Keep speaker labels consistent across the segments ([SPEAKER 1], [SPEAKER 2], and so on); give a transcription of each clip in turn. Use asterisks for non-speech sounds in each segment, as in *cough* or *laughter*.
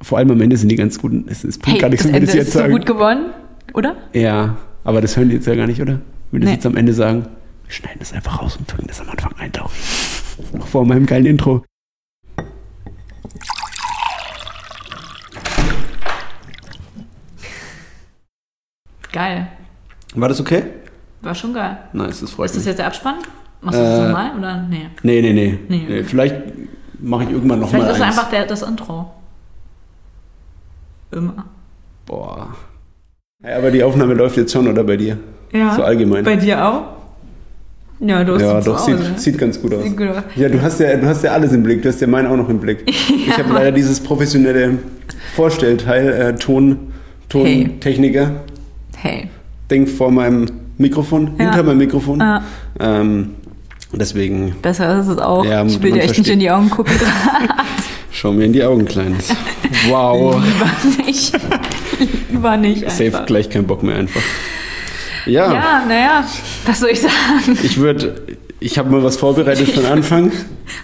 [SPEAKER 1] Vor allem am Ende sind die ganz guten. Es, es bringt
[SPEAKER 2] Hey,
[SPEAKER 1] gar nichts,
[SPEAKER 2] das
[SPEAKER 1] wenn wir
[SPEAKER 2] Ende
[SPEAKER 1] das jetzt
[SPEAKER 2] ist so
[SPEAKER 1] sagen.
[SPEAKER 2] gut geworden, oder?
[SPEAKER 1] Ja, aber das hören die jetzt ja gar nicht, oder? Wenn wir das
[SPEAKER 2] Nee.
[SPEAKER 1] jetzt am Ende sagen, wir schneiden das einfach raus und fügen das am Anfang ein, Tauri. Noch vor meinem geilen Intro.
[SPEAKER 2] Geil.
[SPEAKER 1] War das okay?
[SPEAKER 2] War schon geil.
[SPEAKER 1] Nice, das freut
[SPEAKER 2] Ist das
[SPEAKER 1] mich.
[SPEAKER 2] jetzt der Abspann? Machst du das
[SPEAKER 1] Äh,
[SPEAKER 2] normal oder? Nee.
[SPEAKER 1] Nee, nee, nee.
[SPEAKER 2] Nee,
[SPEAKER 1] nee,
[SPEAKER 2] okay.
[SPEAKER 1] vielleicht mache ich irgendwann nochmal
[SPEAKER 2] Vielleicht
[SPEAKER 1] eins.
[SPEAKER 2] ist einfach der, das Intro. Immer.
[SPEAKER 1] Boah. Ja, aber die Aufnahme läuft jetzt schon, oder bei dir?
[SPEAKER 2] Ja.
[SPEAKER 1] So allgemein.
[SPEAKER 2] Bei dir auch? Ja, du hast
[SPEAKER 1] ja,
[SPEAKER 2] uns
[SPEAKER 1] doch,
[SPEAKER 2] auch,
[SPEAKER 1] sieht,
[SPEAKER 2] oder?
[SPEAKER 1] sieht ganz gut aus.
[SPEAKER 2] Sieht gut aus.
[SPEAKER 1] Ja, du hast ja, du hast ja alles im Blick, du hast ja meinen auch noch im
[SPEAKER 2] *laughs*
[SPEAKER 1] Blick. Ich habe leider dieses professionelle Vorstellteil, äh, Ton,
[SPEAKER 2] Hey.
[SPEAKER 1] Tontechniker,
[SPEAKER 2] Hey.
[SPEAKER 1] Ding vor meinem Mikrofon,
[SPEAKER 2] Ja.
[SPEAKER 1] hinter meinem Mikrofon.
[SPEAKER 2] Ja.
[SPEAKER 1] Ähm, deswegen
[SPEAKER 2] Besser ist es auch.
[SPEAKER 1] Ja,
[SPEAKER 2] ich will
[SPEAKER 1] man
[SPEAKER 2] dir echt nicht
[SPEAKER 1] versteht.
[SPEAKER 2] in die Augen gucken.
[SPEAKER 1] *laughs* schau mir in die Augen,
[SPEAKER 2] *laughs*
[SPEAKER 1] Kleines. Wow.
[SPEAKER 2] Lieber nicht. Lieber nicht. *laughs*
[SPEAKER 1] Safe
[SPEAKER 2] Einfach.
[SPEAKER 1] gleich kein Bock mehr einfach. Ja,
[SPEAKER 2] Ja, naja, was soll ich sagen?
[SPEAKER 1] ich würde, ich habe mal was vorbereitet für den
[SPEAKER 2] *laughs*
[SPEAKER 1] Anfang.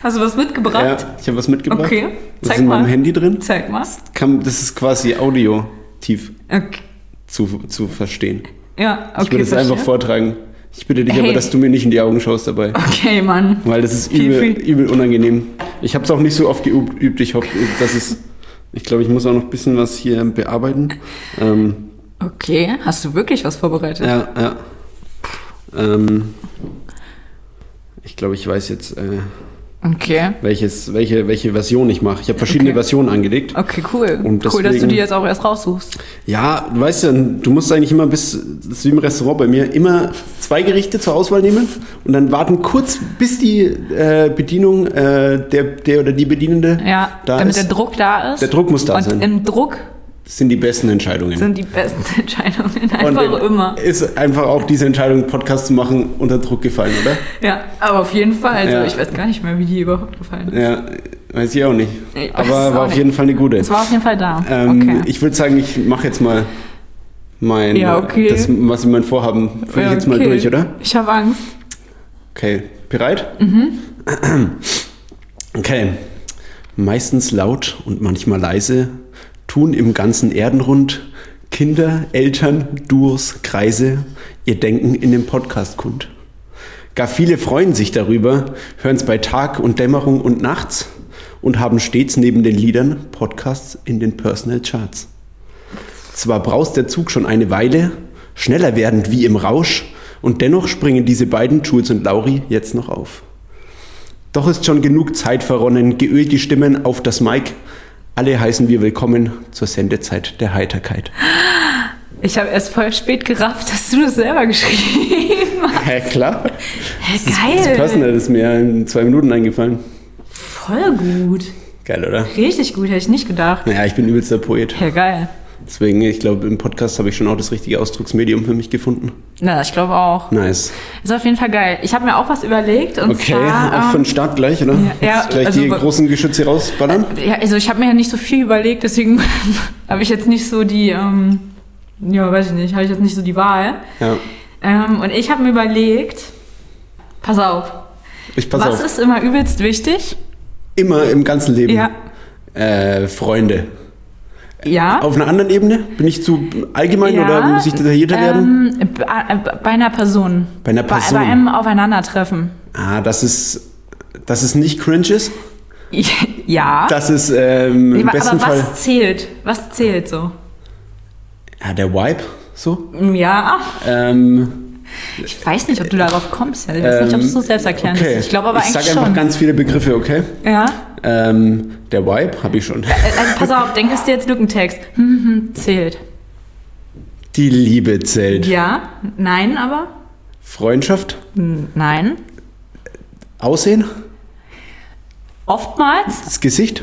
[SPEAKER 2] Hast du was
[SPEAKER 1] Ja,
[SPEAKER 2] mitgebracht?
[SPEAKER 1] ich habe was mitgebracht.
[SPEAKER 2] Okay,
[SPEAKER 1] Das
[SPEAKER 2] zeig
[SPEAKER 1] ist in
[SPEAKER 2] mal.
[SPEAKER 1] meinem Handy drin.
[SPEAKER 2] Zeig mal.
[SPEAKER 1] Kann, das ist quasi Audio tief
[SPEAKER 2] Okay.
[SPEAKER 1] zu, zu verstehen.
[SPEAKER 2] Ja, okay.
[SPEAKER 1] Ich würde es
[SPEAKER 2] verstehe.
[SPEAKER 1] einfach vortragen. Ich bitte dich
[SPEAKER 2] Hey.
[SPEAKER 1] aber, dass du mir nicht in die Augen schaust dabei.
[SPEAKER 2] Okay, Mann.
[SPEAKER 1] Weil das ist
[SPEAKER 2] Viel,
[SPEAKER 1] übel,
[SPEAKER 2] viel.
[SPEAKER 1] übel unangenehm. Ich habe es auch nicht so oft geübt. übt. Ich hoffe, dass es. Ich glaube, ich muss auch noch ein bisschen was hier bearbeiten. Ähm,
[SPEAKER 2] Okay, hast du wirklich was vorbereitet?
[SPEAKER 1] ja, ja. Ähm, ich glaube, ich weiß jetzt, äh,
[SPEAKER 2] Okay.
[SPEAKER 1] welches, welche, welche Version ich mache. Ich habe verschiedene
[SPEAKER 2] Okay.
[SPEAKER 1] Versionen angelegt.
[SPEAKER 2] Okay, cool.
[SPEAKER 1] Und
[SPEAKER 2] cool, dass du
[SPEAKER 1] deswegen-
[SPEAKER 2] die jetzt auch erst raussuchst.
[SPEAKER 1] Ja, du weißt ja, du musst eigentlich immer bis, das ist wie im Restaurant bei mir, immer zwei Gerichte zur Auswahl nehmen und dann warten kurz, bis die äh, Bedienung, äh, der, der oder die Bedienende
[SPEAKER 2] Ja,
[SPEAKER 1] da
[SPEAKER 2] damit
[SPEAKER 1] ist.
[SPEAKER 2] der Druck da ist.
[SPEAKER 1] Der Druck muss da
[SPEAKER 2] Und
[SPEAKER 1] sein.
[SPEAKER 2] im Druck
[SPEAKER 1] das sind die besten Entscheidungen.
[SPEAKER 2] sind die besten *laughs* Entscheidungen
[SPEAKER 1] und
[SPEAKER 2] einfach
[SPEAKER 1] im-
[SPEAKER 2] immer.
[SPEAKER 1] Ist einfach auch diese Entscheidung, Podcast zu machen, unter Druck gefallen, oder?
[SPEAKER 2] Ja, aber auf jeden Fall. Also
[SPEAKER 1] Ja.
[SPEAKER 2] ich weiß gar nicht mehr, wie die überhaupt gefallen ist.
[SPEAKER 1] Ja, weiß ich auch nicht.
[SPEAKER 2] Ich weiß
[SPEAKER 1] Aber
[SPEAKER 2] es auch
[SPEAKER 1] war auf
[SPEAKER 2] nicht.
[SPEAKER 1] jeden Fall eine gute.
[SPEAKER 2] Es war auf jeden Fall da.
[SPEAKER 1] Ähm,
[SPEAKER 2] okay.
[SPEAKER 1] Ich würde sagen, ich mache jetzt mal mein,
[SPEAKER 2] Ja, okay.
[SPEAKER 1] das, was ich mein Vorhaben, führe
[SPEAKER 2] Ja,
[SPEAKER 1] ich jetzt mal
[SPEAKER 2] okay.
[SPEAKER 1] durch, oder?
[SPEAKER 2] Ich habe Angst.
[SPEAKER 1] Okay, bereit? Mhm. Okay. Meistens laut und manchmal leise tun im ganzen Erdenrund Kinder, Eltern, Duos, Kreise ihr Denken in dem Podcast kund. Gar viele freuen sich darüber, hören es bei Tag und Dämmerung und nachts und haben stets neben den Liedern Podcasts in den Personal Charts. Zwar braust der Zug schon eine Weile, schneller werdend wie im Rausch, und dennoch springen diese beiden, Jules und Lauri, jetzt noch auf. Doch ist schon genug Zeit verronnen, geölt die Stimmen auf das Mic. Alle heißen wir willkommen zur Sendezeit der Heiterkeit.
[SPEAKER 2] Ich habe erst voll spät gerafft, *laughs* dass du das selber geschrieben
[SPEAKER 1] *laughs*
[SPEAKER 2] hast.
[SPEAKER 1] Hä, klar.
[SPEAKER 2] Hä,
[SPEAKER 1] Das
[SPEAKER 2] geil.
[SPEAKER 1] Personal ist mir in zwei Minuten eingefallen.
[SPEAKER 2] Voll gut.
[SPEAKER 1] Geil, oder?
[SPEAKER 2] Richtig gut, hätte ich nicht gedacht.
[SPEAKER 1] Naja, ich bin übelster Poet.
[SPEAKER 2] Ja, geil.
[SPEAKER 1] Deswegen, ich glaube, im Podcast habe ich schon auch das richtige Ausdrucksmedium für mich gefunden.
[SPEAKER 2] Na, ich glaube auch.
[SPEAKER 1] Nice.
[SPEAKER 2] Ist auf jeden Fall geil. Ich habe mir auch was überlegt und
[SPEAKER 1] Okay, auch
[SPEAKER 2] zwar. ähm,
[SPEAKER 1] für den Start gleich, oder?
[SPEAKER 2] ja,
[SPEAKER 1] Jetzt gleich
[SPEAKER 2] also
[SPEAKER 1] die
[SPEAKER 2] wa-
[SPEAKER 1] großen Geschütze rausballern?
[SPEAKER 2] ähm, ja, also ich habe mir ja nicht so viel überlegt, deswegen *laughs* habe ich jetzt nicht so die, ähm, ja, weiß ich nicht, habe ich jetzt nicht so die Wahl.
[SPEAKER 1] Ja.
[SPEAKER 2] Ähm, und ich habe mir überlegt, pass auf,
[SPEAKER 1] Ich pass
[SPEAKER 2] was
[SPEAKER 1] auf. Mhm.
[SPEAKER 2] ist immer übelst wichtig?
[SPEAKER 1] Immer im ganzen Leben.
[SPEAKER 2] Ja.
[SPEAKER 1] Äh, Freunde.
[SPEAKER 2] Ja.
[SPEAKER 1] Auf einer anderen Ebene? Bin ich zu allgemein oder muss ich detaillierter werden?
[SPEAKER 2] Ähm, bei- äh, bei einer Person.
[SPEAKER 1] Bei einer Person.
[SPEAKER 2] Bei, bei einem Aufeinandertreffen. *laughs*
[SPEAKER 1] Ah, das ist. Dass es nicht cringe ist,
[SPEAKER 2] ja.
[SPEAKER 1] dass es ähm, im
[SPEAKER 2] Ah. aber
[SPEAKER 1] besten
[SPEAKER 2] was
[SPEAKER 1] Fall
[SPEAKER 2] zählt? Was zählt so?
[SPEAKER 1] ja, der Vibe so.
[SPEAKER 2] Ja,
[SPEAKER 1] Ähm,
[SPEAKER 2] ich weiß nicht, ob du darauf kommst. Ich weiß nicht,
[SPEAKER 1] ähm,
[SPEAKER 2] ob du es so selbst erklären
[SPEAKER 1] okay.
[SPEAKER 2] kannst. Ich glaube aber
[SPEAKER 1] ich
[SPEAKER 2] eigentlich
[SPEAKER 1] sag einfach
[SPEAKER 2] schon.
[SPEAKER 1] ganz viele Begriffe, okay?
[SPEAKER 2] ja.
[SPEAKER 1] Ähm, der Vibe habe ich
[SPEAKER 2] *laughs*
[SPEAKER 1] schon.
[SPEAKER 2] Äh, Also pass auf, denk es dir jetzt Lückentext. Hm, hm, zählt.
[SPEAKER 1] Die Liebe zählt.
[SPEAKER 2] Ja, nein, aber?
[SPEAKER 1] Freundschaft,
[SPEAKER 2] Hm, Nein.
[SPEAKER 1] Aussehen,
[SPEAKER 2] Oftmals?
[SPEAKER 1] das Gesicht,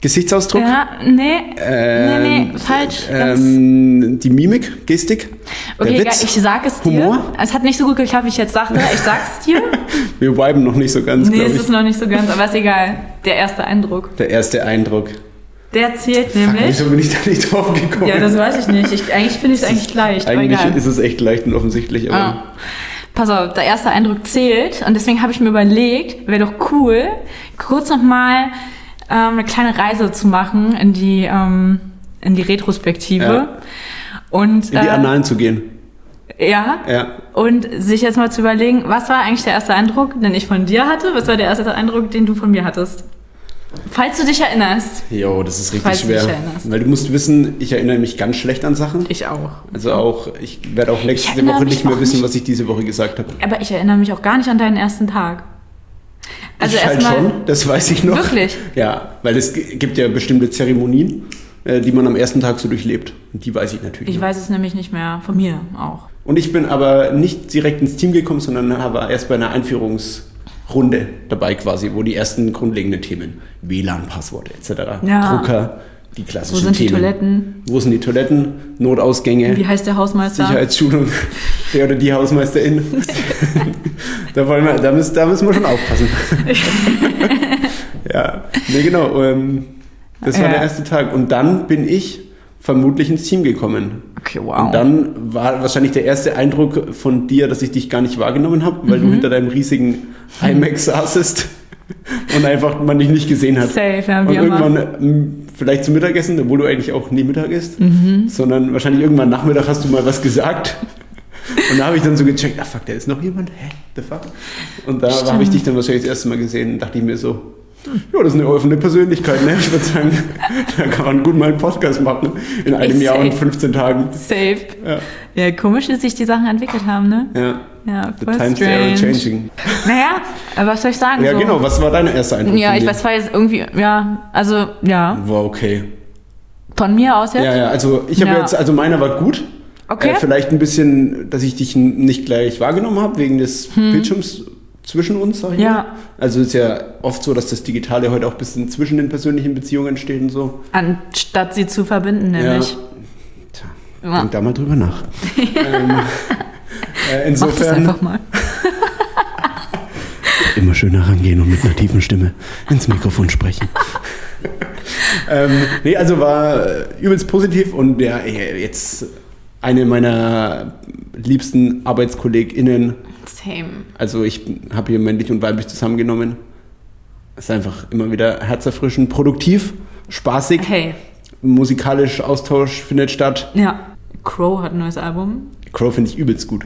[SPEAKER 1] Gesichtsausdruck,
[SPEAKER 2] Ja, nee. nee, nee, falsch. Ganz-
[SPEAKER 1] ähm, die Mimik, Gestik, ähm,
[SPEAKER 2] okay,
[SPEAKER 1] der
[SPEAKER 2] egal,
[SPEAKER 1] Witz.
[SPEAKER 2] ich sag es dir.
[SPEAKER 1] Humor?
[SPEAKER 2] Es hat nicht so gut geklappt, wie ich jetzt sagte. Ich sag's
[SPEAKER 1] *laughs*
[SPEAKER 2] dir.
[SPEAKER 1] Wir viben noch nicht so ganz,
[SPEAKER 2] Nee,
[SPEAKER 1] glaube
[SPEAKER 2] es
[SPEAKER 1] ich.
[SPEAKER 2] ist noch nicht so ganz, aber ist egal. Der erste Eindruck.
[SPEAKER 1] Der erste Eindruck.
[SPEAKER 2] Der zählt
[SPEAKER 1] Fuck,
[SPEAKER 2] nämlich.
[SPEAKER 1] wieso bin ich da nicht drauf gekommen?
[SPEAKER 2] Ja, das weiß ich nicht. Ich, eigentlich finde ich es eigentlich leicht,
[SPEAKER 1] Eigentlich
[SPEAKER 2] aber egal.
[SPEAKER 1] ist es echt leicht und offensichtlich, aber
[SPEAKER 2] Ah. Pass auf, der erste Eindruck zählt und deswegen habe ich mir überlegt, wäre doch cool, kurz nochmal ähm, eine kleine Reise zu machen in die, ähm, in die Retrospektive.
[SPEAKER 1] Ja.
[SPEAKER 2] Und,
[SPEAKER 1] In die Annalen zu gehen.
[SPEAKER 2] äh, ja,
[SPEAKER 1] Ja.
[SPEAKER 2] und sich jetzt mal zu überlegen, was war eigentlich der erste Eindruck, den ich von dir hatte? Was war der erste Eindruck, den du von mir hattest? Falls du dich erinnerst.
[SPEAKER 1] Jo, das ist richtig
[SPEAKER 2] Falls du dich
[SPEAKER 1] schwer.
[SPEAKER 2] erinnerst.
[SPEAKER 1] Weil du musst wissen, ich erinnere mich ganz schlecht an Sachen.
[SPEAKER 2] Ich auch.
[SPEAKER 1] Also auch, ich werde auch nächste
[SPEAKER 2] erinnere
[SPEAKER 1] Woche
[SPEAKER 2] mich
[SPEAKER 1] nicht mehr
[SPEAKER 2] auch
[SPEAKER 1] wissen,
[SPEAKER 2] nicht.
[SPEAKER 1] was ich diese Woche gesagt habe.
[SPEAKER 2] Aber ich erinnere mich auch gar nicht an deinen ersten Tag. Also
[SPEAKER 1] ich halt
[SPEAKER 2] erstmal.
[SPEAKER 1] schon, das weiß ich noch.
[SPEAKER 2] Wirklich?
[SPEAKER 1] Ja, weil es g- gibt ja bestimmte Zeremonien, äh, die man am ersten Tag so durchlebt. Und die weiß ich natürlich.
[SPEAKER 2] Ich
[SPEAKER 1] noch.
[SPEAKER 2] weiß es nämlich nicht mehr. Von mir auch.
[SPEAKER 1] Und ich bin aber nicht direkt ins Team gekommen, sondern habe erst bei einer Einführungsrunde dabei quasi, wo die ersten grundlegenden Themen, WLAN-Passwort etc.,
[SPEAKER 2] Ja.
[SPEAKER 1] Drucker, die klassischen
[SPEAKER 2] Wo sind die
[SPEAKER 1] Themen.
[SPEAKER 2] Toiletten?
[SPEAKER 1] Wo sind die Toiletten? Notausgänge,
[SPEAKER 2] Wie heißt der Hausmeister?
[SPEAKER 1] Sicherheitsschulung, *laughs* der oder die
[SPEAKER 2] *laughs*
[SPEAKER 1] Hausmeisterin. da, wollen wir, da, müssen, da müssen wir schon
[SPEAKER 2] *laughs*
[SPEAKER 1] aufpassen. ja, nee, genau. Ähm, das war
[SPEAKER 2] Ja.
[SPEAKER 1] der erste Tag. Und dann bin ich vermutlich ins Team gekommen.
[SPEAKER 2] Okay, wow.
[SPEAKER 1] Und dann war wahrscheinlich der erste Eindruck von dir, dass ich dich gar nicht wahrgenommen habe,
[SPEAKER 2] Mhm.
[SPEAKER 1] weil du hinter deinem riesigen iMac
[SPEAKER 2] *laughs*
[SPEAKER 1] saßest und einfach man dich nicht gesehen hat.
[SPEAKER 2] Safe, ja,
[SPEAKER 1] Und
[SPEAKER 2] wie immer.
[SPEAKER 1] irgendwann, ähm, vielleicht zum Mittagessen, obwohl du eigentlich auch nie Mittag isst,
[SPEAKER 2] Mhm.
[SPEAKER 1] sondern wahrscheinlich irgendwann Nachmittag hast du mal was gesagt. Und da habe ich dann so gecheckt, ah fuck, da ist noch jemand, hä, the fuck? Und da habe ich dich dann wahrscheinlich das erste Mal gesehen und dachte ich mir so, ja, das ist eine offene Persönlichkeit, ne? Ich würde sagen, *laughs* da kann man gut mal einen Podcast machen ne? in einem
[SPEAKER 2] Ist
[SPEAKER 1] Jahr und
[SPEAKER 2] safe.
[SPEAKER 1] 15 Tagen.
[SPEAKER 2] Safe.
[SPEAKER 1] Ja,
[SPEAKER 2] Ja, komisch, dass sich die Sachen entwickelt haben, ne?
[SPEAKER 1] ja.
[SPEAKER 2] Ja,
[SPEAKER 1] The
[SPEAKER 2] voll
[SPEAKER 1] times they are
[SPEAKER 2] strange.
[SPEAKER 1] changing.
[SPEAKER 2] Naja, aber was soll ich sagen?
[SPEAKER 1] Ja,
[SPEAKER 2] so?
[SPEAKER 1] genau, was war dein erster Eindruck?
[SPEAKER 2] Ja,
[SPEAKER 1] von
[SPEAKER 2] ich
[SPEAKER 1] dir?
[SPEAKER 2] weiß zwar jetzt irgendwie, ja, also, ja,
[SPEAKER 1] War okay.
[SPEAKER 2] von mir aus jetzt.
[SPEAKER 1] Ja, ja, also ich habe
[SPEAKER 2] Ja.
[SPEAKER 1] jetzt, also meiner war gut.
[SPEAKER 2] Okay.
[SPEAKER 1] Äh, vielleicht ein bisschen, dass ich dich n- nicht gleich wahrgenommen habe, wegen des Bildschirms zwischen uns, sag ich
[SPEAKER 2] Hm. Ja.
[SPEAKER 1] mal. Also ist ja oft so, dass das Digitale heute auch ein bisschen zwischen den persönlichen Beziehungen entsteht und so.
[SPEAKER 2] Anstatt sie zu verbinden, nämlich.
[SPEAKER 1] Ja. Tja,
[SPEAKER 2] Ja.
[SPEAKER 1] denk da mal drüber
[SPEAKER 2] *laughs*
[SPEAKER 1] nach. ähm, äh,
[SPEAKER 2] Mach das
[SPEAKER 1] insofern
[SPEAKER 2] einfach mal.
[SPEAKER 1] immer schöner rangehen und mit einer tiefen Stimme ins Mikrofon sprechen. *laughs* ähm, nee, also war äh, übelst positiv und ja, äh, jetzt eine meiner liebsten ArbeitskollegInnen
[SPEAKER 2] Same.
[SPEAKER 1] Also ich habe hier männlich und weiblich zusammengenommen. Ist einfach immer wieder herzerfrischend, produktiv, spaßig,
[SPEAKER 2] Hey,
[SPEAKER 1] musikalisch Austausch findet statt.
[SPEAKER 2] ja. Crow hat ein neues Album.
[SPEAKER 1] Crow finde ich übelst gut.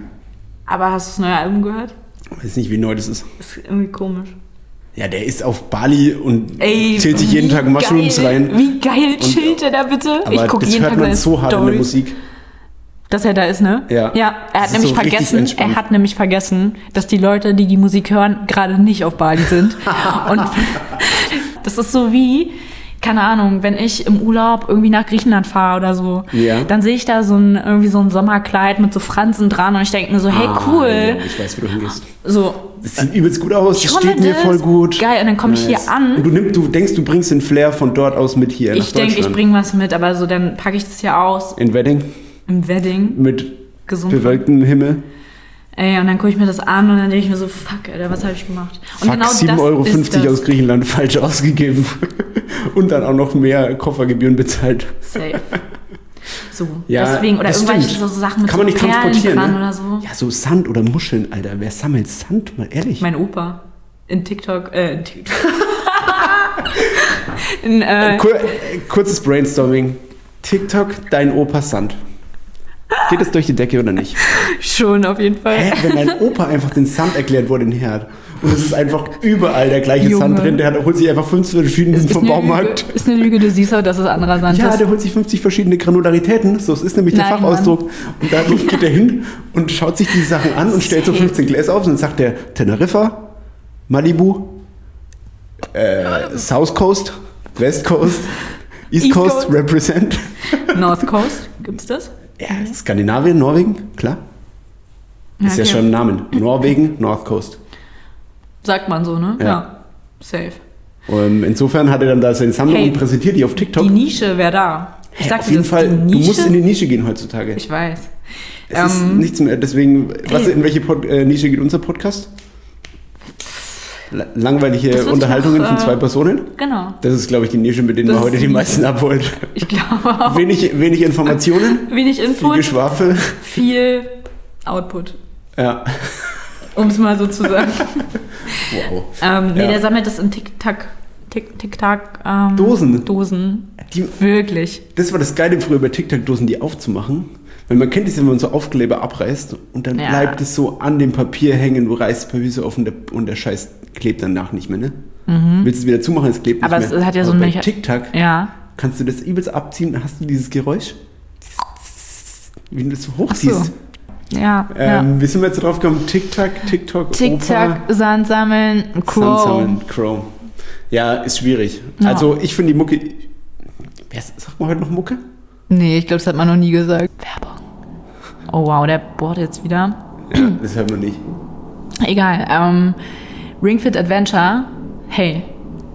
[SPEAKER 2] Aber hast du das neue Album gehört?
[SPEAKER 1] Weiß nicht, wie neu das ist.
[SPEAKER 2] Ist irgendwie komisch.
[SPEAKER 1] Ja, der ist auf Bali und zählt sich jeden
[SPEAKER 2] wie
[SPEAKER 1] Tag Mushrooms
[SPEAKER 2] geil,
[SPEAKER 1] rein.
[SPEAKER 2] Wie geil chillt er da bitte?
[SPEAKER 1] Aber
[SPEAKER 2] guck
[SPEAKER 1] das hört man so hart in der
[SPEAKER 2] Stories.
[SPEAKER 1] Musik.
[SPEAKER 2] Dass er da ist, ne?
[SPEAKER 1] Ja.
[SPEAKER 2] Ja, er
[SPEAKER 1] Das
[SPEAKER 2] hat
[SPEAKER 1] ist
[SPEAKER 2] nämlich
[SPEAKER 1] so richtig
[SPEAKER 2] vergessen,
[SPEAKER 1] entspannt.
[SPEAKER 2] er hat nämlich vergessen, dass die Leute, die die Musik hören, gerade nicht auf Bali
[SPEAKER 1] *laughs*
[SPEAKER 2] sind. Und *laughs* das ist so wie, keine Ahnung, wenn ich im Urlaub irgendwie nach Griechenland fahre oder so,
[SPEAKER 1] Ja.
[SPEAKER 2] dann sehe ich da so ein, irgendwie so ein Sommerkleid mit so Fransen dran und ich denke mir so, hey,
[SPEAKER 1] Ah,
[SPEAKER 2] cool.
[SPEAKER 1] ja, ich weiß, wo du hingehst.
[SPEAKER 2] So,
[SPEAKER 1] Das sieht übelst gut aus, das
[SPEAKER 2] Schon
[SPEAKER 1] steht mir
[SPEAKER 2] das?
[SPEAKER 1] voll gut.
[SPEAKER 2] Äh, Geil, und dann komm ich hier an.
[SPEAKER 1] Und du, nimm, du denkst, du bringst den Flair von dort aus mit hier
[SPEAKER 2] ich
[SPEAKER 1] nach Deutschland.
[SPEAKER 2] denke, ich bringe was mit, aber so, dann packe ich das hier aus
[SPEAKER 1] In Wedding
[SPEAKER 2] im Wedding.
[SPEAKER 1] mit
[SPEAKER 2] Gesund.
[SPEAKER 1] bewölktem Himmel.
[SPEAKER 2] Ey, und dann gucke ich mir das an und dann denke ich mir so, fuck, Alter, was habe ich gemacht? Und genau
[SPEAKER 1] Fuck, 7,50 Euro aus Griechenland falsch ausgegeben. *laughs* Und dann auch noch mehr Koffergebühren bezahlt.
[SPEAKER 2] Safe.
[SPEAKER 1] *laughs*
[SPEAKER 2] So,
[SPEAKER 1] Ja,
[SPEAKER 2] deswegen, oder
[SPEAKER 1] das
[SPEAKER 2] irgendwelche
[SPEAKER 1] stimmt.
[SPEAKER 2] so Sachen mit
[SPEAKER 1] Kann man
[SPEAKER 2] so
[SPEAKER 1] nicht
[SPEAKER 2] Perlen
[SPEAKER 1] transportieren,
[SPEAKER 2] dran
[SPEAKER 1] ne?
[SPEAKER 2] oder so.
[SPEAKER 1] Ja, so Sand oder Muscheln, Alter. Wer sammelt Sand, mal ehrlich?
[SPEAKER 2] Mein Opa in TikTok, äh,
[SPEAKER 1] *laughs*
[SPEAKER 2] in TikTok. in, äh,
[SPEAKER 1] Kur äh, kurzes Brainstorming. TikTok, dein Opa Sand. Geht das durch die Decke oder nicht?
[SPEAKER 2] schon auf jeden Fall.
[SPEAKER 1] Hä, wenn dein Opa einfach den Sand erklärt wurde, den Herd. Und es ist einfach überall der gleiche
[SPEAKER 2] Junge.
[SPEAKER 1] Sand drin. Der hat, holt sich einfach 50 verschiedene vom Baumarkt.
[SPEAKER 2] Lüge, ist eine Lüge, du siehst auch, dass es anderer Sand
[SPEAKER 1] Ja,
[SPEAKER 2] ist.
[SPEAKER 1] der holt sich 50 verschiedene Granularitäten, so es ist nämlich der
[SPEAKER 2] Nein,
[SPEAKER 1] Fachausdruck. Und dadurch geht er hin und schaut sich die Sachen an und stellt so
[SPEAKER 2] Safe.
[SPEAKER 1] 15 Gläser auf und dann sagt der Teneriffa, Malibu, äh, South Coast, West Coast, East,
[SPEAKER 2] East
[SPEAKER 1] Coast,
[SPEAKER 2] Coast.
[SPEAKER 1] Represent.
[SPEAKER 2] North Coast, gibt's das?
[SPEAKER 1] Ja, Skandinavien, Norwegen, klar. Ist ja
[SPEAKER 2] okay.
[SPEAKER 1] schon ein Name. Norwegen, North Coast.
[SPEAKER 2] Sagt man so, ne?
[SPEAKER 1] Ja.
[SPEAKER 2] Safe.
[SPEAKER 1] Und insofern hat er dann da seine Sammlung
[SPEAKER 2] Hey,
[SPEAKER 1] und präsentiert die auf TikTok.
[SPEAKER 2] Die Nische wäre da. Ich
[SPEAKER 1] Hey,
[SPEAKER 2] sag
[SPEAKER 1] auf
[SPEAKER 2] dir
[SPEAKER 1] jeden
[SPEAKER 2] das,
[SPEAKER 1] Fall,
[SPEAKER 2] die
[SPEAKER 1] du
[SPEAKER 2] Nische,
[SPEAKER 1] musst in die Nische gehen heutzutage.
[SPEAKER 2] Ich weiß.
[SPEAKER 1] Es ist
[SPEAKER 2] Ähm,
[SPEAKER 1] nichts mehr, deswegen, was,
[SPEAKER 2] hey.
[SPEAKER 1] in welche Pod, äh, Nische geht unser Podcast? La- Langweilige
[SPEAKER 2] Das wird
[SPEAKER 1] Unterhaltungen
[SPEAKER 2] noch,
[SPEAKER 1] von
[SPEAKER 2] äh,
[SPEAKER 1] zwei Personen?
[SPEAKER 2] Genau.
[SPEAKER 1] Das ist, glaube ich, die Nische, mit denen
[SPEAKER 2] das
[SPEAKER 1] man heute
[SPEAKER 2] ist Oh.
[SPEAKER 1] die
[SPEAKER 2] die
[SPEAKER 1] meisten abholt.
[SPEAKER 2] Ich glaube auch.
[SPEAKER 1] Wenig, wenig Informationen,
[SPEAKER 2] Wenig
[SPEAKER 1] viel
[SPEAKER 2] Input,
[SPEAKER 1] Geschwafel.
[SPEAKER 2] viel Output.
[SPEAKER 1] Ja,
[SPEAKER 2] Um es mal so zu sagen.
[SPEAKER 1] *laughs* wow.
[SPEAKER 2] ähm, nee,
[SPEAKER 1] Ja.
[SPEAKER 2] der sammelt das in TikTok. Tick, Tick, Tack. Ähm,
[SPEAKER 1] Dosen.
[SPEAKER 2] Dosen.
[SPEAKER 1] Die-
[SPEAKER 2] Wirklich.
[SPEAKER 1] Das war das Geile früher bei Tic-Tac-Dosen, die aufzumachen. Weil man kennt es ja, wenn man so Aufkleber abreißt und dann
[SPEAKER 2] Ja.
[SPEAKER 1] bleibt es so an dem Papier hängen, du reißt das Papier so auf und der, und der Scheiß klebt danach nicht mehr, ne? Willst du es wieder zumachen, es klebt
[SPEAKER 2] Mhm. Aber
[SPEAKER 1] nicht
[SPEAKER 2] es
[SPEAKER 1] mehr.
[SPEAKER 2] hat ja so
[SPEAKER 1] Aber
[SPEAKER 2] einen
[SPEAKER 1] bei
[SPEAKER 2] Mecha-
[SPEAKER 1] Tic-Tac
[SPEAKER 2] Ja.
[SPEAKER 1] kannst du das übelst abziehen, hast du dieses Geräusch? Wenn du es so hochziehst.
[SPEAKER 2] So. Ja. ja.
[SPEAKER 1] Ähm, Wie sind wir jetzt drauf gekommen? Tic-Tac, TikTok,
[SPEAKER 2] Tick-Tack, Sand sammeln, Crow.
[SPEAKER 1] Crow. Crow. Ja, ist schwierig.
[SPEAKER 2] Ja.
[SPEAKER 1] Also ich finde die Mucke... Wer sagt man heute noch Mucke?
[SPEAKER 2] Nee, ich glaube, das hat man noch nie gesagt. Werbung. Oh wow, der bohrt jetzt wieder.
[SPEAKER 1] Ja, das hört man nicht.
[SPEAKER 2] Egal. Ähm, Ring Fit Adventure. Hey,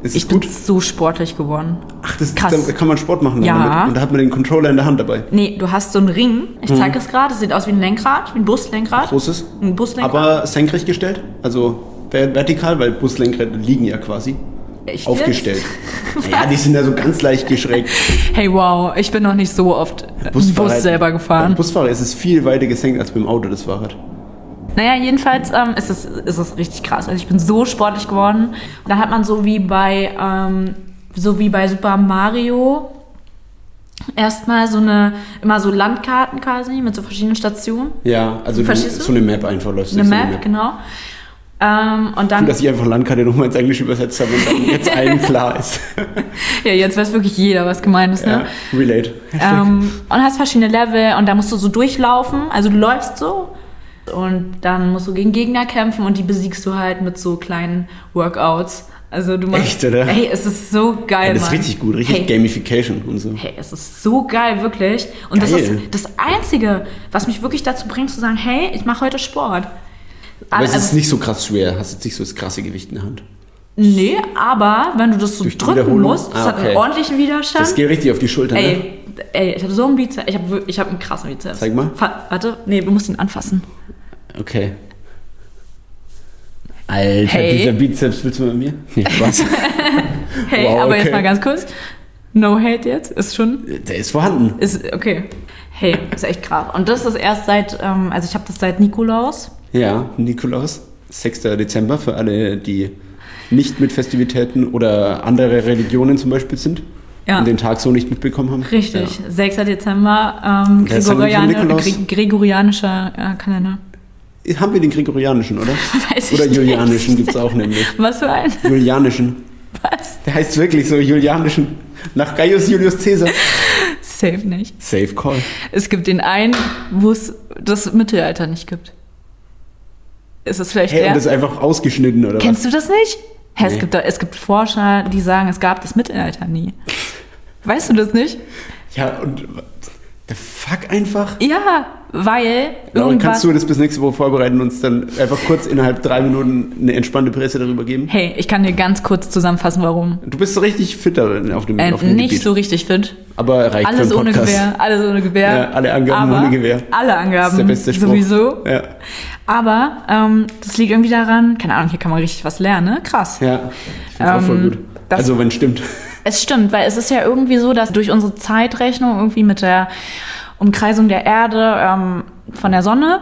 [SPEAKER 1] Ist
[SPEAKER 2] ich
[SPEAKER 1] es
[SPEAKER 2] bin
[SPEAKER 1] gut?
[SPEAKER 2] so sportlich geworden.
[SPEAKER 1] Ach, das,
[SPEAKER 2] krass.
[SPEAKER 1] da kann man Sport machen
[SPEAKER 2] Ja.
[SPEAKER 1] damit. Und da hat man den Controller in der Hand dabei.
[SPEAKER 2] Nee, du hast so einen Ring. Ich zeige es gerade. Es sieht aus wie ein Lenkrad, wie ein Buslenkrad.
[SPEAKER 1] Großes.
[SPEAKER 2] Ein Buslenkrad.
[SPEAKER 1] Aber senkrecht gestellt. Also ver- vertikal, weil Buslenkräder liegen ja quasi.
[SPEAKER 2] Echt
[SPEAKER 1] Aufgestellt.
[SPEAKER 2] *laughs* jetzt?
[SPEAKER 1] Ja, die sind ja so ganz leicht geschrägt.
[SPEAKER 2] Hey wow, ich bin noch nicht so oft einen Bus selber
[SPEAKER 1] Beim
[SPEAKER 2] gefahren.
[SPEAKER 1] Busfahrer ist es viel weiter gesenkt als beim Auto, das Fahrrad.
[SPEAKER 2] Naja, jedenfalls ähm, ist, es, ist es richtig krass. Also ich bin so sportlich geworden. Und dann hat man so wie bei, ähm, so wie bei Super Mario erstmal so eine, immer so Landkarten quasi mit so verschiedenen Stationen.
[SPEAKER 1] Ja, also du,
[SPEAKER 2] Verstehst du?
[SPEAKER 1] so eine Map einfach läuft.
[SPEAKER 2] Eine Map, genau. Ähm, und dann,
[SPEAKER 1] Dass ich einfach Landkarte nochmal ins Englische übersetzt habe und dann jetzt
[SPEAKER 2] *laughs*
[SPEAKER 1] allen klar ist.
[SPEAKER 2] ja, jetzt weiß wirklich jeder, was gemeint ist, ne?
[SPEAKER 1] Ja, relate.
[SPEAKER 2] Ähm, und hast verschiedene Level und da musst du so durchlaufen. Also du läufst so und dann musst du gegen Gegner kämpfen und die besiegst du halt mit so kleinen Workouts. Also du machst.
[SPEAKER 1] Echt, oder?
[SPEAKER 2] Ey, es ist so geil,
[SPEAKER 1] Ja, das ist
[SPEAKER 2] Mann.
[SPEAKER 1] richtig gut, richtig
[SPEAKER 2] hey,
[SPEAKER 1] Gamification und so.
[SPEAKER 2] Hey, es ist so geil, wirklich. Und das ist
[SPEAKER 1] Geil.
[SPEAKER 2] das Einzige, was mich wirklich dazu bringt, zu sagen, hey, ich mache heute Sport.
[SPEAKER 1] Aber es
[SPEAKER 2] Also-
[SPEAKER 1] ist nicht so krass schwer, hast jetzt nicht so das krasse Gewicht in der Hand.
[SPEAKER 2] nee, aber wenn du das so
[SPEAKER 1] Durch die
[SPEAKER 2] drücken
[SPEAKER 1] Wiederholung?
[SPEAKER 2] musst, das
[SPEAKER 1] Ah,
[SPEAKER 2] hat einen
[SPEAKER 1] okay.
[SPEAKER 2] ordentlichen Widerstand.
[SPEAKER 1] Das geht richtig auf die Schulter, ne?
[SPEAKER 2] Ey, ey, ich habe so einen Bizeps. Ich habe ich hab einen krassen Bizeps.
[SPEAKER 1] Zeig mal.
[SPEAKER 2] Fa warte, nee, du musst ihn anfassen.
[SPEAKER 1] Okay. Alter,
[SPEAKER 2] Hey.
[SPEAKER 1] dieser Bizeps, willst du mal mit mir?
[SPEAKER 2] *laughs*
[SPEAKER 1] Nee, Spaß.
[SPEAKER 2] Hey,
[SPEAKER 1] Wow,
[SPEAKER 2] aber
[SPEAKER 1] okay.
[SPEAKER 2] jetzt mal ganz kurz. No hate jetzt, ist schon.
[SPEAKER 1] Der ist vorhanden.
[SPEAKER 2] Ist okay. Hey, ist echt krass. Und das ist erst seit, ähm, also ich habe das seit Nikolaus.
[SPEAKER 1] Ja, Nikolaus, 6. Dezember für alle, die nicht mit Festivitäten oder andere Religionen zum Beispiel sind
[SPEAKER 2] Ja.
[SPEAKER 1] und den Tag so nicht mitbekommen haben.
[SPEAKER 2] Richtig.
[SPEAKER 1] Ja.
[SPEAKER 2] 6. Dezember, ähm,
[SPEAKER 1] Wer ist denn
[SPEAKER 2] Gregorian
[SPEAKER 1] von Nikolaus?
[SPEAKER 2] Gre gregorianischer äh, Kalender.
[SPEAKER 1] Haben wir den gregorianischen, oder?
[SPEAKER 2] *laughs* Weiß
[SPEAKER 1] oder
[SPEAKER 2] ich
[SPEAKER 1] julianischen
[SPEAKER 2] nicht.
[SPEAKER 1] gibt's auch nämlich.
[SPEAKER 2] Was für ein? *laughs*
[SPEAKER 1] Julianischen.
[SPEAKER 2] Was?
[SPEAKER 1] Der heißt wirklich so Julianischen. Nach Gaius Julius Caesar.
[SPEAKER 2] Safe nicht.
[SPEAKER 1] Safe Call.
[SPEAKER 2] Es gibt den einen, wo es das Mittelalter nicht gibt. Ist es vielleicht
[SPEAKER 1] Hey,
[SPEAKER 2] der?
[SPEAKER 1] und das ist einfach ausgeschnitten, oder
[SPEAKER 2] Kennst du das nicht? Hä, es,
[SPEAKER 1] Nee.
[SPEAKER 2] gibt, doch- es gibt Forscher, die sagen, es gab das Mittelalter nie. Weißt du das nicht?
[SPEAKER 1] was? Ja, und der Fuck einfach.
[SPEAKER 2] Ja, weil
[SPEAKER 1] Lauren, kannst
[SPEAKER 2] irgendwas...
[SPEAKER 1] du das bis nächste Woche vorbereiten und uns dann einfach kurz innerhalb drei Minuten eine entspannte Presse darüber geben?
[SPEAKER 2] Hey, ich kann dir ganz kurz zusammenfassen, warum.
[SPEAKER 1] Du bist so richtig fit darin auf dem,
[SPEAKER 2] Äh,
[SPEAKER 1] auf dem
[SPEAKER 2] nicht
[SPEAKER 1] Gebiet.
[SPEAKER 2] so richtig fit.
[SPEAKER 1] aber reicht
[SPEAKER 2] Alles
[SPEAKER 1] für einen
[SPEAKER 2] ohne
[SPEAKER 1] Podcast.
[SPEAKER 2] Gewehr, alles ohne Gewehr.
[SPEAKER 1] Ja, alle Angaben
[SPEAKER 2] aber
[SPEAKER 1] ohne Gewehr.
[SPEAKER 2] Alle
[SPEAKER 1] Das
[SPEAKER 2] Angaben
[SPEAKER 1] ist der beste Spruch.
[SPEAKER 2] sowieso.
[SPEAKER 1] Ja.
[SPEAKER 2] Aber ähm, das liegt irgendwie daran, keine Ahnung, hier kann man richtig was lernen, ne? Krass.
[SPEAKER 1] ja. Ich find's auch
[SPEAKER 2] Ähm,
[SPEAKER 1] voll gut.
[SPEAKER 2] das-
[SPEAKER 1] Also, wenn es stimmt.
[SPEAKER 2] Es stimmt, weil es ist ja irgendwie so, dass durch unsere Zeitrechnung irgendwie mit der Umkreisung der Erde ähm, von der Sonne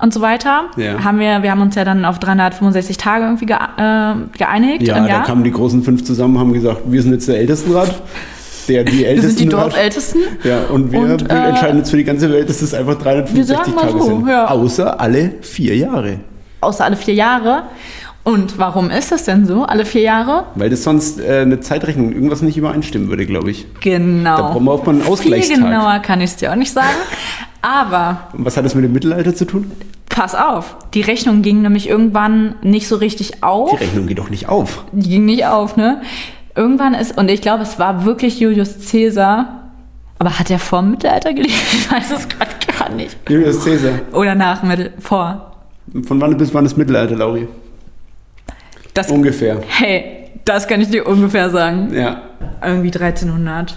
[SPEAKER 2] und so weiter
[SPEAKER 1] Ja.
[SPEAKER 2] haben wir, wir haben uns ja dann auf 365 Tage irgendwie ge äh, geeinigt
[SPEAKER 1] Ja,
[SPEAKER 2] im
[SPEAKER 1] da
[SPEAKER 2] Jahr.
[SPEAKER 1] kamen die großen fünf zusammen haben gesagt, wir sind jetzt der Ältestenrat. Der, die
[SPEAKER 2] wir sind die
[SPEAKER 1] Ältestenrat.
[SPEAKER 2] Dorfältesten.
[SPEAKER 1] Ja, und wir
[SPEAKER 2] Und, äh,
[SPEAKER 1] entscheiden jetzt für die ganze Welt, dass es einfach
[SPEAKER 2] wir
[SPEAKER 1] 365
[SPEAKER 2] sagen mal
[SPEAKER 1] Tage
[SPEAKER 2] so,
[SPEAKER 1] sind.
[SPEAKER 2] ja.
[SPEAKER 1] Außer alle vier Jahre.
[SPEAKER 2] Außer alle vier Jahre. Und warum ist das denn so? Alle vier Jahre?
[SPEAKER 1] Weil das sonst äh, eine Zeitrechnung irgendwas nicht übereinstimmen würde, glaube ich.
[SPEAKER 2] Genau.
[SPEAKER 1] Da brauchen wir auch mal einen Ausgleichstag.
[SPEAKER 2] Viel genauer kann ich es dir auch nicht sagen. Aber
[SPEAKER 1] Und was hat das mit dem Mittelalter zu tun?
[SPEAKER 2] pass auf, die Rechnung ging nämlich irgendwann nicht so richtig auf.
[SPEAKER 1] Die Rechnung geht doch nicht auf.
[SPEAKER 2] Die ging nicht auf, ne? Irgendwann ist, und ich glaube, es war wirklich Julius Caesar, aber hat er vor dem Mittelalter gelebt? *laughs* Ich weiß es gerade gar nicht.
[SPEAKER 1] Julius Caesar.
[SPEAKER 2] Oder nach dem Mittel, vor.
[SPEAKER 1] Von wann bis wann ist Mittelalter, Lauri?
[SPEAKER 2] Das,
[SPEAKER 1] Ungefähr.
[SPEAKER 2] hey, das kann ich dir ungefähr sagen.
[SPEAKER 1] Ja.
[SPEAKER 2] Irgendwie 1300.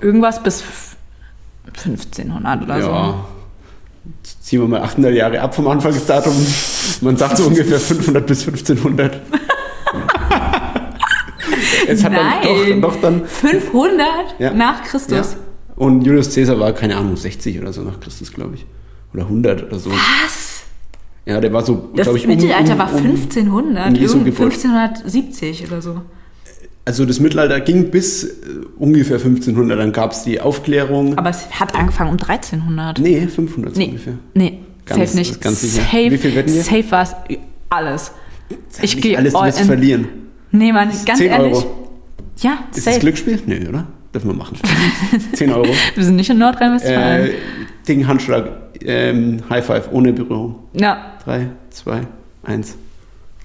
[SPEAKER 2] Irgendwas bis f- 1500 oder so.
[SPEAKER 1] ja. Jetzt Ziehen wir mal 800 Jahre ab vom Anfangsdatum. Man sagt so ungefähr 500 bis 1500. es hat dann
[SPEAKER 2] Nein.
[SPEAKER 1] doch, doch dann
[SPEAKER 2] 500
[SPEAKER 1] Ja.
[SPEAKER 2] nach Christus.
[SPEAKER 1] Ja. Und Julius Caesar war, keine Ahnung, 60 oder so nach Christus, glaube ich. Oder 100 oder so.
[SPEAKER 2] Was?
[SPEAKER 1] Ja, der war so,
[SPEAKER 2] Das
[SPEAKER 1] glaube ich, um-
[SPEAKER 2] Mittelalter
[SPEAKER 1] um,
[SPEAKER 2] war
[SPEAKER 1] um,
[SPEAKER 2] 1500,
[SPEAKER 1] um Jesu
[SPEAKER 2] irgend-
[SPEAKER 1] Geburt.
[SPEAKER 2] 1570 oder so.
[SPEAKER 1] Also das Mittelalter ging bis äh, ungefähr 1500, dann gab es die Aufklärung.
[SPEAKER 2] Aber es hat angefangen um 1300.
[SPEAKER 1] nee, 500 so
[SPEAKER 2] Nee,
[SPEAKER 1] ungefähr.
[SPEAKER 2] nee
[SPEAKER 1] Ganz-
[SPEAKER 2] safe nicht.
[SPEAKER 1] ganz sicher.
[SPEAKER 2] Safe,
[SPEAKER 1] Wie viel wetten wir?
[SPEAKER 2] safe war es alles. Ich
[SPEAKER 1] Nicht
[SPEAKER 2] gehe
[SPEAKER 1] alles, du
[SPEAKER 2] all
[SPEAKER 1] wirst
[SPEAKER 2] in.
[SPEAKER 1] verlieren.
[SPEAKER 2] Nee, Mann, ganz
[SPEAKER 1] 10
[SPEAKER 2] ehrlich.
[SPEAKER 1] Euro.
[SPEAKER 2] Ja,
[SPEAKER 1] Ist
[SPEAKER 2] safe.
[SPEAKER 1] das
[SPEAKER 2] *laughs*
[SPEAKER 1] Glücksspiel? Nee, oder? Dürfen wir machen. 10 Euro.
[SPEAKER 2] Wir sind nicht in Nordrhein-Westfalen.
[SPEAKER 1] Äh, Ding, Handschlag, ähm, High Five, ohne Berührung.
[SPEAKER 2] ja,
[SPEAKER 1] 3, 2, 1.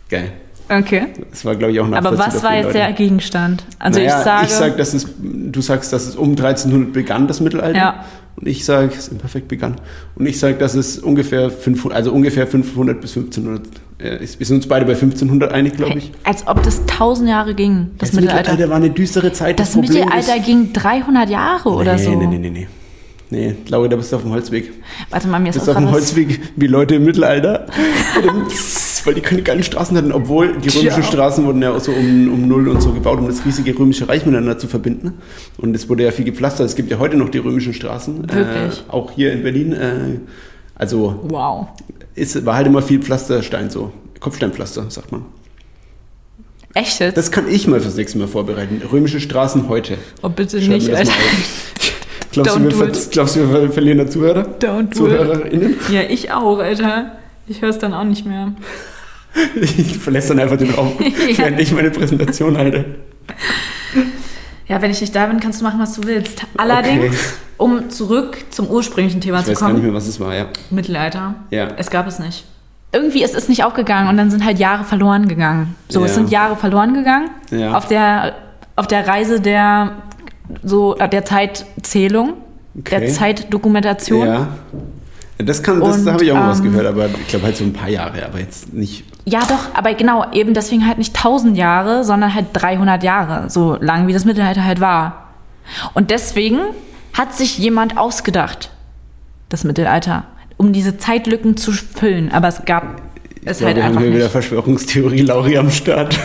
[SPEAKER 1] Geil.
[SPEAKER 2] okay.
[SPEAKER 1] Das war, glaube ich, auch
[SPEAKER 2] Aber
[SPEAKER 1] nachvollziehbar
[SPEAKER 2] was
[SPEAKER 1] für
[SPEAKER 2] war
[SPEAKER 1] die
[SPEAKER 2] jetzt
[SPEAKER 1] Leute.
[SPEAKER 2] der Gegenstand? Also
[SPEAKER 1] naja,
[SPEAKER 2] ich sage,
[SPEAKER 1] sag, dass es, du sagst, dass es um 1300 begann, das Mittelalter.
[SPEAKER 2] Ja.
[SPEAKER 1] Und ich sage, es ist imperfekt begann. Und ich sage, dass es ungefähr 500, also ungefähr 500 bis 1500, äh, ist- wir sind uns beide bei 1500 einig, glaube ich.
[SPEAKER 2] als ob das tausend Jahre ging, das,
[SPEAKER 1] Das
[SPEAKER 2] Mittelalter.
[SPEAKER 1] war eine düstere Zeit.
[SPEAKER 2] Das
[SPEAKER 1] Problem
[SPEAKER 2] Mittelalter
[SPEAKER 1] ist,
[SPEAKER 2] ging 300 Jahre oder
[SPEAKER 1] nee,
[SPEAKER 2] so.
[SPEAKER 1] Nee, nee, nee, nee. Nee, Laura, da bist du auf dem Holzweg.
[SPEAKER 2] Warte mal, mir ist
[SPEAKER 1] Das
[SPEAKER 2] auch
[SPEAKER 1] ist auf
[SPEAKER 2] gerade
[SPEAKER 1] dem
[SPEAKER 2] was-
[SPEAKER 1] Holzweg wie Leute im Mittelalter. Weil die keine geilen Straßen hatten, obwohl die römischen
[SPEAKER 2] Tja.
[SPEAKER 1] Straßen wurden ja auch so um, um Null und so gebaut, um das riesige römische Reich miteinander zu verbinden. Und es wurde ja viel gepflastert. Es gibt ja heute noch die römischen Straßen.
[SPEAKER 2] Wirklich?
[SPEAKER 1] Äh, auch hier in Berlin. Äh, also
[SPEAKER 2] Wow.
[SPEAKER 1] es war halt immer viel Pflasterstein so. Kopfsteinpflaster, sagt man.
[SPEAKER 2] Echt jetzt?
[SPEAKER 1] Das kann ich mal fürs nächste Mal vorbereiten. Römische Straßen heute.
[SPEAKER 2] oh, bitte
[SPEAKER 1] Schreib mir
[SPEAKER 2] nicht,
[SPEAKER 1] das
[SPEAKER 2] Alter.
[SPEAKER 1] mal auf. Glaubst du, wir,
[SPEAKER 2] Don't do
[SPEAKER 1] ver
[SPEAKER 2] it.
[SPEAKER 1] glaubst du, wir ver verlieren da Zuhörer?
[SPEAKER 2] *laughs* Don't do it.
[SPEAKER 1] ZuhörerInnen?
[SPEAKER 2] Ja, ich auch, Alter. Ich höre es dann auch nicht mehr.
[SPEAKER 1] Ich verlässt dann einfach den Raum,
[SPEAKER 2] *laughs* Ja.
[SPEAKER 1] während ich meine Präsentation halte.
[SPEAKER 2] Ja, wenn ich nicht da bin, kannst du machen, was du willst. Allerdings, um zurück zum ursprünglichen Thema
[SPEAKER 1] Ich
[SPEAKER 2] zu
[SPEAKER 1] weiß gar nicht
[SPEAKER 2] kommen,
[SPEAKER 1] mehr, was es war, ja.
[SPEAKER 2] Mittelalter.
[SPEAKER 1] Ja.
[SPEAKER 2] Es gab es nicht. Irgendwie ist es nicht aufgegangen und dann sind halt Jahre verloren gegangen. So,
[SPEAKER 1] Ja.
[SPEAKER 2] es sind Jahre verloren gegangen
[SPEAKER 1] Ja.
[SPEAKER 2] auf, der, auf der Reise der, so, äh, der Zeitzählung, der
[SPEAKER 1] Okay.
[SPEAKER 2] Zeitdokumentation. Ja.
[SPEAKER 1] Ja. Das kann, das,
[SPEAKER 2] Und,
[SPEAKER 1] da habe ich auch mal was
[SPEAKER 2] ähm,
[SPEAKER 1] gehört, aber ich glaube halt so ein paar Jahre, aber jetzt nicht.
[SPEAKER 2] doch, aber genau, eben deswegen halt nicht 1000 Jahre, sondern halt 300 Jahre, so lang wie das Mittelalter halt war. Und deswegen hat sich jemand ausgedacht, das Mittelalter, um diese Zeitlücken zu füllen. Aber es gab es
[SPEAKER 1] Ich
[SPEAKER 2] halt
[SPEAKER 1] glaube,
[SPEAKER 2] einfach
[SPEAKER 1] haben wir
[SPEAKER 2] nicht.
[SPEAKER 1] wieder Verschwörungstheorie Lauri am
[SPEAKER 2] *laughs*
[SPEAKER 1] Start,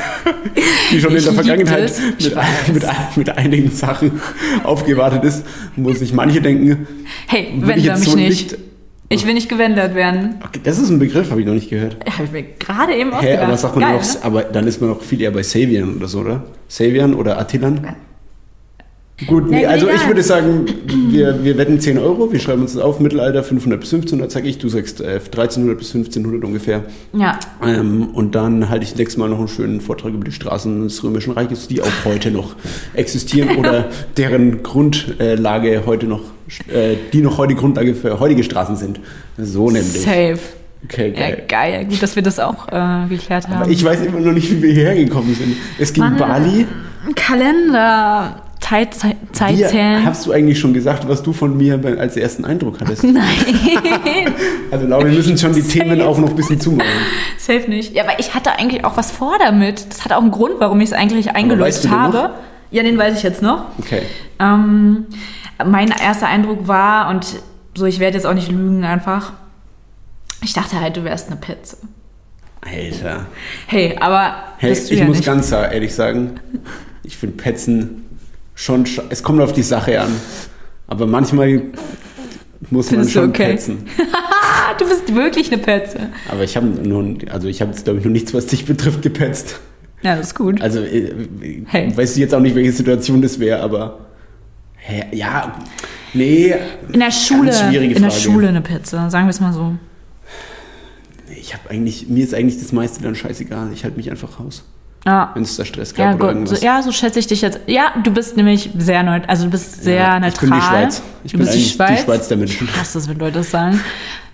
[SPEAKER 1] die schon
[SPEAKER 2] Ich
[SPEAKER 1] in der
[SPEAKER 2] lieb
[SPEAKER 1] Vergangenheit
[SPEAKER 2] das.
[SPEAKER 1] mit, ein- mit, ein- mit einigen Sachen aufgewartet ist, wo sich manche denken,
[SPEAKER 2] Hey,
[SPEAKER 1] würde ich
[SPEAKER 2] wende
[SPEAKER 1] jetzt
[SPEAKER 2] mich
[SPEAKER 1] so
[SPEAKER 2] nicht.
[SPEAKER 1] nicht.
[SPEAKER 2] Ich will nicht gewendet werden.
[SPEAKER 1] Okay, das ist ein Begriff, habe ich noch nicht gehört.
[SPEAKER 2] Habe ich mir gerade eben
[SPEAKER 1] Hä,
[SPEAKER 2] ausgedacht.
[SPEAKER 1] aber sagt man
[SPEAKER 2] Geil, ne?
[SPEAKER 1] auch, aber dann ist man auch viel eher bei Savian oder so, oder? Savian oder Attilan? Gut, nee,
[SPEAKER 2] mir
[SPEAKER 1] also ich
[SPEAKER 2] egal.
[SPEAKER 1] würde sagen, wir, wir wetten 10 Euro, wir schreiben uns das auf, Mittelalter 500 bis 1500, sag ich, du sagst äh, 1300 bis 1500 ungefähr.
[SPEAKER 2] ne? Ja,
[SPEAKER 1] Ähm, und dann halte ich nächstes Mal noch einen schönen Vortrag über die Straßen des Römischen Reiches, die auch heute noch
[SPEAKER 2] *laughs*
[SPEAKER 1] existieren oder deren Grundlage heute noch, äh, die noch heute Grundlage für heutige Straßen sind. So nämlich.
[SPEAKER 2] safe.
[SPEAKER 1] Okay,
[SPEAKER 2] Ja,
[SPEAKER 1] geil.
[SPEAKER 2] geil. Gut, dass wir das auch äh, geklärt haben.
[SPEAKER 1] Ich weiß immer noch nicht, wie wir hierher gekommen sind. Es ging
[SPEAKER 2] Mann.
[SPEAKER 1] Bali.
[SPEAKER 2] Kalender. Zeit, Zeit, Zeit
[SPEAKER 1] Hier
[SPEAKER 2] zählen.
[SPEAKER 1] hast du eigentlich schon gesagt, was du von mir bei- als ersten Eindruck hattest.
[SPEAKER 2] *laughs* Nein,
[SPEAKER 1] Also Laura, wir müssen schon die Themen auch noch ein bisschen zumachen.
[SPEAKER 2] safe nicht. Ja, aber ich hatte eigentlich auch was vor damit. Das hat auch einen Grund, warum ich es eigentlich
[SPEAKER 1] weißt
[SPEAKER 2] eingelöst
[SPEAKER 1] du den
[SPEAKER 2] habe.
[SPEAKER 1] noch?
[SPEAKER 2] Ja, den weiß ich jetzt noch.
[SPEAKER 1] Okay.
[SPEAKER 2] Ähm, mein erster Eindruck war, und so, ich werde jetzt auch nicht lügen einfach. Ich dachte halt, du wärst eine Petze.
[SPEAKER 1] Alter.
[SPEAKER 2] Hey, aber
[SPEAKER 1] Hey,
[SPEAKER 2] bist du
[SPEAKER 1] ich
[SPEAKER 2] ja
[SPEAKER 1] muss
[SPEAKER 2] nicht.
[SPEAKER 1] ganz ehrlich sagen, ich finde Petzen schon. sch- Es kommt auf die Sache an. Aber manchmal muss
[SPEAKER 2] Findest du
[SPEAKER 1] man schon
[SPEAKER 2] okay?
[SPEAKER 1] petzen.
[SPEAKER 2] Ah, du bist wirklich eine Petze.
[SPEAKER 1] Aber ich habe nur, also ich habe jetzt glaube ich noch nichts, was dich betrifft, gepetzt.
[SPEAKER 2] Ja, das ist gut.
[SPEAKER 1] Also äh,
[SPEAKER 2] Hey.
[SPEAKER 1] weißt du jetzt auch nicht, welche Situation das wäre, aber hä, ja, nee,
[SPEAKER 2] In der Schule,
[SPEAKER 1] schwierige
[SPEAKER 2] in der
[SPEAKER 1] Frage.
[SPEAKER 2] Schule eine Petze, sagen wir es mal so.
[SPEAKER 1] ich habe eigentlich mir ist eigentlich das meiste dann scheißegal. Ich halte mich einfach raus,
[SPEAKER 2] Ja.
[SPEAKER 1] wenn es da Stress gab
[SPEAKER 2] Ja,
[SPEAKER 1] oder
[SPEAKER 2] gut. So,
[SPEAKER 1] irgendwas.
[SPEAKER 2] ja, so schätze ich dich jetzt. Ja, du bist nämlich sehr neutral. Also du bist sehr
[SPEAKER 1] Ja,
[SPEAKER 2] neutral.
[SPEAKER 1] Ich bin die Schweiz. Ich
[SPEAKER 2] du
[SPEAKER 1] bin
[SPEAKER 2] bist die
[SPEAKER 1] eigentlich
[SPEAKER 2] Schweiz.
[SPEAKER 1] die Schweiz der Menschen. *laughs*
[SPEAKER 2] Ich hasse es, wenn Leute das sagen.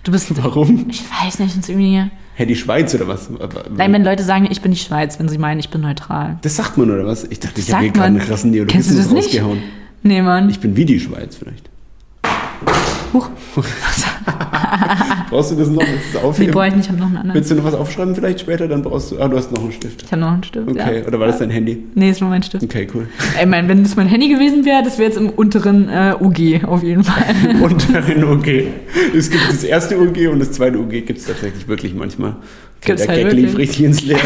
[SPEAKER 2] Du bist,
[SPEAKER 1] Warum?
[SPEAKER 2] ich weiß nicht, ist irgendwie.
[SPEAKER 1] Hä, die Schweiz oder was?
[SPEAKER 2] Nein, wenn Leute sagen, ich bin die Schweiz, wenn sie meinen, ich bin neutral.
[SPEAKER 1] das sagt man oder was? Ich dachte, ich
[SPEAKER 2] Sagt
[SPEAKER 1] habe hier gerade einen
[SPEAKER 2] man.
[SPEAKER 1] krassen
[SPEAKER 2] Kennst du
[SPEAKER 1] Neologismus
[SPEAKER 2] das nicht?
[SPEAKER 1] rausgehauen.
[SPEAKER 2] Nee, Mann.
[SPEAKER 1] Ich bin wie die Schweiz vielleicht.
[SPEAKER 2] Huch.
[SPEAKER 1] *laughs*
[SPEAKER 2] *laughs*
[SPEAKER 1] Brauchst du das noch? Willst du Das
[SPEAKER 2] nee,
[SPEAKER 1] aufheben?
[SPEAKER 2] brauche ich nicht, ich habe noch einen anderen.
[SPEAKER 1] Willst du noch was aufschreiben vielleicht später? Dann brauchst du. Ah, du hast noch einen Stift.
[SPEAKER 2] Ich habe noch einen Stift.
[SPEAKER 1] Okay,
[SPEAKER 2] Ja.
[SPEAKER 1] oder war das dein Handy?
[SPEAKER 2] Nee, ist nur
[SPEAKER 1] *laughs*
[SPEAKER 2] mein Stift.
[SPEAKER 1] Okay,
[SPEAKER 2] *laughs*
[SPEAKER 1] cool.
[SPEAKER 2] Ey, mein, wenn es mein Handy gewesen wäre, das wäre jetzt im unteren äh, UG auf jeden Fall.
[SPEAKER 1] Und ein UG. Es gibt das erste UG und das zweite UG gibt es tatsächlich wirklich manchmal. Okay,
[SPEAKER 2] Gibt's
[SPEAKER 1] der
[SPEAKER 2] halt
[SPEAKER 1] Gag
[SPEAKER 2] wirklich.
[SPEAKER 1] lief richtig ins
[SPEAKER 2] *laughs*
[SPEAKER 1] Leere.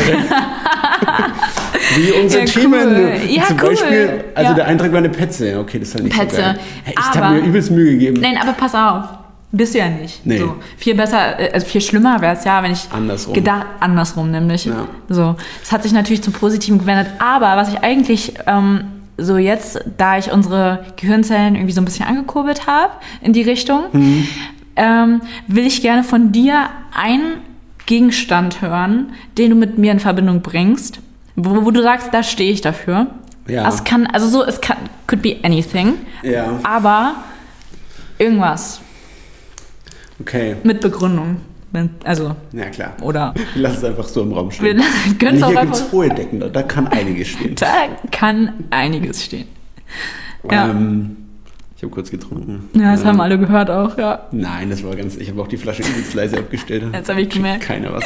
[SPEAKER 1] Wie unsere
[SPEAKER 2] Ja,
[SPEAKER 1] Themen. äh,
[SPEAKER 2] cool. Ja,
[SPEAKER 1] Zum
[SPEAKER 2] cool.
[SPEAKER 1] Beispiel, also
[SPEAKER 2] Ja.
[SPEAKER 1] der Eintrag war eine Petze. Okay, das ist halt nicht
[SPEAKER 2] Petze.
[SPEAKER 1] so geil. Hey, Ich habe
[SPEAKER 2] Aber-
[SPEAKER 1] mir übelst Mühe gegeben.
[SPEAKER 2] Nein, aber pass auf. Bist du ja nicht.
[SPEAKER 1] Nee.
[SPEAKER 2] So. Viel besser, äh, also viel schlimmer wäre es ja, wenn ich
[SPEAKER 1] Andersrum.
[SPEAKER 2] gedacht, andersrum nämlich.
[SPEAKER 1] Ja.
[SPEAKER 2] So. Es hat sich natürlich zum Positiven gewendet, aber was ich eigentlich ähm, so jetzt, da ich unsere Gehirnzellen irgendwie so ein bisschen angekurbelt habe in die Richtung,
[SPEAKER 1] Mhm.
[SPEAKER 2] ähm, will ich gerne von dir einen Gegenstand hören, den du mit mir in Verbindung bringst, wo, wo du sagst, da stehe ich dafür.
[SPEAKER 1] Ja.
[SPEAKER 2] Das kann, also so, es kann, could be anything,
[SPEAKER 1] Ja.
[SPEAKER 2] aber irgendwas.
[SPEAKER 1] Okay.
[SPEAKER 2] Mit Begründung. Wenn- Also,
[SPEAKER 1] Na klar.
[SPEAKER 2] oder.
[SPEAKER 1] Wir lassen es einfach so im Raum stehen.
[SPEAKER 2] Wir können es auch
[SPEAKER 1] Hier gibt
[SPEAKER 2] einfach.
[SPEAKER 1] es hohe Decken, da- da kann einiges stehen.
[SPEAKER 2] Da kann einiges stehen. *laughs* Ja.
[SPEAKER 1] Ähm, ich habe kurz getrunken.
[SPEAKER 2] Ja, das
[SPEAKER 1] Ähm,
[SPEAKER 2] haben alle gehört auch, ja.
[SPEAKER 1] Nein, das war ganz. Ich habe auch die Flasche übelst leise abgestellt.
[SPEAKER 2] Jetzt habe ich
[SPEAKER 1] Checkt
[SPEAKER 2] gemerkt.
[SPEAKER 1] Keiner was.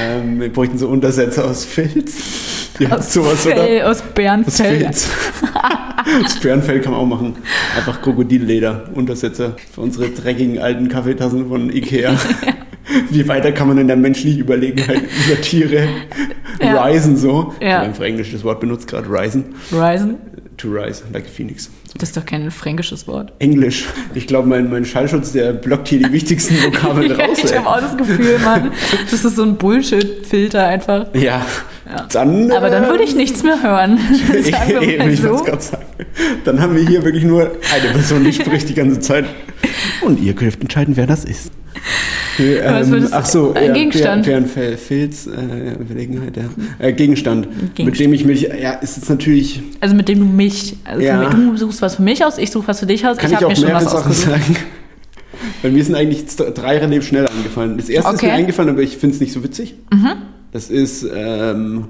[SPEAKER 1] ähm, wir bräuchten so Untersätze aus Filz. Ja,
[SPEAKER 2] Aus
[SPEAKER 1] sowas, oder?
[SPEAKER 2] Fell, aus
[SPEAKER 1] Aus
[SPEAKER 2] Bärenfell.
[SPEAKER 1] Filz. *laughs* das Bärenfell kann man auch machen. Einfach Krokodilleder, Untersätze für unsere dreckigen alten Kaffeetassen von
[SPEAKER 2] *laughs*
[SPEAKER 1] Ikea. Wie weiter kann man in der menschlichen Überlegenheit über Tiere
[SPEAKER 2] Ja.
[SPEAKER 1] risen so? Ich
[SPEAKER 2] Ja.
[SPEAKER 1] habe einfach englisches Wort benutzt gerade, risen.
[SPEAKER 2] Ryzen?
[SPEAKER 1] To rise, like a phoenix.
[SPEAKER 2] Das ist doch kein fränkisches Wort.
[SPEAKER 1] Englisch. Ich glaube, mein, mein Schallschutz, der blockt hier die wichtigsten
[SPEAKER 2] *laughs*
[SPEAKER 1] Vokabeln raus.
[SPEAKER 2] ich
[SPEAKER 1] ey.
[SPEAKER 2] habe auch das Gefühl, Mann, das ist so ein Bullshit-Filter einfach.
[SPEAKER 1] Ja. Dann,
[SPEAKER 2] Aber dann würde ich nichts mehr hören.
[SPEAKER 1] äh,
[SPEAKER 2] Sagen
[SPEAKER 1] *laughs*
[SPEAKER 2] wir
[SPEAKER 1] eben,
[SPEAKER 2] mal
[SPEAKER 1] ich wollte
[SPEAKER 2] so.
[SPEAKER 1] es gerade sagen. Dann haben wir hier wirklich nur eine Person, die spricht die ganze Zeit. Und ihr könnt entscheiden, wer das ist. Äh,
[SPEAKER 2] Was würdest du-
[SPEAKER 1] ach so,
[SPEAKER 2] ein Gegenstand.
[SPEAKER 1] Bären, Bären, Filz, äh, Überlegenheit, ja. Äh, Gegenstand, mit
[SPEAKER 2] Gegenstand.
[SPEAKER 1] dem ich mich, ja, ist jetzt natürlich,
[SPEAKER 2] Also mit dem du mich, also
[SPEAKER 1] Ja.
[SPEAKER 2] für mich, du suchst was für mich aus, ich suche was für dich aus.
[SPEAKER 1] kann
[SPEAKER 2] ich
[SPEAKER 1] ich,
[SPEAKER 2] habe mir
[SPEAKER 1] auch
[SPEAKER 2] schon
[SPEAKER 1] mehrere
[SPEAKER 2] was
[SPEAKER 1] Sachen *laughs*
[SPEAKER 2] ausgesucht.
[SPEAKER 1] sagen. Weil mir sind eigentlich z- drei relativ schnell angefallen. Das erste ist
[SPEAKER 2] Okay. Mhm.
[SPEAKER 1] mir eingefallen, aber ich finde es nicht so witzig. Das ist ähm,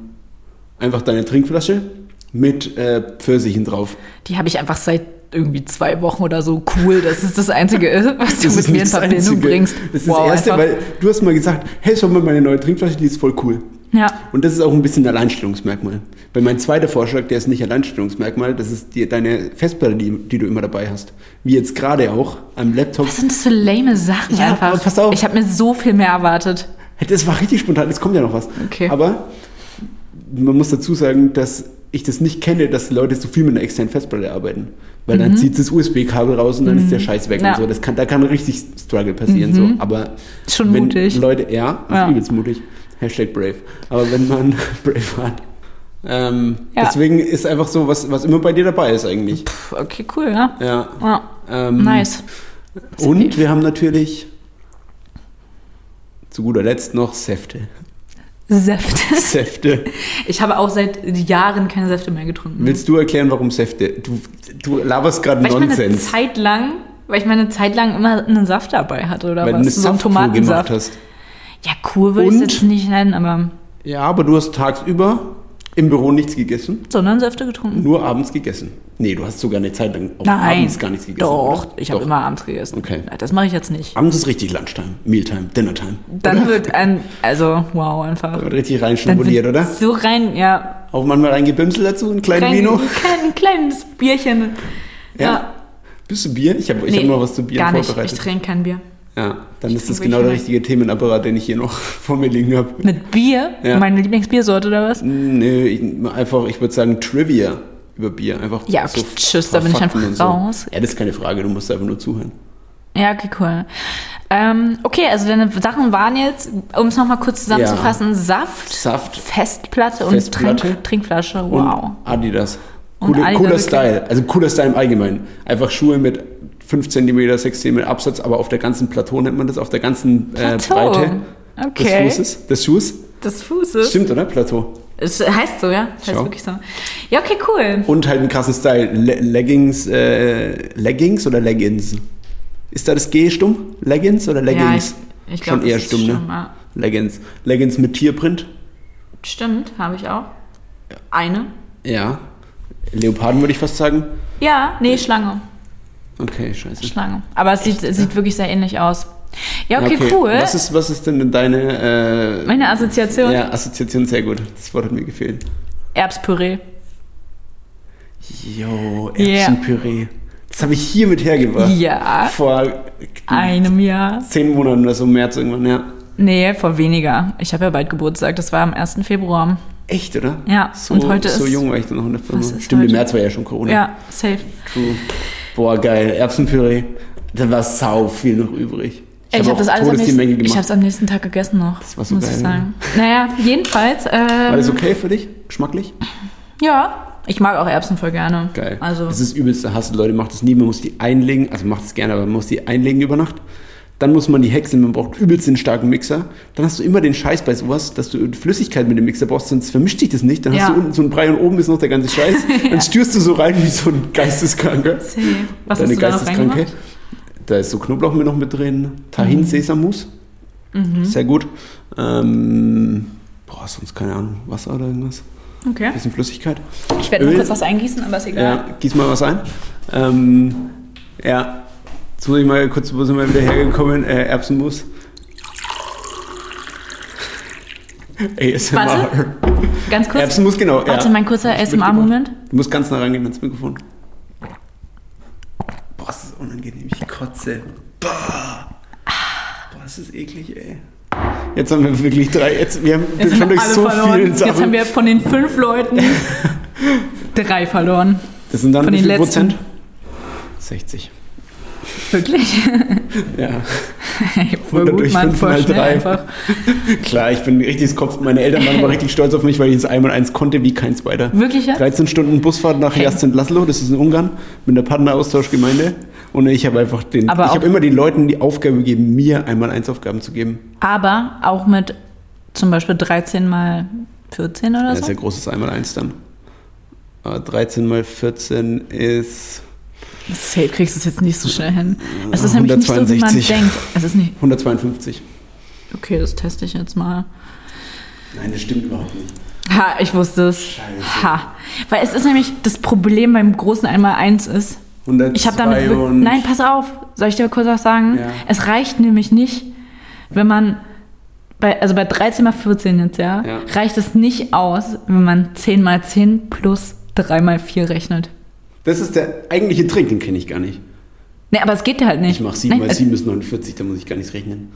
[SPEAKER 1] einfach deine Trinkflasche mit äh, Pfirsichen drauf.
[SPEAKER 2] Die habe ich einfach seit irgendwie zwei Wochen oder so cool. Das ist das Einzige, *laughs* was du mit mir in
[SPEAKER 1] nicht das
[SPEAKER 2] Verbindung
[SPEAKER 1] Einzige.
[SPEAKER 2] bringst.
[SPEAKER 1] Das ist
[SPEAKER 2] Wow,
[SPEAKER 1] das Erste,
[SPEAKER 2] einfach.
[SPEAKER 1] weil du hast mal gesagt, hey, schau mal meine neue Trinkflasche, die ist voll cool.
[SPEAKER 2] ja,
[SPEAKER 1] Und das ist auch ein bisschen ein Alleinstellungsmerkmal. Weil mein zweiter Vorschlag, der ist nicht Alleinstellungsmerkmal, das ist die, deine Festplatte, die, die du immer dabei hast. Wie jetzt gerade auch am Laptop.
[SPEAKER 2] was sind das für lame Sachen
[SPEAKER 1] Ja,
[SPEAKER 2] einfach?
[SPEAKER 1] aber pass auf.
[SPEAKER 2] Ich habe mir so viel mehr erwartet.
[SPEAKER 1] Das war richtig spontan, es kommt ja noch was.
[SPEAKER 2] Okay.
[SPEAKER 1] Aber man muss dazu sagen, dass ich das nicht kenne, dass die Leute so viel mit einer externen Festplatte arbeiten. Weil dann zieht das USB-Kabel raus und dann ist der Scheiß weg
[SPEAKER 2] Mhm. Ja.
[SPEAKER 1] und so. Das kann, da kann richtig Struggle passieren. So. Aber
[SPEAKER 2] Ist schon
[SPEAKER 1] wenn
[SPEAKER 2] mutig.
[SPEAKER 1] Leute, ja, ist
[SPEAKER 2] Ja.
[SPEAKER 1] übelst mutig. Hashtag brave. Aber wenn man *laughs* brave hat. Ähm,
[SPEAKER 2] Ja.
[SPEAKER 1] Deswegen ist einfach so, was, was immer bei dir dabei ist eigentlich.
[SPEAKER 2] Pff, okay, cool, ja.
[SPEAKER 1] Ja.
[SPEAKER 2] ja.
[SPEAKER 1] Ähm,
[SPEAKER 2] Nice.
[SPEAKER 1] Und wir haben natürlich zu guter Letzt noch Säfte. *laughs*
[SPEAKER 2] Säfte.
[SPEAKER 1] Säfte.
[SPEAKER 2] Ich habe auch seit Jahren keine Säfte mehr getrunken.
[SPEAKER 1] Willst du erklären, warum Säfte? Du, du laberst gerade
[SPEAKER 2] weil ich meine eine
[SPEAKER 1] Nonsens,
[SPEAKER 2] Zeit lang, weil ich meine Zeit lang immer einen Saft dabei hatte oder
[SPEAKER 1] weil du
[SPEAKER 2] was?
[SPEAKER 1] eine
[SPEAKER 2] so einen
[SPEAKER 1] Saftkur gemacht
[SPEAKER 2] Tomatensaft.
[SPEAKER 1] hast.
[SPEAKER 2] Ja, cool würde ich
[SPEAKER 1] Und?
[SPEAKER 2] es jetzt nicht nennen, aber
[SPEAKER 1] Ja, aber du hast tagsüber im Büro nichts gegessen,
[SPEAKER 2] sondern Säfte getrunken.
[SPEAKER 1] nur abends gegessen. Nee, du hast sogar eine Zeit lang auch
[SPEAKER 2] Nein.
[SPEAKER 1] abends gar nichts gegessen.
[SPEAKER 2] Doch,
[SPEAKER 1] oder?
[SPEAKER 2] ich habe
[SPEAKER 1] Doch.
[SPEAKER 2] immer abends gegessen.
[SPEAKER 1] Okay.
[SPEAKER 2] Das mache ich jetzt nicht.
[SPEAKER 1] Abends ist richtig Lunchtime, Mealtime, Dinnertime.
[SPEAKER 2] Dann wird ein, also wow, einfach.
[SPEAKER 1] Da wird richtig
[SPEAKER 2] Dann wird
[SPEAKER 1] reinschnabuliert, oder?
[SPEAKER 2] So rein, ja.
[SPEAKER 1] Auch manchmal reingebimselt dazu, ein kleines
[SPEAKER 2] Rein,
[SPEAKER 1] Vino.
[SPEAKER 2] Ein kleines Bierchen.
[SPEAKER 1] Ja. Bist du Bier? Ich habe ich hab
[SPEAKER 2] Nee,
[SPEAKER 1] noch was zu Bier
[SPEAKER 2] gar nicht. Ich
[SPEAKER 1] vorbereitet.
[SPEAKER 2] trinke kein Bier.
[SPEAKER 1] ja, dann ist das
[SPEAKER 2] trinke
[SPEAKER 1] genau der
[SPEAKER 2] wirklich
[SPEAKER 1] richtige Themenapparat, den ich hier noch *laughs* vor mir liegen habe.
[SPEAKER 2] Mit Bier?
[SPEAKER 1] Ja.
[SPEAKER 2] Meine Lieblingsbiersorte oder was?
[SPEAKER 1] Nö, ich, einfach, ich würde sagen, Trivia über Bier. Einfach
[SPEAKER 2] Ja, pf, tschüss, da bin ich
[SPEAKER 1] Fakten
[SPEAKER 2] einfach
[SPEAKER 1] und
[SPEAKER 2] raus.
[SPEAKER 1] Ja, das ist keine Frage, du musst einfach nur zuhören.
[SPEAKER 2] Ja, okay, cool. Ähm, okay, also deine Sachen waren jetzt, um es nochmal kurz zusammenzufassen, Saft,
[SPEAKER 1] Saft
[SPEAKER 2] Festplatte und
[SPEAKER 1] Festplatte
[SPEAKER 2] Trink, Trinkflasche.
[SPEAKER 1] und
[SPEAKER 2] Wow.
[SPEAKER 1] Adidas.
[SPEAKER 2] Und
[SPEAKER 1] Coole,
[SPEAKER 2] Adidas,
[SPEAKER 1] cooler
[SPEAKER 2] okay.
[SPEAKER 1] Style, also cooler Style im Allgemeinen. Einfach Schuhe mit 5 cm, 6 cm Absatz, aber auf der ganzen Plateau nennt man das, auf der ganzen äh,
[SPEAKER 2] Plateau.
[SPEAKER 1] Breite
[SPEAKER 2] Okay.
[SPEAKER 1] des Fußes. Des Schuhs.
[SPEAKER 2] Des Fußes.
[SPEAKER 1] Stimmt, oder? Plateau.
[SPEAKER 2] Es heißt so, ja. Es heißt
[SPEAKER 1] Schau.
[SPEAKER 2] wirklich so. Ja, okay, cool.
[SPEAKER 1] Und halt einen krassen Style. Le Leggings, äh, Leggings oder Leggings? Ist da das G stumm? Leggings oder
[SPEAKER 2] Ja,
[SPEAKER 1] Leggings?
[SPEAKER 2] ich, ich glaube,
[SPEAKER 1] Schon eher stumm, ne?
[SPEAKER 2] ja.
[SPEAKER 1] Leggings. Leggings mit Tierprint.
[SPEAKER 2] Stimmt, habe ich auch. Eine.
[SPEAKER 1] Ja. Leoparden würde ich fast sagen.
[SPEAKER 2] Ja, nee, Schlange.
[SPEAKER 1] Okay, scheiße.
[SPEAKER 2] Schlange. Aber es sieht, es sieht wirklich sehr ähnlich aus. Ja, okay, cool.
[SPEAKER 1] Was ist, was ist denn deine äh,
[SPEAKER 2] Meine Assoziation?
[SPEAKER 1] ja, Assoziation? Sehr gut. Das Wort hat mir gefehlt.
[SPEAKER 2] Erbspüree.
[SPEAKER 1] Yo, Erbsenpüree. Das habe ich hier mit hergebracht.
[SPEAKER 2] Ja,
[SPEAKER 1] Vor
[SPEAKER 2] einem Jahr.
[SPEAKER 1] zehn Monaten oder so, März irgendwann, ja.
[SPEAKER 2] Nee, vor weniger. Ich habe ja bald Geburtstag. Das war am 1. Februar.
[SPEAKER 1] Echt, oder?
[SPEAKER 2] Ja,
[SPEAKER 1] So,
[SPEAKER 2] und heute
[SPEAKER 1] so
[SPEAKER 2] ist-
[SPEAKER 1] jung war ich dann noch in der Firma.
[SPEAKER 2] Was ist
[SPEAKER 1] Stimmt, im
[SPEAKER 2] heute?
[SPEAKER 1] März war ja schon Corona.
[SPEAKER 2] Ja, safe.
[SPEAKER 1] True. Boah, geil. Erbsenpüree. Da war sau viel noch übrig.
[SPEAKER 2] Ich, ich habe
[SPEAKER 1] auch
[SPEAKER 2] das alles am
[SPEAKER 1] Todes die
[SPEAKER 2] nächsten,
[SPEAKER 1] Menge
[SPEAKER 2] ich
[SPEAKER 1] gemacht.
[SPEAKER 2] hab's am nächsten Tag gegessen noch. Das
[SPEAKER 1] war so
[SPEAKER 2] muss
[SPEAKER 1] geil,
[SPEAKER 2] ich
[SPEAKER 1] ne?
[SPEAKER 2] sagen. Naja, jedenfalls. Ähm,
[SPEAKER 1] War das okay für dich? Geschmacklich?
[SPEAKER 2] Ja, ich mag auch Erbsen voll gerne.
[SPEAKER 1] Geil.
[SPEAKER 2] Also
[SPEAKER 1] das ist übelster Hass. Leute, macht es nie. Man muss die einlegen. Also macht es gerne, aber man muss die einlegen über Nacht. Dann muss man die häckseln. Man braucht übelst den starken Mixer. Dann hast du immer den Scheiß bei sowas, dass du Flüssigkeit mit dem Mixer brauchst, sonst vermischt sich das nicht. Dann hast
[SPEAKER 2] Ja.
[SPEAKER 1] du unten so einen Brei und oben ist noch der ganze
[SPEAKER 2] *laughs*
[SPEAKER 1] Scheiß. Dann stürst du so rein wie so ein Geisteskranker.
[SPEAKER 2] Safe. Was
[SPEAKER 1] Deine
[SPEAKER 2] hast du da noch
[SPEAKER 1] Geisteskranke.
[SPEAKER 2] reingemacht? Mhm.
[SPEAKER 1] Da ist so Knoblauch mit noch mit drin. Tahin Sesammus. Sehr gut. Ähm, boah, sonst keine Ahnung. Wasser oder irgendwas.
[SPEAKER 2] Okay.
[SPEAKER 1] Bisschen Flüssigkeit.
[SPEAKER 2] Ich werde nur
[SPEAKER 1] Öl.
[SPEAKER 2] kurz was eingießen, aber ist egal.
[SPEAKER 1] Ja, gieß mal was ein. Ähm, ja, jetzt muss ich mal kurz, wo sind wir wieder hergekommen? Äh, *laughs* Erbsenmus. ASMR.
[SPEAKER 2] Warte, Ganz kurz.
[SPEAKER 1] Erbsenmus, genau.
[SPEAKER 2] Warte,
[SPEAKER 1] ja.
[SPEAKER 2] mein kurzer
[SPEAKER 1] Hab ich mitgemacht.
[SPEAKER 2] ASMR-Moment.
[SPEAKER 1] Du musst ganz nah rangehen ans Mikrofon. Boah, ist das unangenehm. Ich kotze. Boah, Boah ist das eklig, ey. Jetzt haben wir wirklich drei. Jetzt, wir haben
[SPEAKER 2] Jetzt
[SPEAKER 1] schon
[SPEAKER 2] haben wir
[SPEAKER 1] durch
[SPEAKER 2] alle
[SPEAKER 1] so
[SPEAKER 2] verloren.
[SPEAKER 1] viele
[SPEAKER 2] Jetzt
[SPEAKER 1] Sachen.
[SPEAKER 2] haben wir von den fünf Leuten
[SPEAKER 1] *laughs*
[SPEAKER 2] drei verloren.
[SPEAKER 1] das sind dann
[SPEAKER 2] von
[SPEAKER 1] wie
[SPEAKER 2] den
[SPEAKER 1] viel
[SPEAKER 2] letzten.
[SPEAKER 1] Prozent? 60. *laughs*
[SPEAKER 2] Wirklich?
[SPEAKER 1] Ja.
[SPEAKER 2] Voll
[SPEAKER 1] Wunder durch
[SPEAKER 2] gut, Mann,
[SPEAKER 1] fünf
[SPEAKER 2] voll
[SPEAKER 1] mal
[SPEAKER 2] schnell
[SPEAKER 1] drei.
[SPEAKER 2] einfach.
[SPEAKER 1] *laughs* Klar, ich bin richtig Kopf. Meine Eltern
[SPEAKER 2] *laughs*
[SPEAKER 1] waren immer richtig stolz auf mich, weil ich jetzt einmal eins konnte wie kein zweiter.
[SPEAKER 2] Wirklich jetzt?
[SPEAKER 1] 13 Stunden Busfahrt nach
[SPEAKER 2] Hey.
[SPEAKER 1] Jasin Laszlo, das ist in Ungarn, mit der Partneraustauschgemeinde. Und ich habe einfach den,
[SPEAKER 2] Aber
[SPEAKER 1] ich
[SPEAKER 2] auch-
[SPEAKER 1] habe immer den Leuten die Aufgabe gegeben, mir einmal eins Aufgaben zu geben.
[SPEAKER 2] Aber auch mit zum Beispiel 13 mal 14 oder
[SPEAKER 1] Das ist
[SPEAKER 2] so.
[SPEAKER 1] ja großes einmal eins dann. Aber 13 mal 14 ist
[SPEAKER 2] Safe kriegst du es jetzt nicht so schnell hin. Es ist nämlich nicht so,
[SPEAKER 1] 162.
[SPEAKER 2] wie man denkt. Es ist nicht.
[SPEAKER 1] 152.
[SPEAKER 2] Okay, das teste ich jetzt mal.
[SPEAKER 1] Nein, das stimmt überhaupt nicht.
[SPEAKER 2] Ha, ich wusste es.
[SPEAKER 1] Scheiße.
[SPEAKER 2] Ha. Weil es ist nämlich, das Problem beim großen Einmaleins ist, ich habe damit. wir-
[SPEAKER 1] 102 und-
[SPEAKER 2] Nein, pass auf. Soll ich dir kurz was sagen?
[SPEAKER 1] Ja.
[SPEAKER 2] Es reicht nämlich nicht, wenn man. Bei, also bei 13 mal 14 jetzt, ja,
[SPEAKER 1] Ja.
[SPEAKER 2] reicht es nicht aus, wenn man 10 mal 10 plus 3 mal 4 rechnet.
[SPEAKER 1] Das ist der eigentliche Trick, den kenne ich gar nicht.
[SPEAKER 2] Nee, aber es geht halt nicht.
[SPEAKER 1] Ich mache 7
[SPEAKER 2] Nein,
[SPEAKER 1] mal
[SPEAKER 2] es-
[SPEAKER 1] 7 ist 49, da muss ich gar nichts rechnen.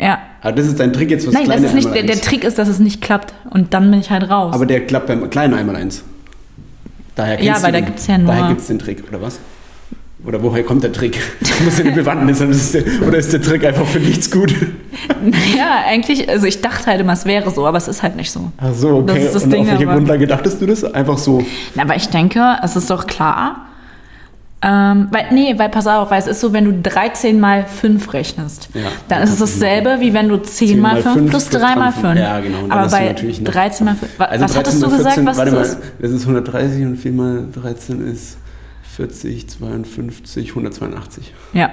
[SPEAKER 2] Ja.
[SPEAKER 1] Aber das ist dein Trick jetzt, was
[SPEAKER 2] Nein, das
[SPEAKER 1] kleine
[SPEAKER 2] ist nicht, der,
[SPEAKER 1] Einmaleins.
[SPEAKER 2] der Trick ist, dass es nicht klappt. Und dann bin ich halt raus.
[SPEAKER 1] Aber der klappt beim kleinen einmal eins. Daher
[SPEAKER 2] Ja,
[SPEAKER 1] kennst du
[SPEAKER 2] weil da
[SPEAKER 1] den.
[SPEAKER 2] gibt's ja nur-
[SPEAKER 1] Daher gibt es den Trick, oder was? Oder woher kommt der Trick? *laughs* Muss ja eine Bewandtnis haben. das ist der- Oder ist der Trick einfach für nichts gut?
[SPEAKER 2] *laughs* ja, eigentlich, also ich dachte halt immer, es wäre so, aber es ist halt nicht so.
[SPEAKER 1] Ach so, okay.
[SPEAKER 2] Das ist das
[SPEAKER 1] Und
[SPEAKER 2] Ding,
[SPEAKER 1] auf welcher
[SPEAKER 2] aber-
[SPEAKER 1] Grundlage dachtest du das? Einfach so.
[SPEAKER 2] Na, aber ich denke, es ist doch klar. Ähm, weil, nee, weil pass auf, weil es ist so, wenn du 13 mal 5 rechnest,
[SPEAKER 1] Ja,
[SPEAKER 2] dann
[SPEAKER 1] das
[SPEAKER 2] ist es
[SPEAKER 1] kannst du
[SPEAKER 2] dasselbe, wie wenn du 10, mal 5, plus 3 mal 5.
[SPEAKER 1] Ja, genau. Und dann
[SPEAKER 2] Aber
[SPEAKER 1] hast du
[SPEAKER 2] bei
[SPEAKER 1] natürlich noch-
[SPEAKER 2] 13 mal 5,
[SPEAKER 1] Also
[SPEAKER 2] was
[SPEAKER 1] 13
[SPEAKER 2] hattest du
[SPEAKER 1] mal
[SPEAKER 2] gesagt,
[SPEAKER 1] 14,
[SPEAKER 2] was
[SPEAKER 1] warte
[SPEAKER 2] das
[SPEAKER 1] mal,
[SPEAKER 2] ist?
[SPEAKER 1] das ist 130 und 4 mal 13 ist 40, 52, 182.
[SPEAKER 2] Ja.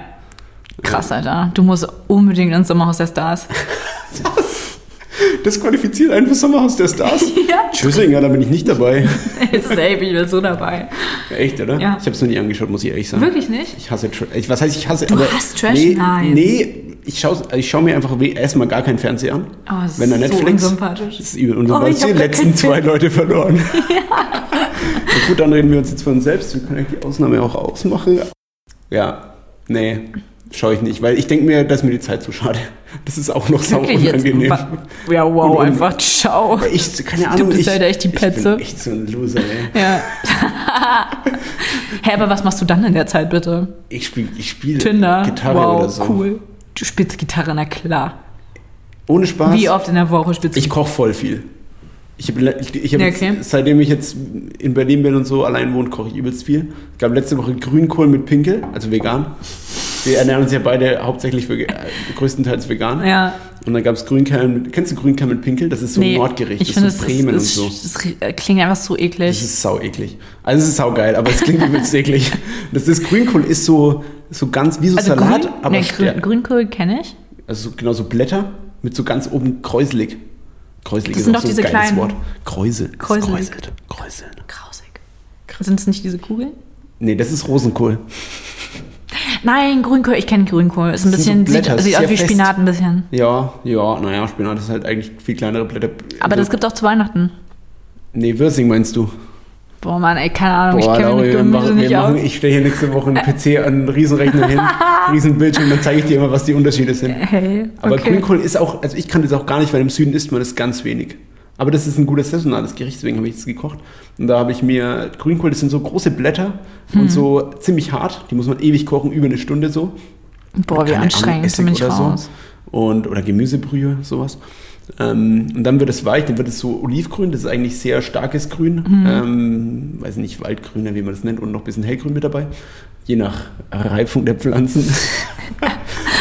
[SPEAKER 2] Krass, Alter. Du musst unbedingt ins Sommerhaus
[SPEAKER 1] *laughs*
[SPEAKER 2] der Stars.
[SPEAKER 1] Das qualifiziert einen für Sommerhaus der Stars.
[SPEAKER 2] *laughs* ja.
[SPEAKER 1] Tschüssinger, da bin ich nicht dabei.
[SPEAKER 2] Safe, ich bin so dabei.
[SPEAKER 1] Echt, oder?
[SPEAKER 2] Ja.
[SPEAKER 1] Ich habe es noch nie angeschaut, muss ich ehrlich sagen.
[SPEAKER 2] Wirklich nicht?
[SPEAKER 1] Ich hasse Trash. Ich, was heißt, ich hasse. Du
[SPEAKER 2] hasst Trash?
[SPEAKER 1] Nee,
[SPEAKER 2] Nein.
[SPEAKER 1] Nee, ich schaue ich schau mir einfach we- erstmal gar keinen Fernseher an.
[SPEAKER 2] Oh, das
[SPEAKER 1] Wenn
[SPEAKER 2] ist
[SPEAKER 1] er
[SPEAKER 2] so
[SPEAKER 1] Netflix.
[SPEAKER 2] unsympathisch.
[SPEAKER 1] Das ist übel. Und
[SPEAKER 2] Oh,
[SPEAKER 1] dann
[SPEAKER 2] ich
[SPEAKER 1] sind
[SPEAKER 2] hab
[SPEAKER 1] die
[SPEAKER 2] gar
[SPEAKER 1] letzten
[SPEAKER 2] keinen
[SPEAKER 1] zwei Leute
[SPEAKER 2] *laughs*
[SPEAKER 1] verloren. Ja. gut, dann reden wir uns jetzt von uns selbst. Wir können eigentlich die Ausnahme auch ausmachen. Ja, nee, schaue ich nicht, weil ich denke mir, dass mir die Zeit zu schade. Das ist auch noch sau
[SPEAKER 2] Wirklich jetzt.
[SPEAKER 1] *laughs* unangenehm.
[SPEAKER 2] Wa- Ja, wow,
[SPEAKER 1] Und- und-
[SPEAKER 2] einfach ciao.
[SPEAKER 1] Ich, keine Ahnung,
[SPEAKER 2] bist
[SPEAKER 1] ich,
[SPEAKER 2] halt echt die
[SPEAKER 1] Ich
[SPEAKER 2] Petze.
[SPEAKER 1] bin echt so ein Loser, ey.
[SPEAKER 2] Ja. *laughs* Hä, aber was machst du dann in der Zeit bitte?
[SPEAKER 1] Ich spiele ich spiele
[SPEAKER 2] Tinder?
[SPEAKER 1] Gitarre
[SPEAKER 2] wow,
[SPEAKER 1] oder so.
[SPEAKER 2] cool. Du spielst Gitarre, na klar.
[SPEAKER 1] Ohne Spaß.
[SPEAKER 2] Wie oft in der Woche spielst du?
[SPEAKER 1] Ich koche voll viel. Ich hab, le- ich hab
[SPEAKER 2] Ja, okay.
[SPEAKER 1] jetzt, seitdem ich jetzt in Berlin bin und so allein wohne, koche ich übelst viel. Es gab letzte Woche Grünkohl mit Pinkel, also vegan. Wir ernähren uns ja beide hauptsächlich vege- äh, größtenteils vegan.
[SPEAKER 2] ja,
[SPEAKER 1] Und dann gab es Grünkern mit, kennst du Grünkern mit Pinkel? Das ist so ein Nordgericht,
[SPEAKER 2] Ich
[SPEAKER 1] das
[SPEAKER 2] finde,
[SPEAKER 1] ist
[SPEAKER 2] es
[SPEAKER 1] so Bremen
[SPEAKER 2] ist,
[SPEAKER 1] und so.
[SPEAKER 2] ist, Das ri- äh, klingt einfach so
[SPEAKER 1] Das
[SPEAKER 2] eklig.
[SPEAKER 1] ist sau eklig. Also es ist sau geil, aber es
[SPEAKER 2] *laughs*
[SPEAKER 1] klingt übelst eklig. Das ist Grünkohl ist so, so ganz wie so Salat,
[SPEAKER 2] Also Grün,
[SPEAKER 1] aber
[SPEAKER 2] nee,
[SPEAKER 1] stärker.
[SPEAKER 2] Grün, Grünkohl kenne ich.
[SPEAKER 1] Also so, genau so Blätter mit so ganz oben kräuselig. Kräuselig
[SPEAKER 2] Das
[SPEAKER 1] ist
[SPEAKER 2] sind
[SPEAKER 1] auch
[SPEAKER 2] doch
[SPEAKER 1] so ein
[SPEAKER 2] diese
[SPEAKER 1] geiles
[SPEAKER 2] kleinen-
[SPEAKER 1] Wort. Kräusel.
[SPEAKER 2] Kräuselig.
[SPEAKER 1] Kräuselt. Kräuseln.
[SPEAKER 2] Grausig. Sind das nicht diese Kugeln?
[SPEAKER 1] Nee, das ist Rosenkohl.
[SPEAKER 2] Nein, Grünkohl, ich kenne Grünkohl. Ist ein
[SPEAKER 1] Das sind
[SPEAKER 2] bisschen,
[SPEAKER 1] so Blätter,
[SPEAKER 2] sieht, sieht
[SPEAKER 1] sehr
[SPEAKER 2] aus wie
[SPEAKER 1] fest.
[SPEAKER 2] Spinat ein bisschen.
[SPEAKER 1] Ja, ja, naja, Spinat ist halt eigentlich viel kleinere Blätter.
[SPEAKER 2] Aber
[SPEAKER 1] Also
[SPEAKER 2] das gibt auch zu Weihnachten.
[SPEAKER 1] Nee, Würsing meinst du?
[SPEAKER 2] Boah, Mann, ey, keine Ahnung, Oh, ich kenne
[SPEAKER 1] Laura,
[SPEAKER 2] mit
[SPEAKER 1] wir
[SPEAKER 2] Gemüse
[SPEAKER 1] machen, wir
[SPEAKER 2] nicht
[SPEAKER 1] machen,
[SPEAKER 2] aus.
[SPEAKER 1] ich stelle hier nächste Woche
[SPEAKER 2] *laughs*
[SPEAKER 1] einen PC an einen Riesenrechner hin, Riesenbildschirm, dann zeige ich dir immer, was die Unterschiede sind.
[SPEAKER 2] Hey,
[SPEAKER 1] Aber
[SPEAKER 2] okay.
[SPEAKER 1] Grünkohl ist auch, also ich kann das auch gar nicht, weil im Süden isst man das ganz wenig. Aber das ist ein gutes saisonales Gericht, deswegen habe ich es gekocht. Und da habe ich mir Grünkohl, das sind so große Blätter
[SPEAKER 2] Hm.
[SPEAKER 1] und so ziemlich hart. Die muss man ewig kochen, über eine Stunde so.
[SPEAKER 2] Boah, wie
[SPEAKER 1] Keine Ahnung,
[SPEAKER 2] anstrengend, da
[SPEAKER 1] Essig
[SPEAKER 2] bin ich
[SPEAKER 1] oder
[SPEAKER 2] raus.
[SPEAKER 1] So. Und, oder Gemüsebrühe, sowas. Ähm, und dann wird es weich, dann wird es so olivgrün, das ist eigentlich sehr starkes Grün.
[SPEAKER 2] Hm.
[SPEAKER 1] Ähm, weiß nicht, Waldgrüner, wie man das nennt, und noch ein bisschen hellgrün mit dabei. Je nach Reifung der
[SPEAKER 2] *laughs*
[SPEAKER 1] Pflanzen.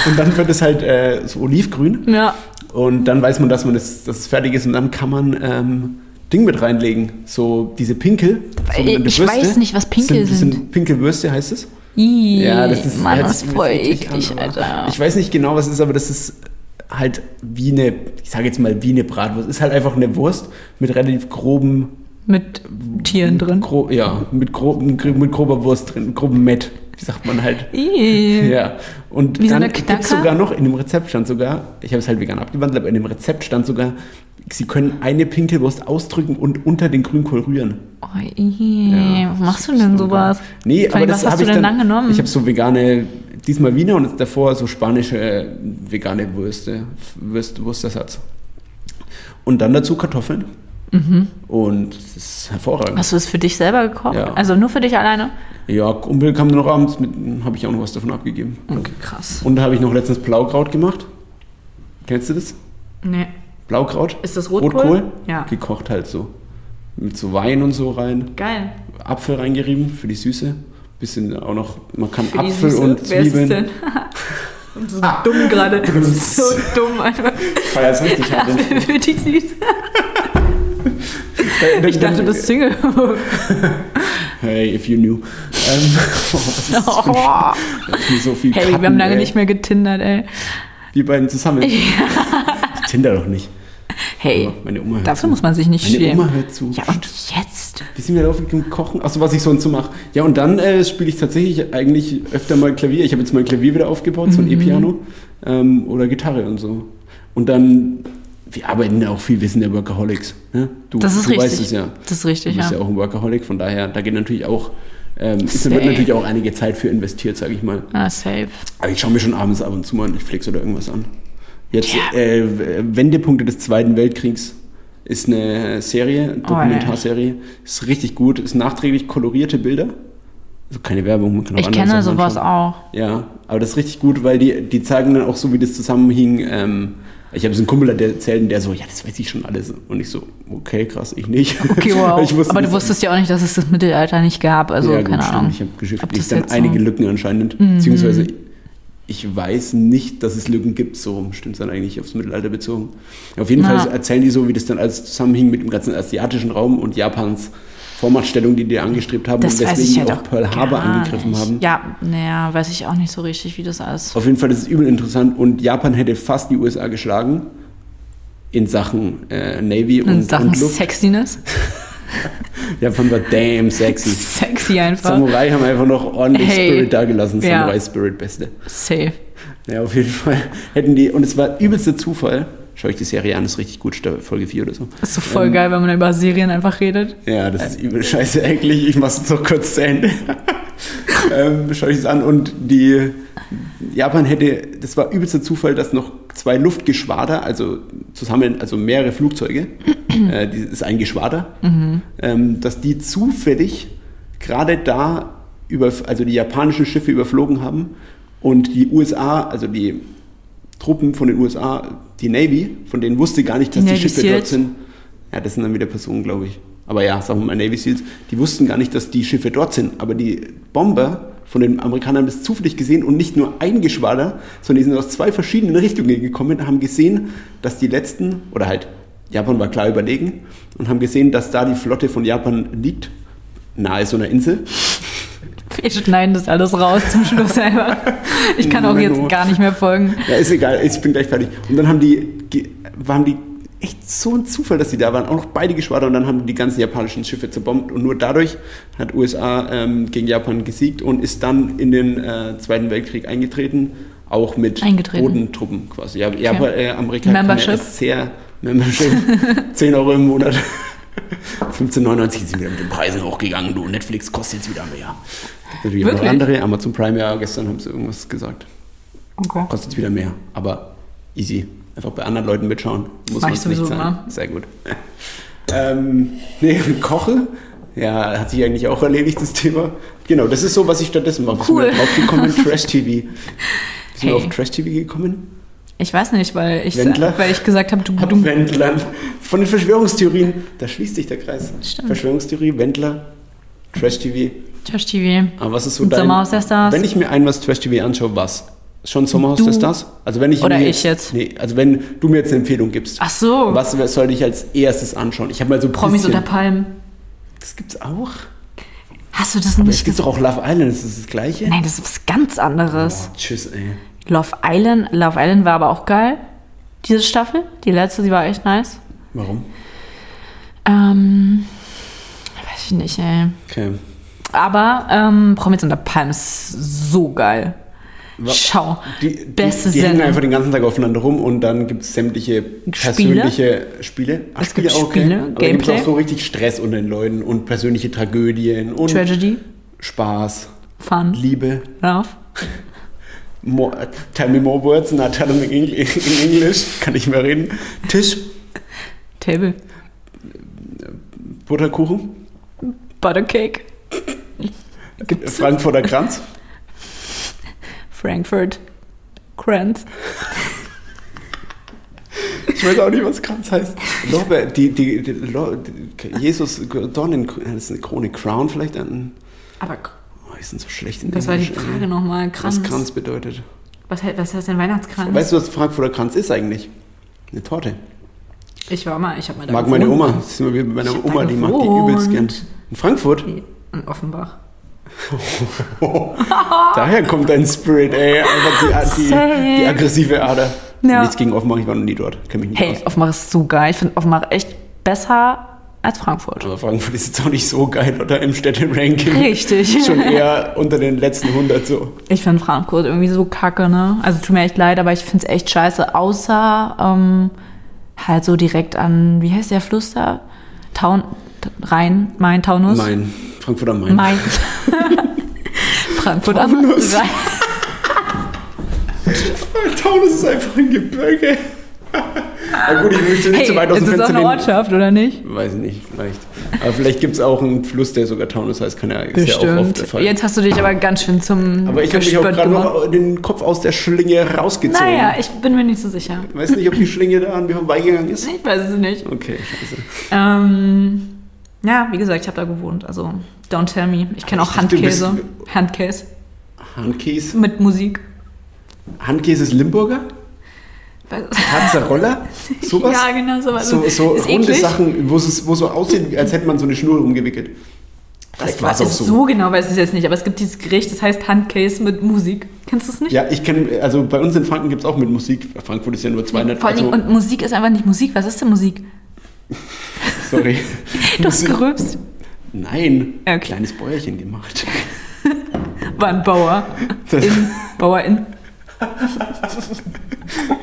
[SPEAKER 1] und dann wird es halt äh, so olivgrün.
[SPEAKER 2] Ja,
[SPEAKER 1] Und dann weiß man, dass man das, dass es fertig ist und dann kann man ähm, Ding mit reinlegen. So diese Pinkel. sogenannte
[SPEAKER 2] Ich weiß nicht, was Pinkel
[SPEAKER 1] sind.
[SPEAKER 2] sind.
[SPEAKER 1] Pinkelwürste heißt es.
[SPEAKER 2] Ih,
[SPEAKER 1] Ja, das ist,
[SPEAKER 2] Mann,
[SPEAKER 1] hört
[SPEAKER 2] das
[SPEAKER 1] sich
[SPEAKER 2] ist voll
[SPEAKER 1] witzig an,
[SPEAKER 2] eklig,
[SPEAKER 1] aber
[SPEAKER 2] Alter.
[SPEAKER 1] Ich weiß nicht genau, was es ist, aber das ist halt wie eine, ich sage jetzt mal wie eine Bratwurst. Ist halt einfach eine Wurst mit relativ groben
[SPEAKER 2] Mit Tieren drin.
[SPEAKER 1] Gro ja, mit, groben, mit grober Wurst drin, mit grobem Met, wie sagt man halt.
[SPEAKER 2] Ih.
[SPEAKER 1] Ja, und
[SPEAKER 2] Wie so
[SPEAKER 1] dann
[SPEAKER 2] eine
[SPEAKER 1] gibt
[SPEAKER 2] Knacker?
[SPEAKER 1] es sogar noch, in dem Rezept stand sogar, ich habe es halt vegan abgewandelt, aber in dem Rezept stand sogar, sie können eine Pinkelwurst ausdrücken und unter den Grünkohl rühren.
[SPEAKER 2] Oh, ih.
[SPEAKER 1] Ja.
[SPEAKER 2] Was machst du denn sowas?
[SPEAKER 1] Nee,
[SPEAKER 2] Vor allem,
[SPEAKER 1] aber das
[SPEAKER 2] was hast
[SPEAKER 1] hab
[SPEAKER 2] du
[SPEAKER 1] ich
[SPEAKER 2] denn
[SPEAKER 1] dann,
[SPEAKER 2] dann genommen?
[SPEAKER 1] Ich habe so vegane, diesmal Wiener und davor so spanische äh, vegane Würste, Würst, Wurstersatz. Und dann dazu Kartoffeln. Und das ist hervorragend.
[SPEAKER 2] Mhm. Hast du es für dich selber gekocht?
[SPEAKER 1] Ja.
[SPEAKER 2] Also nur für dich alleine?
[SPEAKER 1] Ja, Kumpel kam dann noch abends, mit habe ich auch noch was davon abgegeben.
[SPEAKER 2] Okay, krass.
[SPEAKER 1] Und da habe ich noch letztens Blaukraut gemacht. Kennst du das?
[SPEAKER 2] Nee.
[SPEAKER 1] Blaukraut?
[SPEAKER 2] Ist das Rotkohl? Ja.
[SPEAKER 1] Gekocht halt so. Mit so Wein und so rein.
[SPEAKER 2] Geil.
[SPEAKER 1] Apfel reingerieben für die Süße. Bisschen auch noch, man kann
[SPEAKER 2] Für die
[SPEAKER 1] Apfel
[SPEAKER 2] Süße.
[SPEAKER 1] und
[SPEAKER 2] Wer ist es
[SPEAKER 1] Zwiebeln. Ah.
[SPEAKER 2] denn? *laughs* so dumm gerade. so dumm einfach.
[SPEAKER 1] Feierst richtig hart.
[SPEAKER 2] Apfel für die Süße. *laughs* Ich dachte, das
[SPEAKER 1] *laughs*
[SPEAKER 2] ist Single.
[SPEAKER 1] Hey, if you knew. Ähm, oh, *laughs* was ist das für ein
[SPEAKER 2] oh.
[SPEAKER 1] Sch- mir so viel
[SPEAKER 2] Hey,
[SPEAKER 1] Cutten,
[SPEAKER 2] wir haben lange
[SPEAKER 1] ey.
[SPEAKER 2] nicht mehr getindert, ey.
[SPEAKER 1] Die beiden
[SPEAKER 2] *laughs*
[SPEAKER 1] zusammen. Ich Tinder doch nicht.
[SPEAKER 2] Hey,
[SPEAKER 1] Aber meine Oma hört zu.
[SPEAKER 2] dafür muss man sich nicht
[SPEAKER 1] Mhm. Meine
[SPEAKER 2] schämen.
[SPEAKER 1] Oma hört zu.
[SPEAKER 2] Ja, und jetzt?
[SPEAKER 1] Wie sind wir drauf gekommen? Kochen? Achso, was ich sonst so mache. Ja, und dann äh, spiele ich tatsächlich eigentlich öfter mal Klavier. Ich habe jetzt mein Klavier wieder aufgebaut,
[SPEAKER 2] Mhm.
[SPEAKER 1] so ein E-Piano. Ähm, oder Gitarre und so. Und dann, wir arbeiten ja auch viel, wir sind ja Workaholics. Ne? Du,
[SPEAKER 2] Das ist
[SPEAKER 1] du
[SPEAKER 2] richtig.
[SPEAKER 1] weißt es ja.
[SPEAKER 2] Das ist
[SPEAKER 1] Du
[SPEAKER 2] richtig,
[SPEAKER 1] bist
[SPEAKER 2] ja.
[SPEAKER 1] ja auch ein Workaholic, von daher, da geht natürlich auch, ähm, es wird natürlich auch einige Zeit für investiert, sage ich mal.
[SPEAKER 2] Ah, safe.
[SPEAKER 1] Aber ich schaue mir schon abends ab und zu mal Netflix oder irgendwas an. Jetzt,
[SPEAKER 2] Ja.
[SPEAKER 1] äh, Wendepunkte des Zweiten Weltkriegs ist eine Serie,
[SPEAKER 2] Oh,
[SPEAKER 1] Dokumentarserie. Ist richtig gut, ist nachträglich kolorierte Bilder. Also keine Werbung, man kann auch
[SPEAKER 2] Ich
[SPEAKER 1] andere
[SPEAKER 2] kenne
[SPEAKER 1] Sachen
[SPEAKER 2] sowas
[SPEAKER 1] anschauen.
[SPEAKER 2] auch.
[SPEAKER 1] *laughs* Ja, aber das ist richtig gut, weil die, die zeigen dann auch so, wie das zusammenhing. Ähm, ich habe so einen Kumpel, der erzählt, und der so, ja, das weiß ich schon alles. Und ich so, okay, krass, ich nicht. *laughs*
[SPEAKER 2] Okay, wow.
[SPEAKER 1] Ich wusste
[SPEAKER 2] Aber du
[SPEAKER 1] das-
[SPEAKER 2] wusstest ja auch nicht, dass es das Mittelalter nicht gab. Also,
[SPEAKER 1] ja, gut,
[SPEAKER 2] keine
[SPEAKER 1] stimmt.
[SPEAKER 2] Ahnung.
[SPEAKER 1] Ich habe
[SPEAKER 2] Ob
[SPEAKER 1] geschickt.
[SPEAKER 2] das
[SPEAKER 1] Ich dann
[SPEAKER 2] jetzt so- Mhm.
[SPEAKER 1] einige Lücken anscheinend. Beziehungsweise ich weiß nicht, dass es Lücken gibt. So rum stimmt es dann eigentlich aufs Mittelalter bezogen. Auf jeden
[SPEAKER 2] Na.
[SPEAKER 1] Fall erzählen die so, wie das dann alles zusammenhing mit dem ganzen asiatischen Raum und Japans Vormachtstellung, die die angestrebt haben
[SPEAKER 2] Das
[SPEAKER 1] und
[SPEAKER 2] weiß ich
[SPEAKER 1] deswegen
[SPEAKER 2] halt
[SPEAKER 1] auch
[SPEAKER 2] auch
[SPEAKER 1] Pearl Harbor
[SPEAKER 2] gar
[SPEAKER 1] angegriffen
[SPEAKER 2] nicht.
[SPEAKER 1] haben.
[SPEAKER 2] Ja, naja, weiß ich auch nicht so richtig, wie das alles.
[SPEAKER 1] Auf jeden Fall ist es übel interessant und Japan hätte fast die USA geschlagen in Sachen äh, Navy
[SPEAKER 2] In
[SPEAKER 1] und,
[SPEAKER 2] Sachen
[SPEAKER 1] und Luft. *laughs*
[SPEAKER 2] Sexiness.
[SPEAKER 1] Japan war damn sexy.
[SPEAKER 2] *laughs* Sexy einfach.
[SPEAKER 1] Samurai haben einfach noch ordentlich
[SPEAKER 2] Hey.
[SPEAKER 1] Spirit dagelassen.
[SPEAKER 2] Ja.
[SPEAKER 1] Samurai Spirit Beste.
[SPEAKER 2] Safe.
[SPEAKER 1] Ja, auf jeden Fall *laughs* hätten die, und es war übelster Zufall, schaue ich die Serie an, ist richtig gut, Staffel- Folge 4 oder so.
[SPEAKER 2] Ist so
[SPEAKER 1] Ähm.
[SPEAKER 2] voll geil, wenn man über Serien einfach redet.
[SPEAKER 1] Ja, das ist übel scheiße eigentlich, ich mach's jetzt noch kurz zu Ende. *laughs* ähm, schaue ich es an und die Japan hätte, das war übelster Zufall, dass noch zwei Luftgeschwader, also zusammen, also mehrere Flugzeuge, äh, die, das ist ein Geschwader, ähm, dass die zufällig gerade da über, also die japanischen Schiffe überflogen haben und die USA, also die Truppen von den USA, die Navy, von denen wusste gar nicht, dass
[SPEAKER 2] Die
[SPEAKER 1] die,
[SPEAKER 2] Navy
[SPEAKER 1] Schiffe dort
[SPEAKER 2] Seals?
[SPEAKER 1] sind. Ja, das sind dann wieder Personen, glaube ich. Aber ja, sagen wir mal Navy Seals, die wussten gar nicht, dass die Schiffe dort sind. Aber die Bomber von den Amerikanern haben das zufällig gesehen und nicht nur ein Geschwader, sondern die sind aus zwei verschiedenen Richtungen gekommen und haben gesehen, dass die letzten, oder halt Japan war klar überlegen, und haben gesehen, dass da die Flotte von Japan liegt, nahe so einer Insel.
[SPEAKER 2] Wir schneiden das alles raus zum Schluss einfach.
[SPEAKER 1] *laughs*
[SPEAKER 2] Ich kann auch
[SPEAKER 1] Menno.
[SPEAKER 2] jetzt gar nicht mehr folgen.
[SPEAKER 1] Ja, ist egal, ich bin gleich fertig. Und dann haben die, ge- waren die echt so ein Zufall, dass die da waren. Auch noch beide Geschwader und dann haben die die ganzen japanischen Schiffe zerbombt. Und nur dadurch hat USA ähm, gegen Japan gesiegt und ist dann in den äh, Zweiten Weltkrieg eingetreten. Auch mit
[SPEAKER 2] Eingetreten.
[SPEAKER 1] Bodentruppen quasi. Ja, Japan, äh, Amerika
[SPEAKER 2] Membership?
[SPEAKER 1] kann ja sehr
[SPEAKER 2] *laughs*
[SPEAKER 1] Membership. 10 Euro im Monat. *laughs* 15,99 sind wieder mit den Preisen hochgegangen. Du, Netflix kostet jetzt wieder mehr. Natürlich auch noch
[SPEAKER 2] Wirklich?
[SPEAKER 1] andere. Amazon Prime, ja, gestern haben sie irgendwas gesagt
[SPEAKER 2] Okay.
[SPEAKER 1] kostet wieder mehr, aber easy. Einfach bei anderen Leuten mitschauen. Muss
[SPEAKER 2] Mach
[SPEAKER 1] man
[SPEAKER 2] ich sowieso
[SPEAKER 1] nicht
[SPEAKER 2] immer.
[SPEAKER 1] Sehr gut. *laughs* Ähm, nee, *laughs* Koche. Ja, hat sich eigentlich auch erledigt, das Thema. Genau, das ist so, was ich stattdessen mache.
[SPEAKER 2] Cool.
[SPEAKER 1] Bist du drauf gekommen?
[SPEAKER 2] *laughs*
[SPEAKER 1] Trash TV. Bist
[SPEAKER 2] Hey.
[SPEAKER 1] du auf Trash TV gekommen?
[SPEAKER 2] Ich weiß nicht, weil ich,
[SPEAKER 1] Wendler?
[SPEAKER 2] weil ich gesagt habe, du,
[SPEAKER 1] Ab
[SPEAKER 2] du
[SPEAKER 1] Wendler. Von den Verschwörungstheorien. Da schließt sich der Kreis.
[SPEAKER 2] Stimmt.
[SPEAKER 1] Verschwörungstheorie, Wendler, Trash TV.
[SPEAKER 2] Trash TV.
[SPEAKER 1] Aber Ah, was ist so
[SPEAKER 2] Und
[SPEAKER 1] dein...
[SPEAKER 2] Sommerhaus der Stars.
[SPEAKER 1] Wenn ich mir ein was Trash TV anschaue, was? Schon Sommerhaus
[SPEAKER 2] Du.
[SPEAKER 1] der Stars? Also wenn ich
[SPEAKER 2] Oder
[SPEAKER 1] mir
[SPEAKER 2] ich jetzt?
[SPEAKER 1] Nee, also wenn du mir jetzt eine Empfehlung gibst.
[SPEAKER 2] Ach so,
[SPEAKER 1] Was sollte ich als erstes anschauen? Ich habe mal so ein
[SPEAKER 2] Promis
[SPEAKER 1] bisschen-
[SPEAKER 2] unter Palmen.
[SPEAKER 1] Das gibt's auch.
[SPEAKER 2] Hast du das
[SPEAKER 1] Es
[SPEAKER 2] nicht
[SPEAKER 1] gibt
[SPEAKER 2] gesehen?
[SPEAKER 1] doch auch Love Island, ist das das gleiche? Oh,
[SPEAKER 2] Nein, das ist was ganz anderes.
[SPEAKER 1] Tschüss, ey.
[SPEAKER 2] Love Island, Love Island war aber auch geil. Diese Staffel, die letzte, die war echt nice.
[SPEAKER 1] Warum?
[SPEAKER 2] Ähm, weiß ich nicht, ey.
[SPEAKER 1] Okay.
[SPEAKER 2] Aber ähm, Promis unter Palmen ist so geil. Schau.
[SPEAKER 1] Die,
[SPEAKER 2] Beste
[SPEAKER 1] die, die hängen
[SPEAKER 2] Sendung.
[SPEAKER 1] einfach den ganzen Tag aufeinander rum und dann gibt es sämtliche persönliche Spiele. Ach,
[SPEAKER 2] Es gibt
[SPEAKER 1] auch,
[SPEAKER 2] Spiele,
[SPEAKER 1] Aber da gibt
[SPEAKER 2] Gameplay.
[SPEAKER 1] auch so richtig Stress unter den Leuten und persönliche Tragödien und
[SPEAKER 2] Tragedy,
[SPEAKER 1] Spaß,
[SPEAKER 2] Fun,
[SPEAKER 1] Liebe.
[SPEAKER 2] Love.
[SPEAKER 1] More, tell me more words, not tell them in Engl- in English. Kann ich mehr reden. Tisch,
[SPEAKER 2] Table,
[SPEAKER 1] Butterkuchen,
[SPEAKER 2] Buttercake,
[SPEAKER 1] Frankfurter Kranz.
[SPEAKER 2] Frankfurt, Kranz.
[SPEAKER 1] Ich weiß auch nicht, was Kranz heißt. Lorbeer, die, die, die, Lor- die Jesus, Dornen, das ist eine Krone, Crown vielleicht an.
[SPEAKER 2] Aber
[SPEAKER 1] Oh, die sind so schlecht in
[SPEAKER 2] das war die
[SPEAKER 1] Englisch,
[SPEAKER 2] Frage
[SPEAKER 1] ey.
[SPEAKER 2] nochmal.
[SPEAKER 1] Was
[SPEAKER 2] Kranz.
[SPEAKER 1] Kranz bedeutet.
[SPEAKER 2] Was, he- was heißt denn Weihnachtskranz?
[SPEAKER 1] Weißt du, was Frankfurter Kranz ist eigentlich? Eine Torte.
[SPEAKER 2] ich war mal, ich habe mal da
[SPEAKER 1] Mag meine
[SPEAKER 2] gewohnt.
[SPEAKER 1] Oma. Das ist immer wie bei meiner
[SPEAKER 2] Ich hab
[SPEAKER 1] Oma,
[SPEAKER 2] da
[SPEAKER 1] die mag die
[SPEAKER 2] gewohnt.
[SPEAKER 1] übelst gern. In Frankfurt?
[SPEAKER 2] In Offenbach.
[SPEAKER 1] Daher kommt dein Spirit, ey. Einfach die, die, die
[SPEAKER 2] Safe.
[SPEAKER 1] aggressive Ader.
[SPEAKER 2] Ja.
[SPEAKER 1] Nichts gegen Offenbach, ich war noch nie dort. Kenn mich nicht
[SPEAKER 2] Hey,
[SPEAKER 1] aus.
[SPEAKER 2] Offenbach ist so geil. Ich finde Offenbach echt besser als Frankfurt.
[SPEAKER 1] Aber Also Frankfurt ist jetzt auch nicht so geil, oder? Im Städte-Ranking. *laughs*
[SPEAKER 2] Richtig.
[SPEAKER 1] Schon eher unter den letzten 100 so.
[SPEAKER 2] Ich finde Frankfurt irgendwie so kacke, ne? Also tut mir echt leid, aber ich finde es echt scheiße. Außer ähm, halt so direkt an, wie heißt der Fluss da? Taun Rhein, Main, Taunus?
[SPEAKER 1] Main. Frankfurt am Main.
[SPEAKER 2] Main. *laughs* Frankfurt am
[SPEAKER 1] Taunus.
[SPEAKER 2] Rhein.
[SPEAKER 1] Mein Taunus ist einfach ein Gebirge. *laughs* Na gut, ich möchte nicht
[SPEAKER 2] Hey,
[SPEAKER 1] zu weit aus
[SPEAKER 2] ist
[SPEAKER 1] dem
[SPEAKER 2] das auch
[SPEAKER 1] Fenster
[SPEAKER 2] eine
[SPEAKER 1] lehnen.
[SPEAKER 2] Ortschaft, oder nicht?
[SPEAKER 1] Weiß nicht, vielleicht. Aber vielleicht gibt es auch einen Fluss, der sogar Taunus heißt. Kann ja, ist ja auch oft der
[SPEAKER 2] Bestimmt.
[SPEAKER 1] Fall.
[SPEAKER 2] Jetzt hast du dich aber ganz schön zum
[SPEAKER 1] Aber ich habe mich auch
[SPEAKER 2] Gespött
[SPEAKER 1] gerade
[SPEAKER 2] gemacht.
[SPEAKER 1] noch den Kopf aus der Schlinge rausgezogen.
[SPEAKER 2] Naja, ich bin mir nicht so sicher.
[SPEAKER 1] Weiß nicht, ob die Schlinge da an mir vorbeigegangen ist.
[SPEAKER 2] Ich weiß es nicht.
[SPEAKER 1] Okay, scheiße.
[SPEAKER 2] Ähm, ja, wie gesagt, ich habe da gewohnt. Also, don't tell me. Ich kenne auch
[SPEAKER 1] dachte, du bist-
[SPEAKER 2] Handkäse. Handkäse
[SPEAKER 1] Handkäse.
[SPEAKER 2] mit Musik.
[SPEAKER 1] Handkäse ist Limburger?
[SPEAKER 2] *laughs*
[SPEAKER 1] Tarzaroller? Sowas?
[SPEAKER 2] Ja, genau, sowas.
[SPEAKER 1] So, so
[SPEAKER 2] Ist
[SPEAKER 1] runde
[SPEAKER 2] eklig.
[SPEAKER 1] Sachen, wo es wo so aussieht, als hätte man so eine Schnur rumgewickelt.
[SPEAKER 2] Das
[SPEAKER 1] Vielleicht
[SPEAKER 2] war
[SPEAKER 1] war's
[SPEAKER 2] so. so genau, weiß ich jetzt nicht. Aber es gibt dieses Gericht, das heißt Handkäse mit Musik. Kennst du es nicht?
[SPEAKER 1] Ja, ich kenne, also bei uns in Franken gibt es auch mit Musik. Frankfurt ist ja nur 200.
[SPEAKER 2] Vor allen Dingen,
[SPEAKER 1] also,
[SPEAKER 2] und Musik ist einfach nicht Musik. Was ist
[SPEAKER 1] *laughs*
[SPEAKER 2] denn Musik?
[SPEAKER 1] sorry.
[SPEAKER 2] *laughs* Du
[SPEAKER 1] *laughs*
[SPEAKER 2] hast gerülpst.
[SPEAKER 1] Nein.
[SPEAKER 2] Ja, okay.
[SPEAKER 1] Kleines Bäuerchen gemacht.
[SPEAKER 2] War ein Bauer.
[SPEAKER 1] Das
[SPEAKER 2] In, Bauer in.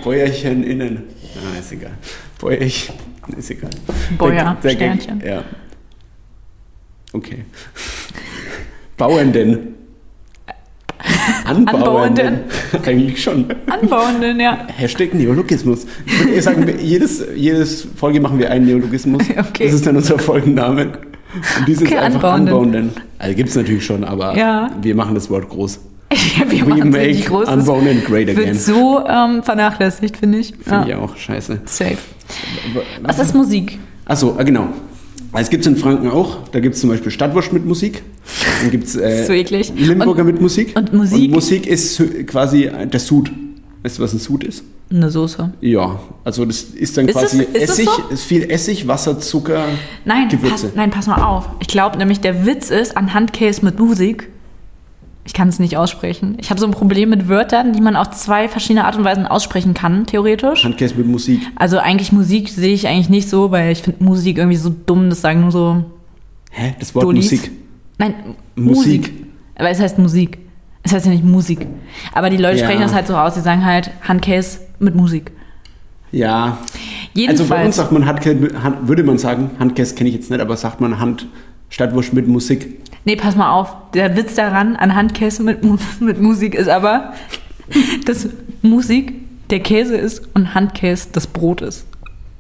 [SPEAKER 1] Bäuerchen innen. Ah, ist egal. Bäuerchen ist egal.
[SPEAKER 2] Bäuer,
[SPEAKER 1] Der- der Gag-
[SPEAKER 2] Sternchen.
[SPEAKER 1] Ja. Okay. Bauenden. Anbauenden. Eigentlich schon.
[SPEAKER 2] Anbauenden, ja.
[SPEAKER 1] Hashtag Neologismus. Ich würde eher sagen, jedes, jedes Folge machen wir einen Neologismus.
[SPEAKER 2] *laughs* Okay.
[SPEAKER 1] Das ist dann unser Folgenname. Und die sind
[SPEAKER 2] Okay,
[SPEAKER 1] einfach
[SPEAKER 2] anbauenden.
[SPEAKER 1] anbauenden. Also gibt es natürlich schon, aber
[SPEAKER 2] Ja.
[SPEAKER 1] wir machen das Wort groß.
[SPEAKER 2] *laughs* Wir
[SPEAKER 1] We
[SPEAKER 2] machen
[SPEAKER 1] make
[SPEAKER 2] richtig groß. Das
[SPEAKER 1] anbauenden great again.
[SPEAKER 2] Wird so ähm, vernachlässigt, finde ich.
[SPEAKER 1] Finde ich auch scheiße.
[SPEAKER 2] Safe. Was ist Musik?
[SPEAKER 1] Achso, äh, genau. Es gibt es in Franken auch. Da gibt es zum Beispiel Stadtwurst mit Musik. Dann gibt es äh,
[SPEAKER 2] So eklig.
[SPEAKER 1] Limburger mit Musik.
[SPEAKER 2] und Musik-
[SPEAKER 1] Und Musik ist quasi äh, der Sud. Weißt du, was ein Sud ist?
[SPEAKER 2] Eine Soße.
[SPEAKER 1] Ja, also das ist dann
[SPEAKER 2] Ist
[SPEAKER 1] quasi
[SPEAKER 2] es- ist es
[SPEAKER 1] Essig,
[SPEAKER 2] so?
[SPEAKER 1] ist viel Essig, Wasser, Zucker,
[SPEAKER 2] Nein,
[SPEAKER 1] Gewürze.
[SPEAKER 2] pass, nein, pass mal auf. Ich glaube nämlich, der Witz ist an Handcase mit Musik. Ich kann es nicht aussprechen. Ich habe so ein Problem mit Wörtern, die man auf zwei verschiedene Art und Weisen aussprechen kann, theoretisch.
[SPEAKER 1] Handkäse mit Musik.
[SPEAKER 2] Also eigentlich Musik sehe ich eigentlich nicht so, weil ich finde Musik irgendwie so dumm, das sagen nur so
[SPEAKER 1] Hä? Das Wort
[SPEAKER 2] Dullis.
[SPEAKER 1] Musik.
[SPEAKER 2] Nein,
[SPEAKER 1] Musik.
[SPEAKER 2] Musik. Aber es heißt Musik. Es heißt ja nicht Musik. Aber die Leute
[SPEAKER 1] Ja.
[SPEAKER 2] sprechen das halt so aus, sie sagen halt Handcase mit Musik.
[SPEAKER 1] Ja.
[SPEAKER 2] Jedenfalls.
[SPEAKER 1] Also bei uns sagt man Handkäse, Hand, würde man sagen, Handkäse kenne ich jetzt nicht, aber sagt man Hand, Stadtwurst mit Musik.
[SPEAKER 2] Nee, pass mal auf. Der *laughs* Witz daran an Handkäse mit, Mu- mit Musik ist aber, dass Musik der Käse ist und Handkäse das Brot ist.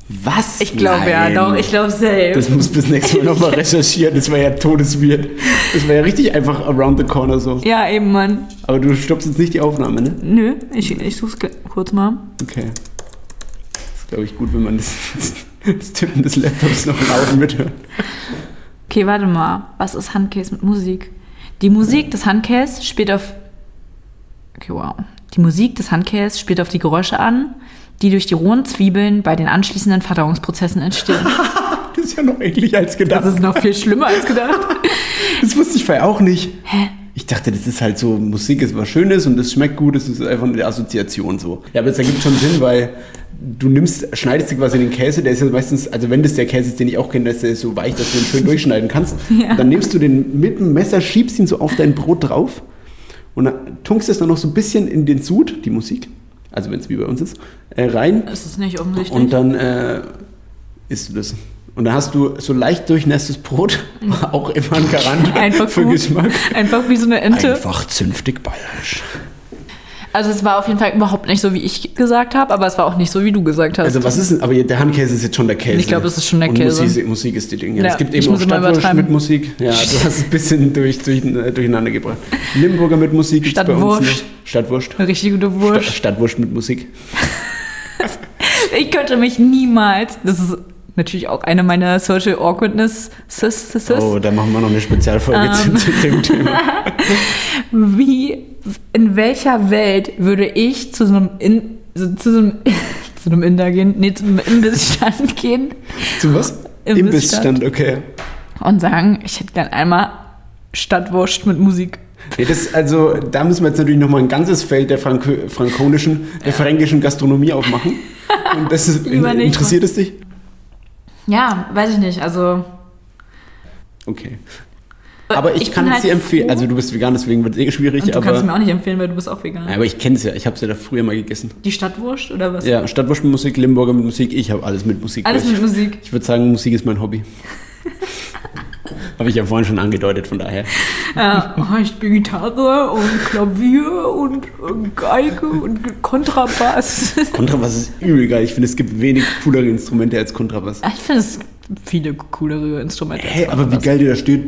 [SPEAKER 1] Was?
[SPEAKER 2] Ich glaube ja
[SPEAKER 1] Nein.
[SPEAKER 2] doch, ich glaube selbst.
[SPEAKER 1] Das muss bis nächstes Mal nochmal recherchieren. Das war ja todesweird. Das war ja richtig einfach around the corner so.
[SPEAKER 2] Ja, eben, Mann.
[SPEAKER 1] Aber du stoppst jetzt nicht die Aufnahme, ne?
[SPEAKER 2] Nö, ich, ich such's gl- kurz mal.
[SPEAKER 1] Okay. Das ist, glaube ich, gut, wenn man das, *laughs* das Tippen des Laptops noch laut mithört.
[SPEAKER 2] Okay, warte mal. Was ist Handcase mit Musik? Die Musik des Handcase spielt auf. Okay, wow. Die Musik des Handcase spielt auf die Geräusche an, die durch die rohen Zwiebeln bei den anschließenden Verdauungsprozessen entstehen.
[SPEAKER 1] Das ist ja noch eklig als gedacht.
[SPEAKER 2] Das ist noch viel schlimmer als gedacht.
[SPEAKER 1] Das wusste ich vorher auch nicht.
[SPEAKER 2] Hä?
[SPEAKER 1] Ich dachte, das ist halt so, Musik ist was Schönes und das schmeckt gut, das ist einfach eine Assoziation so. Ja, aber das ergibt schon Sinn, weil du nimmst, schneidest dir quasi den Käse, der ist ja meistens, also wenn das der Käse ist, den ich auch kenne, ist der ist so weich, dass du ihn schön durchschneiden kannst.
[SPEAKER 2] *laughs* Ja.
[SPEAKER 1] Dann nimmst du den mit dem Messer, schiebst ihn so auf dein Brot drauf und dann tunkst es dann noch so ein bisschen in den Sud, die Musik, also wenn es wie bei uns ist, äh, rein
[SPEAKER 2] Ist es nicht offensichtlich?
[SPEAKER 1] und dann äh, isst du das. Und dann hast du so leicht durchnässtes Brot, auch immer ein Garant
[SPEAKER 2] Mhm. *laughs* Einfach
[SPEAKER 1] für
[SPEAKER 2] gut.
[SPEAKER 1] Geschmack.
[SPEAKER 2] Einfach wie so eine Ente.
[SPEAKER 1] zünftig bayerisch.
[SPEAKER 2] Also es war auf jeden Fall überhaupt nicht so, wie ich gesagt habe, aber es war auch nicht so, wie du gesagt hast.
[SPEAKER 1] Also was ist denn, aber der Handkäse ist jetzt schon der Käse.
[SPEAKER 2] Ich glaub, das ist schon der
[SPEAKER 1] Und
[SPEAKER 2] Käse.
[SPEAKER 1] Musik, Musik ist die Dinge. Ja,
[SPEAKER 2] Ja,
[SPEAKER 1] es gibt
[SPEAKER 2] ich
[SPEAKER 1] eben auch
[SPEAKER 2] muss immer
[SPEAKER 1] Stadtwurst
[SPEAKER 2] übertreiben.
[SPEAKER 1] mit Musik. Ja, du hast es ein bisschen durch, durch, äh, durcheinander gebracht. Limburger mit Musik gibt's bei uns.
[SPEAKER 2] Stadtwurst.
[SPEAKER 1] Nicht. Stadtwurst.
[SPEAKER 2] Eine richtig gute
[SPEAKER 1] Sta-
[SPEAKER 2] Wurst.
[SPEAKER 1] Stadtwurst mit Musik.
[SPEAKER 2] Ich könnte mich niemals, das ist natürlich auch eine meiner Social Awkwardnesses,
[SPEAKER 1] Oh, da machen wir noch eine Spezialfolge zu,
[SPEAKER 2] Ähm.
[SPEAKER 1] zu
[SPEAKER 2] *laughs*
[SPEAKER 1] dem Thema.
[SPEAKER 2] wie, in welcher Welt würde ich zu so einem, in, so, zu so einem, *laughs* zu einem Inder gehen, nee, zum Imbissstand *laughs* gehen
[SPEAKER 1] Zu was?
[SPEAKER 2] Imbissstand.
[SPEAKER 1] Imbissstand, okay.
[SPEAKER 2] und sagen, ich hätte gern einmal Stadtwurst mit Musik.
[SPEAKER 1] Ja, das, also, da müssen wir jetzt natürlich nochmal ein ganzes Feld der frank frankonischen, der fränkischen Gastronomie aufmachen. Und das ist,
[SPEAKER 2] *laughs* Lieber nicht.
[SPEAKER 1] interessiert es dich?
[SPEAKER 2] Ja, weiß ich nicht, also.
[SPEAKER 1] Okay. Aber ich,
[SPEAKER 2] bin
[SPEAKER 1] kann es
[SPEAKER 2] halt
[SPEAKER 1] dir empfehlen.
[SPEAKER 2] froh-
[SPEAKER 1] Also du bist vegan, deswegen wird es eh schwierig.
[SPEAKER 2] Und du kannst
[SPEAKER 1] aber,
[SPEAKER 2] mir auch nicht empfehlen, weil du bist auch vegan.
[SPEAKER 1] aber ich kenne es ja. Ich habe es ja da früher mal gegessen.
[SPEAKER 2] Die Stadtwurst oder was?
[SPEAKER 1] Ja, Stadtwurst mit Musik, Limburger mit Musik. Ich habe alles mit Musik.
[SPEAKER 2] Alles
[SPEAKER 1] durch. *laughs*
[SPEAKER 2] mit Musik.
[SPEAKER 1] ich würde sagen, Musik ist mein
[SPEAKER 2] *laughs*
[SPEAKER 1] Hobby. habe ich ja vorhin schon angedeutet, von daher.
[SPEAKER 2] Ja, oh, ich spiele Gitarre und Klavier und äh, Geige und Kontrabass.
[SPEAKER 1] Kontrabass ist übel geil. Ich finde, es gibt wenig coolere Instrumente als Kontrabass.
[SPEAKER 2] *laughs* Ich finde es viele coolere Instrumente.
[SPEAKER 1] Hey, aber wie geil der da steht.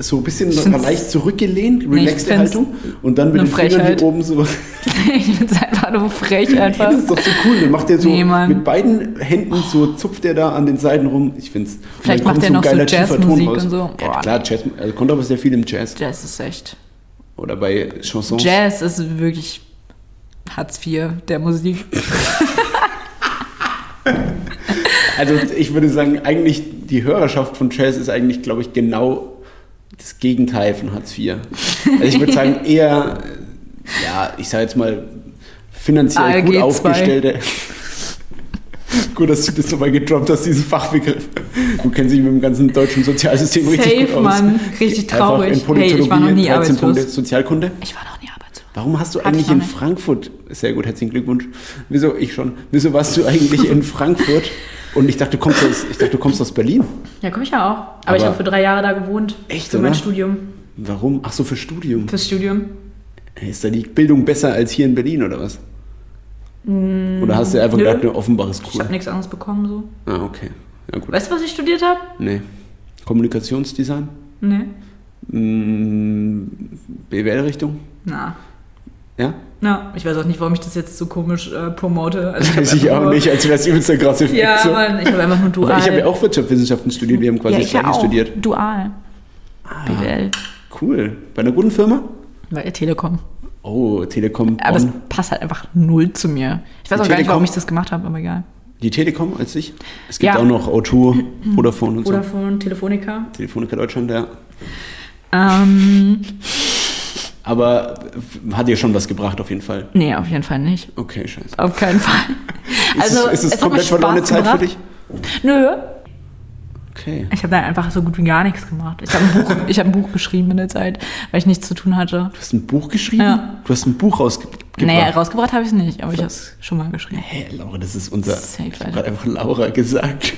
[SPEAKER 1] So ein bisschen
[SPEAKER 2] find's-
[SPEAKER 1] leicht zurückgelehnt,
[SPEAKER 2] ich
[SPEAKER 1] relaxte
[SPEAKER 2] find's
[SPEAKER 1] Haltung. Und dann mit
[SPEAKER 2] eine
[SPEAKER 1] den Fingern
[SPEAKER 2] Frechheit.
[SPEAKER 1] hier oben so.
[SPEAKER 2] *laughs*
[SPEAKER 1] *laughs*
[SPEAKER 2] ich finde es einfach nur frech
[SPEAKER 1] Hey, *laughs*
[SPEAKER 2] einfach.
[SPEAKER 1] das ist doch so cool. Dann macht er so
[SPEAKER 2] Nee, Mann.
[SPEAKER 1] mit beiden Händen so zupft er da an den Seiten rum. Ich find's.
[SPEAKER 2] Oh. Vielleicht
[SPEAKER 1] kommt
[SPEAKER 2] macht er
[SPEAKER 1] ein
[SPEAKER 2] noch so
[SPEAKER 1] geiler, tiefer Ton
[SPEAKER 2] Jazzmusik
[SPEAKER 1] raus.
[SPEAKER 2] und so.
[SPEAKER 1] Ja,
[SPEAKER 2] Boah,
[SPEAKER 1] klar, Jazz. Also Kontrabass ist ja viel im Jazz
[SPEAKER 2] Jazz ist echt.
[SPEAKER 1] oder bei Chansons.
[SPEAKER 2] Jazz ist wirklich Hartz IV der Musik.
[SPEAKER 1] Also ich würde sagen, eigentlich die Hörerschaft von Jazz ist eigentlich, glaube ich, genau das Gegenteil von Hartz IV. Also ich würde sagen eher, äh, ja, ich sage jetzt mal finanziell
[SPEAKER 2] ALG
[SPEAKER 1] gut
[SPEAKER 2] II.
[SPEAKER 1] aufgestellte. *laughs* Gut, dass du das nochmal gedroppt hast, diesen Fachbegriff. Du kennst dich mit dem ganzen deutschen Sozialsystem richtig
[SPEAKER 2] Safe,
[SPEAKER 1] gut aus.
[SPEAKER 2] Mann. Richtig
[SPEAKER 1] Einfach
[SPEAKER 2] traurig.
[SPEAKER 1] In
[SPEAKER 2] Hey,
[SPEAKER 1] Politologie
[SPEAKER 2] ich war noch nie
[SPEAKER 1] 13 Punkte
[SPEAKER 2] arbeitslos.
[SPEAKER 1] Sozialkunde.
[SPEAKER 2] Ich war noch nie arbeitslos.
[SPEAKER 1] Warum hast du
[SPEAKER 2] Hatte ich
[SPEAKER 1] eigentlich
[SPEAKER 2] noch
[SPEAKER 1] in
[SPEAKER 2] nicht.
[SPEAKER 1] Frankfurt, sehr gut, herzlichen Glückwunsch, wieso ich schon, wieso warst du eigentlich in Frankfurt und ich dachte, du kommst aus, ich dachte, du kommst aus Berlin.
[SPEAKER 2] Ja, komm ich ja auch. Aber,
[SPEAKER 1] Aber-
[SPEAKER 2] ich habe für drei Jahre da gewohnt.
[SPEAKER 1] Echt,
[SPEAKER 2] Für mein
[SPEAKER 1] oder?
[SPEAKER 2] Studium.
[SPEAKER 1] Warum? Ach so, für Studium.
[SPEAKER 2] Fürs Studium.
[SPEAKER 1] Ist da die Bildung besser als hier in Berlin oder was? Oder hast du einfach
[SPEAKER 2] Mm, Mhm. nö.
[SPEAKER 1] gedacht, ne, offenbar ist
[SPEAKER 2] Ich
[SPEAKER 1] cool?
[SPEAKER 2] habe nichts anderes bekommen so.
[SPEAKER 1] Ah, okay. Ja, gut.
[SPEAKER 2] Weißt du, was ich studiert habe?
[SPEAKER 1] Nee. Kommunikationsdesign?
[SPEAKER 2] Nee.
[SPEAKER 1] Hm, BWL-Richtung?
[SPEAKER 2] Na.
[SPEAKER 1] Ja?
[SPEAKER 2] Na, ich weiß auch nicht, warum ich das jetzt so komisch äh, promote. Also
[SPEAKER 1] Weiß
[SPEAKER 2] hab
[SPEAKER 1] ich
[SPEAKER 2] einfach
[SPEAKER 1] auch
[SPEAKER 2] nur-
[SPEAKER 1] nicht, als wäre es übelst der krasse Effekt
[SPEAKER 2] Ja,
[SPEAKER 1] so.
[SPEAKER 2] Mann, ich habe einfach nur
[SPEAKER 1] Aber
[SPEAKER 2] dual.
[SPEAKER 1] ich habe ja auch Wirtschaftswissenschaften studiert, wir haben quasi
[SPEAKER 2] ja,
[SPEAKER 1] das
[SPEAKER 2] ich ja
[SPEAKER 1] gleiche
[SPEAKER 2] auch.
[SPEAKER 1] studiert. Ah.
[SPEAKER 2] Dual. BWL.
[SPEAKER 1] Cool. Bei einer guten Firma?
[SPEAKER 2] Bei der Telekom.
[SPEAKER 1] Oh, Telekom.
[SPEAKER 2] Aber
[SPEAKER 1] Bonn.
[SPEAKER 2] es passt halt einfach null zu mir. Ich weiß
[SPEAKER 1] Die
[SPEAKER 2] auch gar nicht,
[SPEAKER 1] Telekom-
[SPEAKER 2] warum ich das gemacht habe, aber egal.
[SPEAKER 1] Die Telekom als ich. Es gibt
[SPEAKER 2] Ja.
[SPEAKER 1] auch noch
[SPEAKER 2] *clears throat*
[SPEAKER 1] O2, Vodafone und so.
[SPEAKER 2] Vodafone, Telefonica.
[SPEAKER 1] Telefonica Deutschland, ja.
[SPEAKER 2] Ähm,
[SPEAKER 1] Aber äh, hat dir schon was gebracht auf jeden Fall.
[SPEAKER 2] nee, auf jeden Fall nicht.
[SPEAKER 1] Okay, scheiße.
[SPEAKER 2] Auf keinen *laughs* Fall. Also,
[SPEAKER 1] ist es, ist es
[SPEAKER 2] hat mir
[SPEAKER 1] komplett
[SPEAKER 2] Spaß
[SPEAKER 1] verlorene Zeit
[SPEAKER 2] gebracht.
[SPEAKER 1] für dich?
[SPEAKER 2] Nö.
[SPEAKER 1] Okay.
[SPEAKER 2] Ich habe da einfach so gut wie gar nichts gemacht. Ich habe ein, Buch- ich hab ein Buch geschrieben in der Zeit, weil ich nichts zu tun hatte.
[SPEAKER 1] Du hast ein Buch geschrieben?
[SPEAKER 2] Ja.
[SPEAKER 1] Du hast ein Buch rausgebracht.
[SPEAKER 2] Naja, rausgebracht habe ich es nicht, aber ich habe es schon mal geschrieben.
[SPEAKER 1] Hä, Laura, das ist unser.
[SPEAKER 2] Safe,
[SPEAKER 1] ich habe
[SPEAKER 2] Alter.
[SPEAKER 1] gerade einfach Laura gesagt.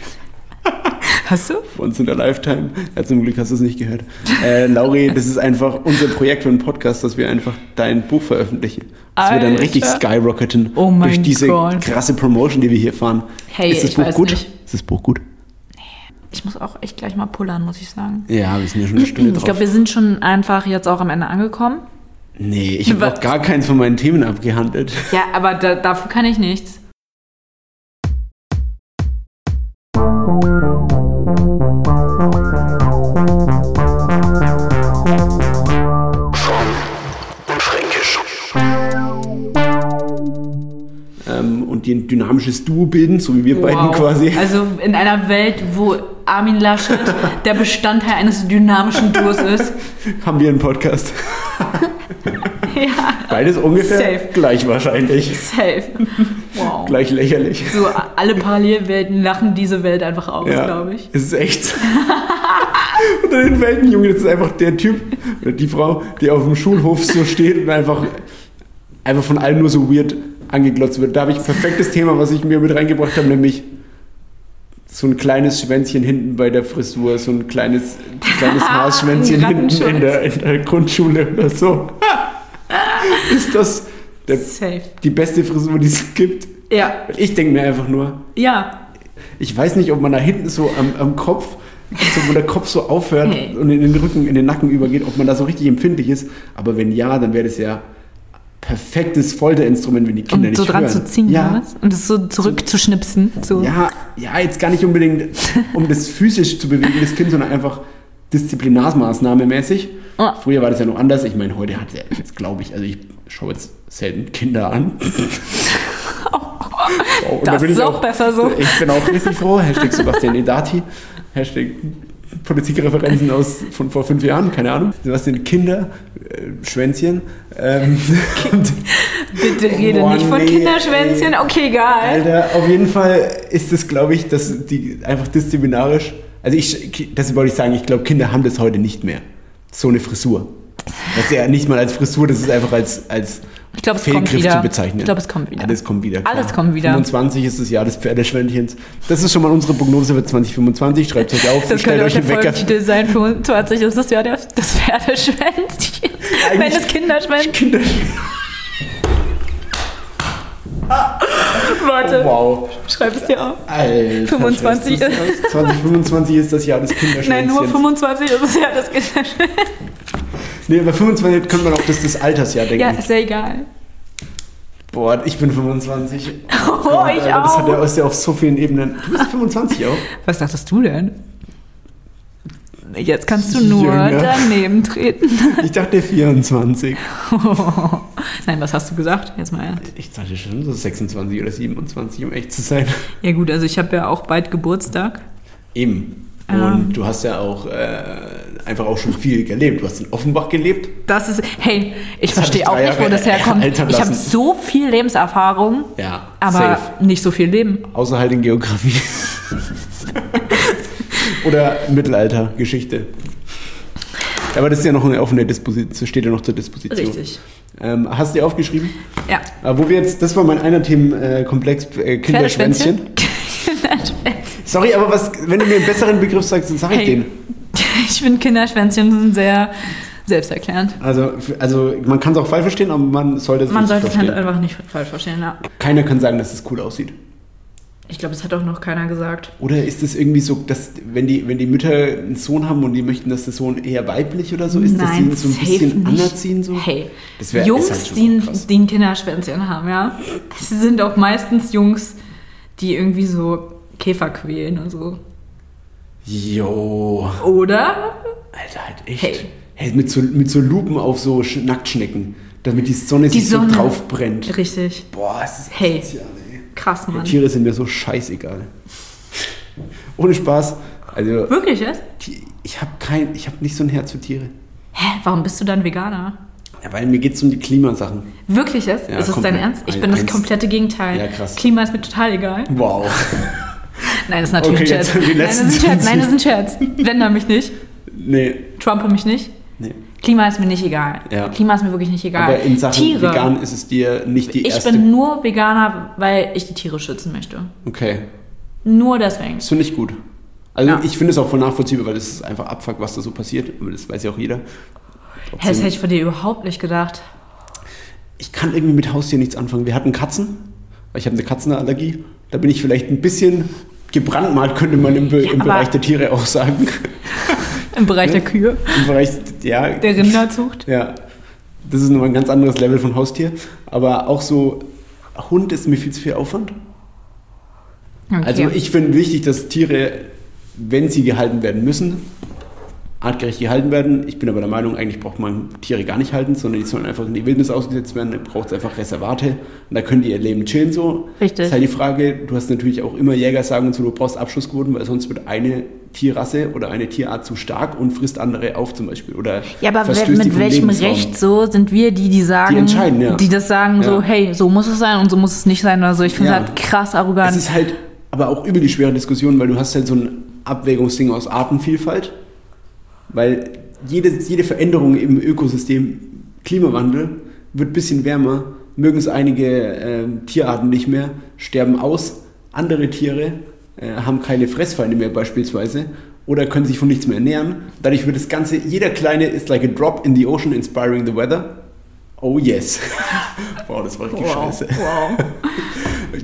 [SPEAKER 2] Hast du?
[SPEAKER 1] Once in a Lifetime. Ja, zum Glück hast du es nicht gehört. Äh, Lauri, das ist einfach unser Projekt für einen Podcast, dass wir einfach dein Buch veröffentlichen. Dass wir dann richtig
[SPEAKER 2] Alter.
[SPEAKER 1] skyrocketen
[SPEAKER 2] Oh mein
[SPEAKER 1] durch diese
[SPEAKER 2] Gott.
[SPEAKER 1] krasse Promotion, die wir hier fahren.
[SPEAKER 2] Hey,
[SPEAKER 1] ist das
[SPEAKER 2] ich
[SPEAKER 1] Buch
[SPEAKER 2] weiß
[SPEAKER 1] gut?
[SPEAKER 2] nicht.
[SPEAKER 1] Ist das Buch gut?
[SPEAKER 2] Ich muss auch echt gleich mal pullern, muss ich sagen.
[SPEAKER 1] Ja, wir sind ja schon eine Stunde
[SPEAKER 2] Ich
[SPEAKER 1] drauf.
[SPEAKER 2] glaube, wir sind schon einfach jetzt auch am Ende angekommen.
[SPEAKER 1] nee, ich habe
[SPEAKER 2] Was?
[SPEAKER 1] auch gar keins von meinen Themen abgehandelt.
[SPEAKER 2] Ja, aber da, dafür kann ich nichts.
[SPEAKER 1] Ähm, und die ein dynamisches Duo bilden, so wie wir beiden
[SPEAKER 2] Wow.
[SPEAKER 1] quasi.
[SPEAKER 2] Also in einer Welt, wo Armin Laschet der Bestandteil eines dynamischen
[SPEAKER 1] *laughs*
[SPEAKER 2] Duos ist.
[SPEAKER 1] haben wir einen Podcast.
[SPEAKER 2] *laughs* Ja,
[SPEAKER 1] Beides ungefähr
[SPEAKER 2] Safe.
[SPEAKER 1] gleich wahrscheinlich.
[SPEAKER 2] safe. Wow.
[SPEAKER 1] Gleich lächerlich.
[SPEAKER 2] So alle Parallelwelten lachen diese Welt einfach aus, glaube ich.
[SPEAKER 1] Es ist echt. *laughs* so. Unter den Welten, Junge, das ist einfach der Typ oder die Frau, die auf dem Schulhof so steht und einfach, einfach von allen nur so weird angeglotzt wird. Da habe ich ein perfektes Thema, was ich mir mit reingebracht habe, nämlich so ein kleines Schwänzchen hinten bei der Frisur, so ein kleines, kleines
[SPEAKER 2] *laughs*
[SPEAKER 1] Haarschwänzchen
[SPEAKER 2] Ein
[SPEAKER 1] hinten in
[SPEAKER 2] Rattenschwanz.
[SPEAKER 1] der, in der Grundschule oder so. *laughs* ist das der,
[SPEAKER 2] Safe.
[SPEAKER 1] die beste Frisur, die es gibt?
[SPEAKER 2] Ja,
[SPEAKER 1] Ich denke mir einfach nur,
[SPEAKER 2] ja.
[SPEAKER 1] ich weiß nicht, ob man da hinten so am, am Kopf, so, wo der Kopf so aufhört
[SPEAKER 2] Hey.
[SPEAKER 1] und in den Rücken, in den Nacken übergeht, ob man da so richtig empfindlich ist. Aber wenn ja, dann wäre das ja perfektes Folterinstrument, wenn die Kinder
[SPEAKER 2] Und
[SPEAKER 1] nicht
[SPEAKER 2] so dran
[SPEAKER 1] hören.
[SPEAKER 2] zu ziehen,
[SPEAKER 1] ja.
[SPEAKER 2] oder was? Und es so zurückzuschnipsen. So.
[SPEAKER 1] Ja, ja, jetzt gar nicht unbedingt, um das physisch zu bewegen, das Kind, sondern einfach Disziplinarmaßnahme mäßig.
[SPEAKER 2] Oh.
[SPEAKER 1] Früher war das ja noch anders. Ich meine, heute hat ja jetzt, glaube ich, also ich schaue jetzt selten Kinder
[SPEAKER 2] *laughs*
[SPEAKER 1] an. Wow, und da
[SPEAKER 2] Das
[SPEAKER 1] bin
[SPEAKER 2] ist
[SPEAKER 1] ich
[SPEAKER 2] auch besser so.
[SPEAKER 1] Ich bin auch richtig froh. Hashtag Sebastian Edati. Hashtag Politikreferenzen aus, von vor fünf Jahren, keine Ahnung. Sebastian Kinder, äh, Schwänzchen. Ähm, *laughs*
[SPEAKER 2] Bitte rede
[SPEAKER 1] Boah,
[SPEAKER 2] nicht von
[SPEAKER 1] nee,
[SPEAKER 2] Kinderschwänzchen.
[SPEAKER 1] ey.
[SPEAKER 2] Okay, egal.
[SPEAKER 1] Alter, auf jeden Fall ist es, glaube ich, dass die einfach disziplinarisch. Also ich, das wollte ich sagen, ich glaube, Kinder haben das heute nicht mehr. So eine Frisur. Das ist ja nicht mal als Frisur, das ist einfach als, als
[SPEAKER 2] Ich glaube, es kommt
[SPEAKER 1] Fehlgriff
[SPEAKER 2] wieder.
[SPEAKER 1] zu bezeichnen.
[SPEAKER 2] Ich glaube, es kommt wieder.
[SPEAKER 1] Alles kommt wieder.
[SPEAKER 2] Alles kommt wieder.
[SPEAKER 1] 25 ist das Jahr des Pferdeschwänchens. Das ist schon mal unsere Prognose für 2025. Schreibt es euch auf,
[SPEAKER 2] Das
[SPEAKER 1] stellt
[SPEAKER 2] könnte auch
[SPEAKER 1] euch
[SPEAKER 2] der
[SPEAKER 1] einen Wecker.
[SPEAKER 2] Folgentitel sein. 25 ist das Jahr der- des Pferdeschwänzchen. Wenn
[SPEAKER 1] Eigentlich-
[SPEAKER 2] das Kinderschwänzchen.
[SPEAKER 1] Kinder.
[SPEAKER 2] Leute,
[SPEAKER 1] Wow.
[SPEAKER 2] schreib es dir auf.
[SPEAKER 1] Alter,
[SPEAKER 2] 25
[SPEAKER 1] schätzt es aus. 2025 ist das Jahr des Kinderschwänzchens.
[SPEAKER 2] Nein, nur 25 ist das Jahr des Kinderschwänzchen.
[SPEAKER 1] Nee, bei 25 könnte man auch das des Altersjahr denken.
[SPEAKER 2] Ja, ist ja egal.
[SPEAKER 1] Boah, ich bin 25.
[SPEAKER 2] *laughs* Oh, ich
[SPEAKER 1] Alter, Das hat ja,
[SPEAKER 2] auch.
[SPEAKER 1] ist ja auf so vielen Ebenen. Du bist 25
[SPEAKER 2] *laughs*
[SPEAKER 1] auch.
[SPEAKER 2] Was dachtest du denn? Jetzt kannst du nur
[SPEAKER 1] Jünger.
[SPEAKER 2] daneben treten. *laughs*
[SPEAKER 1] Ich dachte 24.
[SPEAKER 2] Nein, was hast du gesagt? Jetzt mal ernst.
[SPEAKER 1] Ich dachte schon so 26 oder 27, um echt zu sein.
[SPEAKER 2] Ja gut, also ich habe ja auch bald Geburtstag.
[SPEAKER 1] Eben. Und
[SPEAKER 2] Ja.
[SPEAKER 1] du hast ja auch äh, einfach auch schon viel gelebt. Du hast in Offenbach gelebt.
[SPEAKER 2] Das ist, hey, ich
[SPEAKER 1] Das hab ich
[SPEAKER 2] verstehe auch
[SPEAKER 1] drei
[SPEAKER 2] nicht, wo
[SPEAKER 1] Jahre
[SPEAKER 2] das herkommt.
[SPEAKER 1] *laughs* altern
[SPEAKER 2] Ich habe
[SPEAKER 1] lassen.
[SPEAKER 2] so viel Lebenserfahrung,
[SPEAKER 1] Ja,
[SPEAKER 2] aber
[SPEAKER 1] safe.
[SPEAKER 2] nicht so viel Leben.
[SPEAKER 1] Außer halt in
[SPEAKER 2] *laughs*
[SPEAKER 1] Geografie. oder Mittelalter, Geschichte. Aber das ist ja noch eine offene Disposition, steht ja noch zur Disposition.
[SPEAKER 2] Richtig.
[SPEAKER 1] Ähm, hast du dir aufgeschrieben?
[SPEAKER 2] Ja.
[SPEAKER 1] Äh, wo wir jetzt, das war mein einer Themenkomplex, äh, Kinderschwänzchen.
[SPEAKER 2] Pferdeschwänzchen? *laughs* Kinderschwänzchen.
[SPEAKER 1] Sorry, aber was, wenn du mir einen besseren Begriff sagst, dann sag ich
[SPEAKER 2] Hey.
[SPEAKER 1] den.
[SPEAKER 2] Ich finde Kinderschwänzchen sind sehr selbsterklärend.
[SPEAKER 1] Also, f- also man kann es auch falsch verstehen, aber man sollte es
[SPEAKER 2] Man
[SPEAKER 1] richtig
[SPEAKER 2] sollte es halt
[SPEAKER 1] verstehen.
[SPEAKER 2] einfach nicht falsch verstehen. Ja.
[SPEAKER 1] Keiner kann sagen, dass es cool aussieht.
[SPEAKER 2] Ich glaube, es hat auch noch keiner gesagt.
[SPEAKER 1] Oder ist es irgendwie so, dass wenn die, wenn die Mütter einen Sohn haben und die möchten, dass der Sohn eher weiblich oder so ist,
[SPEAKER 2] Nein,
[SPEAKER 1] dass sie ihn so ein
[SPEAKER 2] safe
[SPEAKER 1] bisschen
[SPEAKER 2] nicht.
[SPEAKER 1] anerziehen? So?
[SPEAKER 2] Hey,
[SPEAKER 1] Das wär-
[SPEAKER 2] Jungs,
[SPEAKER 1] ist halt schon
[SPEAKER 2] die, ein-
[SPEAKER 1] krass.
[SPEAKER 2] die ein Kinderschwänzchen haben, ja, sie sind auch meistens Jungs, die irgendwie so Käfer quälen und so.
[SPEAKER 1] Jo,
[SPEAKER 2] Oder?
[SPEAKER 1] Alter, halt echt.
[SPEAKER 2] Hey.
[SPEAKER 1] Hey. mit, so, mit so Lupen auf so Sch- Nacktschnecken, damit die Sonne
[SPEAKER 2] Die
[SPEAKER 1] sich
[SPEAKER 2] Sonne.
[SPEAKER 1] so drauf brennt.
[SPEAKER 2] Richtig.
[SPEAKER 1] Boah, es ist
[SPEAKER 2] Hey.
[SPEAKER 1] asozial, ey.
[SPEAKER 2] Krass, Mann.
[SPEAKER 1] Tiere sind mir so scheißegal. Ohne Spaß. Also,
[SPEAKER 2] Wirklich jetzt?
[SPEAKER 1] die- ich habe kein, ich habe nicht so ein Herz für Tiere.
[SPEAKER 2] Hä, warum bist du dann Veganer?
[SPEAKER 1] Ja, weil mir geht's um die Klimasachen.
[SPEAKER 2] Wirklich jetzt?
[SPEAKER 1] Ja,
[SPEAKER 2] ist das dein
[SPEAKER 1] komplett.
[SPEAKER 2] Ernst? Ich
[SPEAKER 1] Ein-
[SPEAKER 2] bin das
[SPEAKER 1] eins-
[SPEAKER 2] komplette Gegenteil.
[SPEAKER 1] Ja, krass.
[SPEAKER 2] Klima ist mir total egal.
[SPEAKER 1] Wow.
[SPEAKER 2] Nein, das ist natürlich
[SPEAKER 1] Okay,
[SPEAKER 2] ein
[SPEAKER 1] jetzt
[SPEAKER 2] Scherz.
[SPEAKER 1] die
[SPEAKER 2] Nein, das ist ein
[SPEAKER 1] letzten
[SPEAKER 2] Scherz. Nein, das ist ein Scherz. Wender mich nicht.
[SPEAKER 1] Nee,
[SPEAKER 2] Trumpe mich nicht.
[SPEAKER 1] nee.
[SPEAKER 2] Klima ist mir nicht egal.
[SPEAKER 1] Ja.
[SPEAKER 2] Klima ist mir wirklich nicht egal.
[SPEAKER 1] Aber in Sachen
[SPEAKER 2] Tiere.
[SPEAKER 1] vegan ist es dir nicht die
[SPEAKER 2] ich
[SPEAKER 1] erste.
[SPEAKER 2] bin nur Veganer, weil ich die Tiere schützen möchte.
[SPEAKER 1] okay.
[SPEAKER 2] Nur deswegen.
[SPEAKER 1] Das finde ich gut. Also
[SPEAKER 2] Ja.
[SPEAKER 1] ich finde es auch voll nachvollziehbar, weil es ist einfach Abfuck, was da so passiert. Aber das weiß ja auch jeder.
[SPEAKER 2] Hä, das
[SPEAKER 1] Trotzdem-
[SPEAKER 2] hätte ich von dir überhaupt nicht gedacht.
[SPEAKER 1] ich kann irgendwie mit Haustieren nichts anfangen. Wir hatten Katzen, weil ich habe eine Katzenallergie. Da bin ich vielleicht ein bisschen gebrandmalt, könnte man im, Be
[SPEAKER 2] Ja,
[SPEAKER 1] im
[SPEAKER 2] aber-
[SPEAKER 1] Bereich der Tiere auch sagen.
[SPEAKER 2] Im
[SPEAKER 1] Hm?
[SPEAKER 2] Bereich der Kühe,
[SPEAKER 1] Im Bereich, ja.
[SPEAKER 2] der Rinderzucht.
[SPEAKER 1] Ja. Das ist nochmal ein ganz anderes Level von Haustier. Aber auch so, Hund ist mir viel zu viel Aufwand.
[SPEAKER 2] Okay.
[SPEAKER 1] Also ich finde wichtig, dass Tiere, wenn sie gehalten werden müssen, artgerecht gehalten werden. Ich bin aber der Meinung, eigentlich braucht man Tiere gar nicht halten, sondern die sollen einfach in die Wildnis ausgesetzt werden. Da braucht es einfach Reservate und da können die ihr Leben chillen so.
[SPEAKER 2] Richtig.
[SPEAKER 1] Das ist halt die Frage, du hast natürlich auch immer Jäger sagen und so, du brauchst Abschussquoten, weil sonst wird eine Tierrasse oder eine Tierart zu stark und frisst andere auf zum Beispiel. Oder
[SPEAKER 2] ja, aber
[SPEAKER 1] verstößt
[SPEAKER 2] wel-
[SPEAKER 1] die
[SPEAKER 2] mit
[SPEAKER 1] vom
[SPEAKER 2] welchem
[SPEAKER 1] Lebensraum.
[SPEAKER 2] Recht so sind wir die, die sagen,
[SPEAKER 1] Die entscheiden, ja.
[SPEAKER 2] die das sagen, so,
[SPEAKER 1] Ja.
[SPEAKER 2] hey, so muss es sein und so muss es nicht sein oder so. Ich finde es
[SPEAKER 1] Ja.
[SPEAKER 2] halt krass
[SPEAKER 1] Es
[SPEAKER 2] arrogant.
[SPEAKER 1] ist halt aber auch über die schwere Diskussion, weil du hast halt so ein Abwägungsding aus Artenvielfalt, weil jede, jede Veränderung im Ökosystem, Klimawandel, wird ein bisschen wärmer, mögen es einige ähm, Tierarten nicht mehr, sterben aus, andere Tiere äh, haben keine Fressfeinde mehr beispielsweise oder können sich von nichts mehr ernähren. Dadurch wird das Ganze, jeder kleine ist like a drop in the ocean inspiring the weather. Oh yes. *laughs* wow, das war richtig
[SPEAKER 2] wow,
[SPEAKER 1] scheiße.
[SPEAKER 2] wow.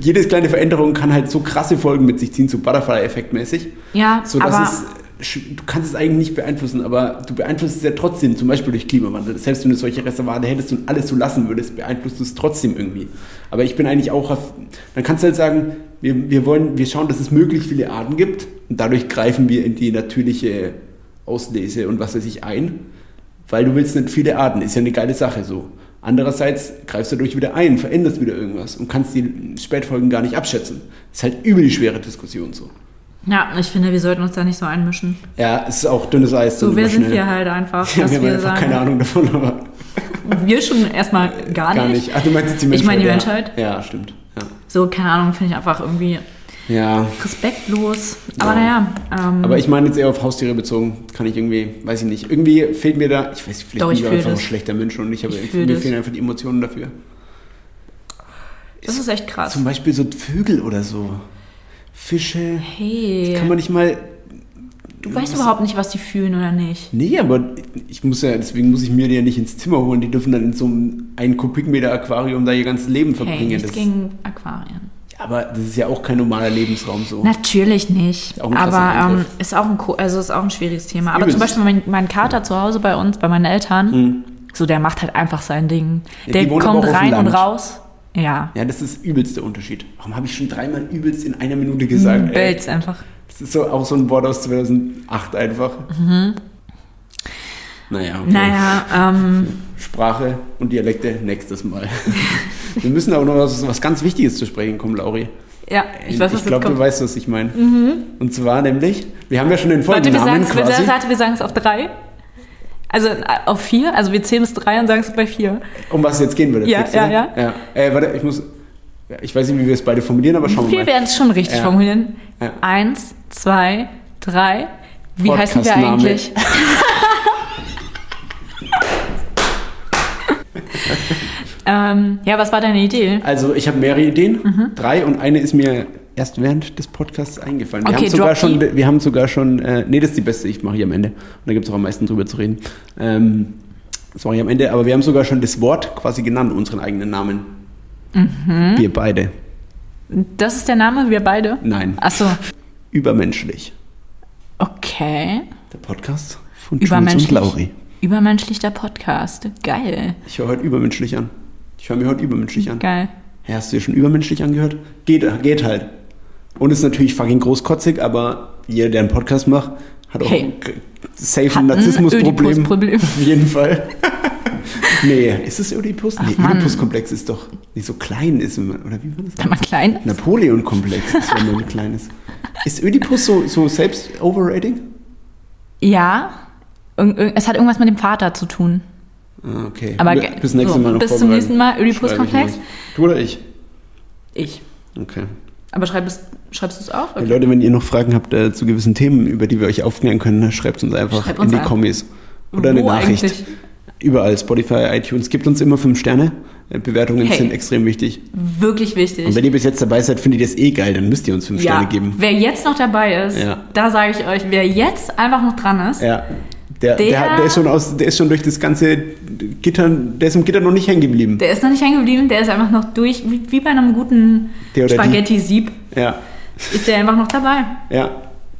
[SPEAKER 1] Jede kleine Veränderung kann halt so krasse Folgen mit sich ziehen, so Butterfly-Effekt mäßig.
[SPEAKER 2] Ja,
[SPEAKER 1] So,
[SPEAKER 2] aber
[SPEAKER 1] dass es, sch- du kannst es eigentlich nicht beeinflussen, aber du beeinflusst es ja trotzdem, zum Beispiel durch Klimawandel. Selbst wenn du solche Reservate hättest und alles so lassen würdest, beeinflusst du es trotzdem irgendwie. Aber ich bin eigentlich auch, auf- dann kannst du halt sagen, wir, wir wollen, wir schauen, dass es möglichst viele Arten gibt und dadurch greifen wir in die natürliche Auslese und was weiß ich ein, weil du willst nicht viele Arten, ist ja eine geile Sache so. Andererseits greifst du dadurch wieder ein, veränderst wieder irgendwas und kannst die Spätfolgen gar nicht abschätzen. Ist halt übel die schwere Diskussion so.
[SPEAKER 2] ja, ich finde, wir sollten uns da nicht so einmischen.
[SPEAKER 1] Ja, es ist auch dünnes Eis.
[SPEAKER 2] So,
[SPEAKER 1] dann
[SPEAKER 2] wer
[SPEAKER 1] immer
[SPEAKER 2] sind
[SPEAKER 1] schnell. *laughs*
[SPEAKER 2] wir halt einfach,
[SPEAKER 1] Ja,
[SPEAKER 2] dass
[SPEAKER 1] wir haben
[SPEAKER 2] wir
[SPEAKER 1] einfach
[SPEAKER 2] sagen,
[SPEAKER 1] keine Ahnung davon, aber
[SPEAKER 2] wir schon erstmal gar,
[SPEAKER 1] gar
[SPEAKER 2] nicht.
[SPEAKER 1] nicht. Ach, du meinst jetzt die Menschheit?
[SPEAKER 2] Ich meine die
[SPEAKER 1] ja.
[SPEAKER 2] Menschheit.
[SPEAKER 1] Ja, stimmt.
[SPEAKER 2] So, keine Ahnung, finde ich einfach irgendwie
[SPEAKER 1] Ja. ja.
[SPEAKER 2] respektlos. Aber
[SPEAKER 1] Ja.
[SPEAKER 2] naja, ähm,
[SPEAKER 1] Aber ich meine jetzt eher auf Haustiere bezogen. Kann ich irgendwie, weiß ich nicht. Irgendwie fehlt mir da, ich weiß nicht, vielleicht
[SPEAKER 2] Doch,
[SPEAKER 1] bin
[SPEAKER 2] ich
[SPEAKER 1] ich
[SPEAKER 2] fühl
[SPEAKER 1] einfach ein
[SPEAKER 2] das.
[SPEAKER 1] schlechter Mensch und ich habe,
[SPEAKER 2] Ich fühl
[SPEAKER 1] mir
[SPEAKER 2] das.
[SPEAKER 1] fehlen einfach die Emotionen dafür.
[SPEAKER 2] das ist echt krass.
[SPEAKER 1] Zum Beispiel so Vögel oder so. Fische.
[SPEAKER 2] Hey,
[SPEAKER 1] Kann man nicht mal
[SPEAKER 2] du weißt überhaupt nicht, was die fühlen oder nicht.
[SPEAKER 1] Nee, aber ich muss ja, deswegen muss ich mir die ja nicht ins Zimmer holen. Die dürfen dann in so einem 1 Kubikmeter Aquarium da ihr ganzes Leben verbringen.
[SPEAKER 2] Hey, nichts
[SPEAKER 1] das,
[SPEAKER 2] gegen Aquarien.
[SPEAKER 1] aber das ist ja auch kein normaler Lebensraum so.
[SPEAKER 2] Natürlich nicht.
[SPEAKER 1] Oh. Auch ein krasser
[SPEAKER 2] aber ähm,
[SPEAKER 1] Angriff.
[SPEAKER 2] ist auch ein co- also ist auch ein schwieriges Thema. Aber
[SPEAKER 1] Übelst. Hm.
[SPEAKER 2] zum Beispiel mein, mein Kater zu Hause bei uns, bei meinen Eltern, so der macht halt einfach sein Ding.
[SPEAKER 1] Ja,
[SPEAKER 2] der
[SPEAKER 1] die wohnen aber
[SPEAKER 2] kommt
[SPEAKER 1] auch auf dem
[SPEAKER 2] rein und
[SPEAKER 1] Land.
[SPEAKER 2] raus. Ja.
[SPEAKER 1] Ja, das ist übelst der Unterschied. Warum habe ich schon dreimal übelst in einer Minute gesagt? Ey,
[SPEAKER 2] Belz einfach.
[SPEAKER 1] das ist so auch so ein Wort aus 2008 einfach. Naja, okay.
[SPEAKER 2] Mhm. Naja, ähm,
[SPEAKER 1] Sprache und Dialekte nächstes Mal. *laughs* Wir müssen aber noch was, was ganz Wichtiges zu sprechen kommen, Lauri.
[SPEAKER 2] ja, ich weiß, was
[SPEAKER 1] ich glaube,
[SPEAKER 2] jetzt
[SPEAKER 1] du
[SPEAKER 2] kommt. Mhm.
[SPEAKER 1] weißt, was ich meine. Und zwar nämlich, wir haben ja schon den
[SPEAKER 2] Warte, wir sagen
[SPEAKER 1] Folgennamen quasi.
[SPEAKER 2] es auf drei. Also äh, auf vier, also wir zählen bis drei und sagen es bei vier.
[SPEAKER 1] Um was es jetzt gehen würde.
[SPEAKER 2] Ja,
[SPEAKER 1] fix,
[SPEAKER 2] ja,
[SPEAKER 1] oder?
[SPEAKER 2] ja.
[SPEAKER 1] Äh, warte, ich muss. ja, Ich weiß nicht, wie wir es beide formulieren, aber schauen wir
[SPEAKER 2] Wir
[SPEAKER 1] mal.
[SPEAKER 2] werden es schon richtig
[SPEAKER 1] Oh Ja.
[SPEAKER 2] formulieren.
[SPEAKER 1] Ja.
[SPEAKER 2] Eins, zwei, drei. Wie heißen wir
[SPEAKER 1] Podcast-Name. *laughs*
[SPEAKER 2] eigentlich? ähm, ja, was war deine Idee?
[SPEAKER 1] Also ich habe mehrere Ideen,
[SPEAKER 2] Mhm.
[SPEAKER 1] drei und eine ist mir erst während des Podcasts eingefallen. Wir
[SPEAKER 2] Okay,
[SPEAKER 1] haben sogar
[SPEAKER 2] drop
[SPEAKER 1] schon,
[SPEAKER 2] die.
[SPEAKER 1] wir haben sogar schon, äh, nee, das ist die beste, ich mache hier am Ende. Und da gibt es auch am meisten drüber zu reden. Ähm, das mache ich am Ende, aber wir haben sogar schon das Wort quasi genannt, unseren eigenen Namen.
[SPEAKER 2] Mhm.
[SPEAKER 1] Wir beide.
[SPEAKER 2] Das ist der Name, wir beide?
[SPEAKER 1] Nein.
[SPEAKER 2] Achso,
[SPEAKER 1] Übermenschlich.
[SPEAKER 2] okay.
[SPEAKER 1] Der Podcast von Schulz
[SPEAKER 2] Übermenschlich.
[SPEAKER 1] und Lauri.
[SPEAKER 2] Übermenschlich der Podcast. Geil.
[SPEAKER 1] Ich höre heute übermenschlich an. Ich höre mir heute übermenschlich an.
[SPEAKER 2] Geil.
[SPEAKER 1] Ja, hast du dir schon übermenschlich angehört? Geht, geht halt. Und ist natürlich fucking großkotzig, aber jeder, der einen Podcast macht, hat auch
[SPEAKER 2] Hey.
[SPEAKER 1] g- safe ein
[SPEAKER 2] Hat ein
[SPEAKER 1] Narzissmusproblem.
[SPEAKER 2] Ödipusproblem.
[SPEAKER 1] Auf jeden Fall. *laughs* nee, ist es Oedipus? Nee,
[SPEAKER 2] Mann.
[SPEAKER 1] Oedipus-Komplex ist doch nicht so klein, ist, wenn man- oder wie war das?
[SPEAKER 2] Wenn man klein ist.
[SPEAKER 1] Napoleon-Komplex ist, wenn man klein ist. Ist Oedipus so, so selbst-overrating?
[SPEAKER 2] Ja. Irg- irg- Es hat irgendwas mit dem Vater zu tun.
[SPEAKER 1] Ah, okay.
[SPEAKER 2] Aber
[SPEAKER 1] Ja,
[SPEAKER 2] ge-
[SPEAKER 1] bis nächstes
[SPEAKER 2] so,
[SPEAKER 1] Mal noch
[SPEAKER 2] bis zum
[SPEAKER 1] vorbereiten.
[SPEAKER 2] nächsten Mal,
[SPEAKER 1] Schreibe
[SPEAKER 2] Oedipus-Komplex.
[SPEAKER 1] ich mal. Du oder ich?
[SPEAKER 2] Ich.
[SPEAKER 1] Okay.
[SPEAKER 2] Aber schreib es, schreibst du es auf?
[SPEAKER 1] Ja, Leute, wenn ihr noch Fragen habt äh, zu gewissen Themen, über die wir euch aufklären können, schreibt uns einfach
[SPEAKER 2] Schreibt
[SPEAKER 1] in
[SPEAKER 2] uns
[SPEAKER 1] die
[SPEAKER 2] an.
[SPEAKER 1] Kommis. Oder eine
[SPEAKER 2] Wo
[SPEAKER 1] Nachricht.
[SPEAKER 2] eigentlich?
[SPEAKER 1] Überall, Spotify, iTunes. Gebt uns immer fünf Sterne. Äh, Bewertungen
[SPEAKER 2] Hey.
[SPEAKER 1] sind extrem wichtig.
[SPEAKER 2] Wirklich wichtig.
[SPEAKER 1] Und wenn ihr bis jetzt dabei seid, findet ihr es eh geil, dann müsst ihr uns fünf
[SPEAKER 2] ja,
[SPEAKER 1] Sterne geben.
[SPEAKER 2] wer jetzt noch dabei ist,
[SPEAKER 1] Ja.
[SPEAKER 2] da sage ich euch, wer jetzt einfach noch dran ist,
[SPEAKER 1] Ja. Der, der,
[SPEAKER 2] Der-
[SPEAKER 1] der, ist schon aus, der ist schon durch das ganze Gitter, der ist im Gitter noch nicht hängen geblieben.
[SPEAKER 2] der ist noch nicht hängen geblieben, der ist einfach noch durch, wie, wie bei einem guten
[SPEAKER 1] Der oder die.
[SPEAKER 2] Spaghetti-Sieb,
[SPEAKER 1] Ja,
[SPEAKER 2] ist der einfach noch dabei.
[SPEAKER 1] ja.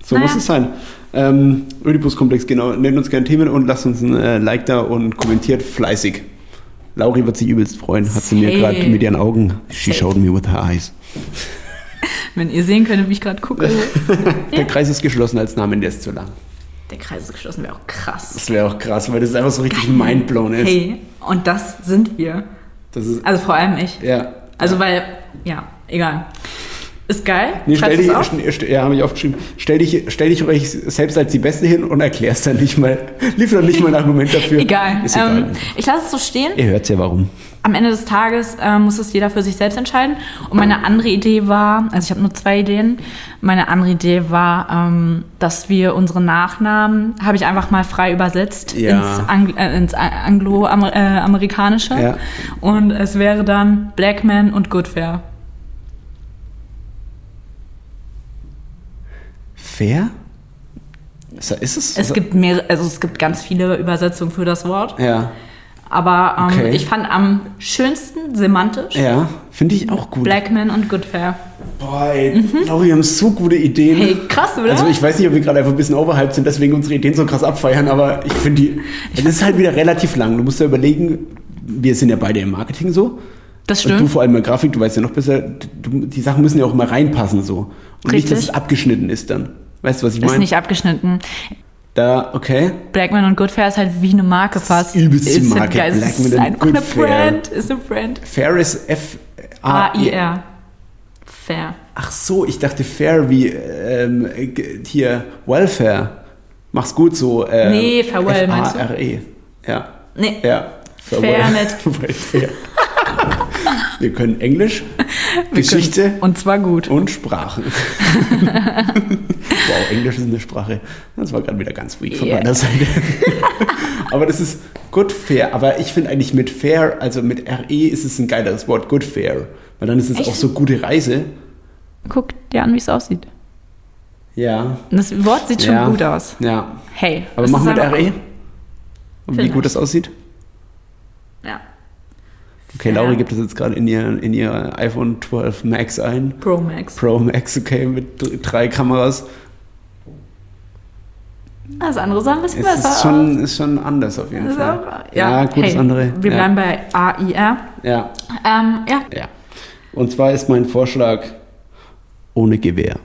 [SPEAKER 1] So
[SPEAKER 2] Naja.
[SPEAKER 1] muss es sein. Ähm, Oedipus-Komplex, genau. Nennt uns gerne Themen und lasst uns ein äh, Like da und kommentiert fleißig. Lauri wird sich übelst freuen, hat sie mir
[SPEAKER 2] Safe.
[SPEAKER 1] gerade mit ihren Augen. She
[SPEAKER 2] Safe.
[SPEAKER 1] showed me with her eyes.
[SPEAKER 2] Wenn ihr sehen könntet, wie ich
[SPEAKER 1] *laughs*
[SPEAKER 2] gerade gucke,
[SPEAKER 1] Der Kreis ist geschlossen als Namen, der ist zu lang.
[SPEAKER 2] der Kreis ist geschlossen, wäre auch krass.
[SPEAKER 1] Das wäre auch krass, weil das einfach so richtig mindblown ist.
[SPEAKER 2] Hey, und das sind wir.
[SPEAKER 1] Das ist,
[SPEAKER 2] Also vor allem ich.
[SPEAKER 1] ja.
[SPEAKER 2] Also weil, ja, egal. Ist geil.
[SPEAKER 1] Nee, stell
[SPEAKER 2] Schreibt
[SPEAKER 1] dich,
[SPEAKER 2] es auf.
[SPEAKER 1] st- st- ja, habe ich aufgeschrieben. Stell dich, stell dich euch selbst als die Beste hin und erklär's dann nicht mal. *laughs* Liefert doch nicht mal ein Argument dafür.
[SPEAKER 2] *laughs* Egal.
[SPEAKER 1] Ist egal.
[SPEAKER 2] Ähm, ich lasse es so stehen.
[SPEAKER 1] Ihr hört's ja warum.
[SPEAKER 2] Am Ende des Tages äh, muss es jeder für sich selbst entscheiden. Und meine andere Idee war, also ich habe nur zwei Ideen. Meine andere Idee war, ähm, dass wir unsere Nachnamen, habe ich einfach mal frei übersetzt
[SPEAKER 1] Ja.
[SPEAKER 2] ins, Angl äh, ins A- Anglo-Amerikanische.
[SPEAKER 1] Ja.
[SPEAKER 2] Und es wäre dann Blackman und Goodfair.
[SPEAKER 1] Fair? Ist ist es?
[SPEAKER 2] Es gibt mehr, also es gibt ganz viele Übersetzungen für das Wort.
[SPEAKER 1] ja,
[SPEAKER 2] Aber ähm,
[SPEAKER 1] Okay.
[SPEAKER 2] ich fand am schönsten semantisch
[SPEAKER 1] ja, finde ich auch gut.
[SPEAKER 2] Blackman und Goodfair.
[SPEAKER 1] Boah, ey, Lauri, wir haben so gute Ideen.
[SPEAKER 2] Hey, krass, oder?
[SPEAKER 1] Also ich weiß nicht, ob wir gerade einfach ein bisschen overhyped sind, deswegen unsere Ideen so krass abfeiern, aber ich finde die, es ist halt wieder relativ lang. Du musst ja überlegen, wir sind ja beide im Marketing so.
[SPEAKER 2] das
[SPEAKER 1] Und du
[SPEAKER 2] stimmt.
[SPEAKER 1] vor allem in Grafik, du weißt ja noch besser, du, die Sachen müssen ja auch immer reinpassen so. Und nicht, dass es
[SPEAKER 2] Richtig.
[SPEAKER 1] abgeschnitten ist dann. Weißt du, was ich
[SPEAKER 2] Ist
[SPEAKER 1] meine?
[SPEAKER 2] nicht abgeschnitten.
[SPEAKER 1] Da, okay.
[SPEAKER 2] Blackman und Goodfair ist halt wie eine Marke fast.
[SPEAKER 1] übelst die
[SPEAKER 2] eine
[SPEAKER 1] Marke,
[SPEAKER 2] geil-
[SPEAKER 1] Blackman
[SPEAKER 2] ist
[SPEAKER 1] und
[SPEAKER 2] einfach eine
[SPEAKER 1] Goodfair. Ah,
[SPEAKER 2] Brand. Ist eine Brand.
[SPEAKER 1] Fair ist F A I R.
[SPEAKER 2] A-I-R. Fair.
[SPEAKER 1] Ach so, ich dachte fair wie ähm, g- hier Welfare. Mach's gut so. Äh,
[SPEAKER 2] Nee, farewell, meinst du?
[SPEAKER 1] F A R E. Ja,
[SPEAKER 2] Nee,
[SPEAKER 1] ja. *laughs*
[SPEAKER 2] Fair
[SPEAKER 1] nicht. Welfare. Wir können Englisch, Geschichte
[SPEAKER 2] und zwar gut.
[SPEAKER 1] und Sprache. *laughs* wow, Englisch ist eine Sprache. Das war gerade wieder ganz weak von
[SPEAKER 2] Yeah.
[SPEAKER 1] meiner Seite. *laughs* aber das ist good fair. Aber ich finde eigentlich mit fair, also mit RE ist es ein geileres Wort, good fair. Weil dann ist es
[SPEAKER 2] Echt?
[SPEAKER 1] auch so gute Reise.
[SPEAKER 2] Guck dir an, wie es aussieht.
[SPEAKER 1] Ja.
[SPEAKER 2] Und Das Wort sieht schon
[SPEAKER 1] Ja.
[SPEAKER 2] gut aus.
[SPEAKER 1] Ja.
[SPEAKER 2] Hey.
[SPEAKER 1] Aber
[SPEAKER 2] das
[SPEAKER 1] machen wir
[SPEAKER 2] ist
[SPEAKER 1] mit E?
[SPEAKER 2] einfach-
[SPEAKER 1] RE. Und wie
[SPEAKER 2] Vielleicht.
[SPEAKER 1] gut das aussieht.
[SPEAKER 2] Ja.
[SPEAKER 1] Okay,
[SPEAKER 2] Ja.
[SPEAKER 1] Lauri gibt das jetzt gerade in ihr, in ihr iPhone 12 Max ein.
[SPEAKER 2] Pro Max.
[SPEAKER 1] Pro Max, okay, mit dr- drei Kameras.
[SPEAKER 2] Das andere sah ein bisschen
[SPEAKER 1] Es
[SPEAKER 2] besser
[SPEAKER 1] ist
[SPEAKER 2] aus.
[SPEAKER 1] schon, ist schon anders auf jeden
[SPEAKER 2] Das ist
[SPEAKER 1] Fall.
[SPEAKER 2] auch-
[SPEAKER 1] Ja, gut, das andere.
[SPEAKER 2] Wir
[SPEAKER 1] Ja.
[SPEAKER 2] bleiben bei A-I-R.
[SPEAKER 1] Ja,
[SPEAKER 2] Ähm, ja, *laughs*
[SPEAKER 1] ja. Und zwar ist mein Vorschlag ohne Gewehr.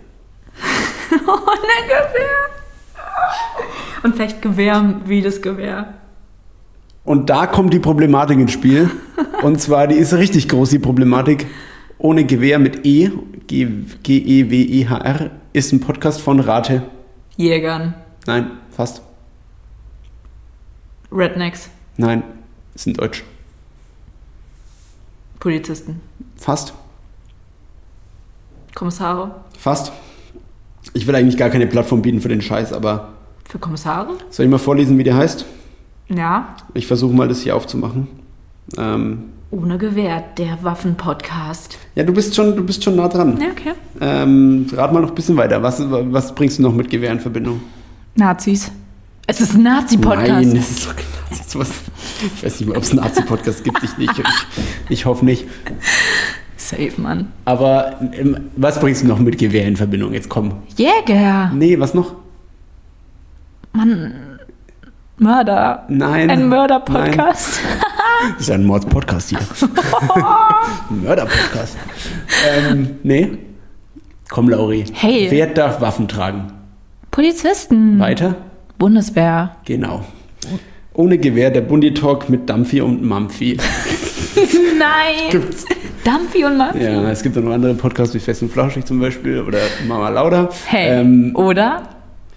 [SPEAKER 2] Ohne Gewehr. Und vielleicht Gewehr wie das Gewehr.
[SPEAKER 1] Und da kommt die Problematik ins
[SPEAKER 2] *laughs*
[SPEAKER 1] Spiel. Und zwar, die ist richtig groß, die Problematik. Ohne Gewehr mit E, G- E G-E-W-E-H-R, ist ein Podcast von Rate.
[SPEAKER 2] Jägern.
[SPEAKER 1] Nein, fast.
[SPEAKER 2] Rednecks.
[SPEAKER 1] Nein, ist in Deutsch.
[SPEAKER 2] Polizisten.
[SPEAKER 1] Fast.
[SPEAKER 2] Kommissare.
[SPEAKER 1] Fast. Ich will eigentlich gar keine Plattform bieten für den Scheiß, aber
[SPEAKER 2] Für Kommissare?
[SPEAKER 1] soll ich mal vorlesen, wie der heißt?
[SPEAKER 2] Ja.
[SPEAKER 1] Ich versuche mal, das hier aufzumachen. Ähm,
[SPEAKER 2] Ohne Gewehr, der Waffen-Podcast.
[SPEAKER 1] ja, du bist schon, du bist schon nah dran.
[SPEAKER 2] Ja, okay.
[SPEAKER 1] Ähm, rat mal noch ein bisschen weiter. Was, was bringst du noch mit Gewehr in Verbindung?
[SPEAKER 2] Nazis. Es ist ein Nazi-Podcast.
[SPEAKER 1] Nein, das ist doch kein Nazi. sowas- Ich weiß nicht mal, ob es einen Nazi-Podcast gibt. Ich, nicht. ich, ich hoffe nicht.
[SPEAKER 2] Safe, Mann.
[SPEAKER 1] Aber ähm, was bringst du noch mit Gewehr in Verbindung? Jetzt komm.
[SPEAKER 2] Jäger.
[SPEAKER 1] Nee, was noch?
[SPEAKER 2] Mann. Mörder.
[SPEAKER 1] Nein.
[SPEAKER 2] Ein
[SPEAKER 1] Nein.
[SPEAKER 2] Mörder-Podcast.
[SPEAKER 1] Das ist ja ein Mordspodcast hier. Mörder-Podcast. ähm, nee. Komm, Lauri.
[SPEAKER 2] Hey.
[SPEAKER 1] Wer darf Waffen tragen?
[SPEAKER 2] *laughs* Polizisten.
[SPEAKER 1] Weiter?
[SPEAKER 2] Bundeswehr.
[SPEAKER 1] Genau. Ohne Gewehr, der Bundi-Talk mit Dampfi und Mampfi.
[SPEAKER 2] Nein.
[SPEAKER 1] Gibt's.
[SPEAKER 2] Dampfi und Mann.
[SPEAKER 1] Ja, es gibt auch noch andere Podcasts wie Fest und Flauschig zum Beispiel oder Mama Lauda.
[SPEAKER 2] Hey.
[SPEAKER 1] Ähm,
[SPEAKER 2] Oder?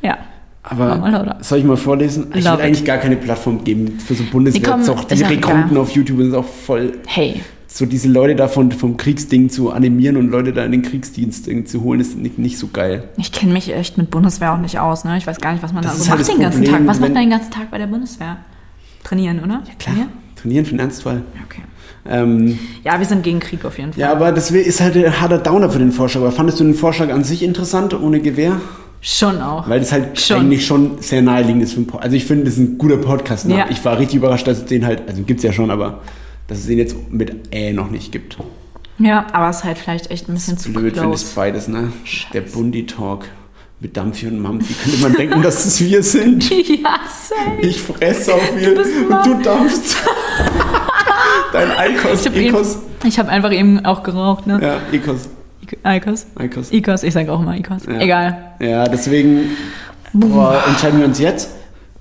[SPEAKER 2] Ja.
[SPEAKER 1] aber
[SPEAKER 2] Mama Lauda.
[SPEAKER 1] soll ich mal vorlesen? Ich will
[SPEAKER 2] Love it.
[SPEAKER 1] eigentlich gar keine Plattform geben für so
[SPEAKER 2] Die kommen-
[SPEAKER 1] Bundeswehr. Auch die
[SPEAKER 2] ist auch
[SPEAKER 1] Rekruten
[SPEAKER 2] egal.
[SPEAKER 1] auf YouTube sind auch voll.
[SPEAKER 2] Hey.
[SPEAKER 1] So diese Leute davon vom Kriegsding zu animieren und Leute da in den Kriegsdienst irgendwie zu holen, ist nicht, nicht so geil.
[SPEAKER 2] Ich kenne mich echt mit Bundeswehr auch nicht aus, ne? Ich weiß gar nicht, was man
[SPEAKER 1] Das
[SPEAKER 2] da
[SPEAKER 1] ist
[SPEAKER 2] so
[SPEAKER 1] halt
[SPEAKER 2] macht
[SPEAKER 1] das
[SPEAKER 2] den ganzen
[SPEAKER 1] Problem,
[SPEAKER 2] Tag. Was macht
[SPEAKER 1] wenn-
[SPEAKER 2] man den ganzen Tag bei der Bundeswehr? Trainieren, oder? Ja,
[SPEAKER 1] Trainieren für den Ernstfall.
[SPEAKER 2] Okay.
[SPEAKER 1] Ähm,
[SPEAKER 2] Ja, wir sind gegen Krieg auf jeden Fall.
[SPEAKER 1] ja, aber das ist halt ein harter Downer für den Vorschlag. Aber fandest du den Vorschlag an sich interessant, ohne Gewehr?
[SPEAKER 2] Schon auch.
[SPEAKER 1] Weil das halt
[SPEAKER 2] Schon.
[SPEAKER 1] eigentlich schon sehr naheliegend ist für einen Podcast. Also ich finde, das ist ein guter Podcast. Ne?
[SPEAKER 2] Ja.
[SPEAKER 1] Ich war richtig überrascht, dass es den halt, also gibt's ja schon, aber dass es den jetzt mit Ä noch nicht gibt.
[SPEAKER 2] ja, aber es ist halt vielleicht echt ein bisschen zu
[SPEAKER 1] Blöd, wenn es
[SPEAKER 2] close. *laughs*
[SPEAKER 1] beides, ne? Der Bundi-Talk mit Dampfi und Mampfi. Könnte man denken, dass es wir sind.
[SPEAKER 2] ja, safe.
[SPEAKER 1] Ich fresse auch viel
[SPEAKER 2] bist
[SPEAKER 1] und du
[SPEAKER 2] Mampfi. *laughs*
[SPEAKER 1] dampfst. Dein Eikos,
[SPEAKER 2] Ich hab
[SPEAKER 1] Ekos.
[SPEAKER 2] eben- Ich habe einfach eben auch geraucht, ne?
[SPEAKER 1] Ja, Ekos.
[SPEAKER 2] Eikos?
[SPEAKER 1] Eikos.
[SPEAKER 2] Ikos, ich sage auch immer Ikos.
[SPEAKER 1] Ja.
[SPEAKER 2] Egal.
[SPEAKER 1] Ja, deswegen boah, entscheiden wir uns jetzt.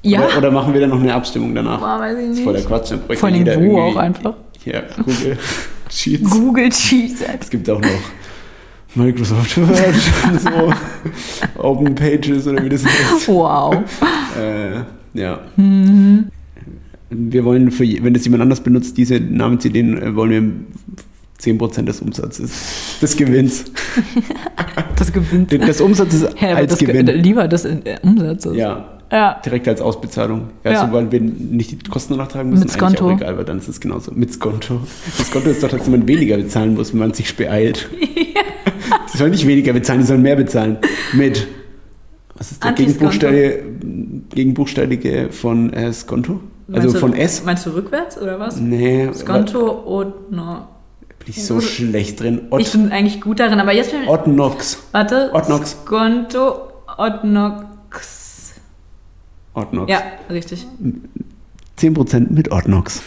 [SPEAKER 2] Ja.
[SPEAKER 1] Oder, oder machen wir dann noch eine Abstimmung danach?
[SPEAKER 2] Boah, weiß ich
[SPEAKER 1] Das ist voll der
[SPEAKER 2] nicht.
[SPEAKER 1] Quatsch. dann bräuchte
[SPEAKER 2] Vor allem
[SPEAKER 1] jeder
[SPEAKER 2] wo
[SPEAKER 1] irgendwie- *laughs*
[SPEAKER 2] auch einfach.
[SPEAKER 1] Ja, Google
[SPEAKER 2] *laughs*
[SPEAKER 1] Sheets.
[SPEAKER 2] Google Cheese.
[SPEAKER 1] Es gibt auch noch Microsoft Word und so.
[SPEAKER 2] *laughs*
[SPEAKER 1] Open Pages oder wie das heißt.
[SPEAKER 2] Wow.
[SPEAKER 1] Äh, ja.
[SPEAKER 2] Mhm.
[SPEAKER 1] Wir wollen für, je- wenn das jemand anders benutzt, diese Namensideen, äh, wollen wir 10% des Umsatzes, des
[SPEAKER 2] *laughs*
[SPEAKER 1] Gewinns.
[SPEAKER 2] Das gewinnt.
[SPEAKER 1] Den- Des Umsatzes
[SPEAKER 2] Hä, aber
[SPEAKER 1] als
[SPEAKER 2] das ge-
[SPEAKER 1] Gewinn.
[SPEAKER 2] lieber das in, äh, Umsatzes.
[SPEAKER 1] Ja,
[SPEAKER 2] ja.
[SPEAKER 1] direkt als Ausbezahlung. Ja,
[SPEAKER 2] Ja.
[SPEAKER 1] Also, weil wir nicht die Kosten nachtragen müssen,
[SPEAKER 2] Mit Skonto.
[SPEAKER 1] eigentlich auch egal, weil dann ist es genauso. Mit Skonto. Das Skonto ist doch, dass man weniger bezahlen muss, wenn man sich
[SPEAKER 2] *laughs*
[SPEAKER 1] beeilt. Die sollen nicht weniger bezahlen, die sollen mehr bezahlen. Mit. Was ist der
[SPEAKER 2] Anti-Skonto.
[SPEAKER 1] Gegenbuchstabe, Gegenbuchstabige von äh, Skonto? Also
[SPEAKER 2] Meinst du-
[SPEAKER 1] von S?
[SPEAKER 2] Meinst du rückwärts oder was?
[SPEAKER 1] Nee,
[SPEAKER 2] Skonto und no.
[SPEAKER 1] aber bin ich so schlecht drin. Ott,
[SPEAKER 2] Ich bin eigentlich gut darin, aber jetzt bin ich.
[SPEAKER 1] Ott Nox.
[SPEAKER 2] Warte.
[SPEAKER 1] Ordnox.
[SPEAKER 2] Skonto, Ordnox.
[SPEAKER 1] Ott Nox.
[SPEAKER 2] Ja, richtig.
[SPEAKER 1] 10% mit Ott
[SPEAKER 2] *laughs*
[SPEAKER 1] Nox.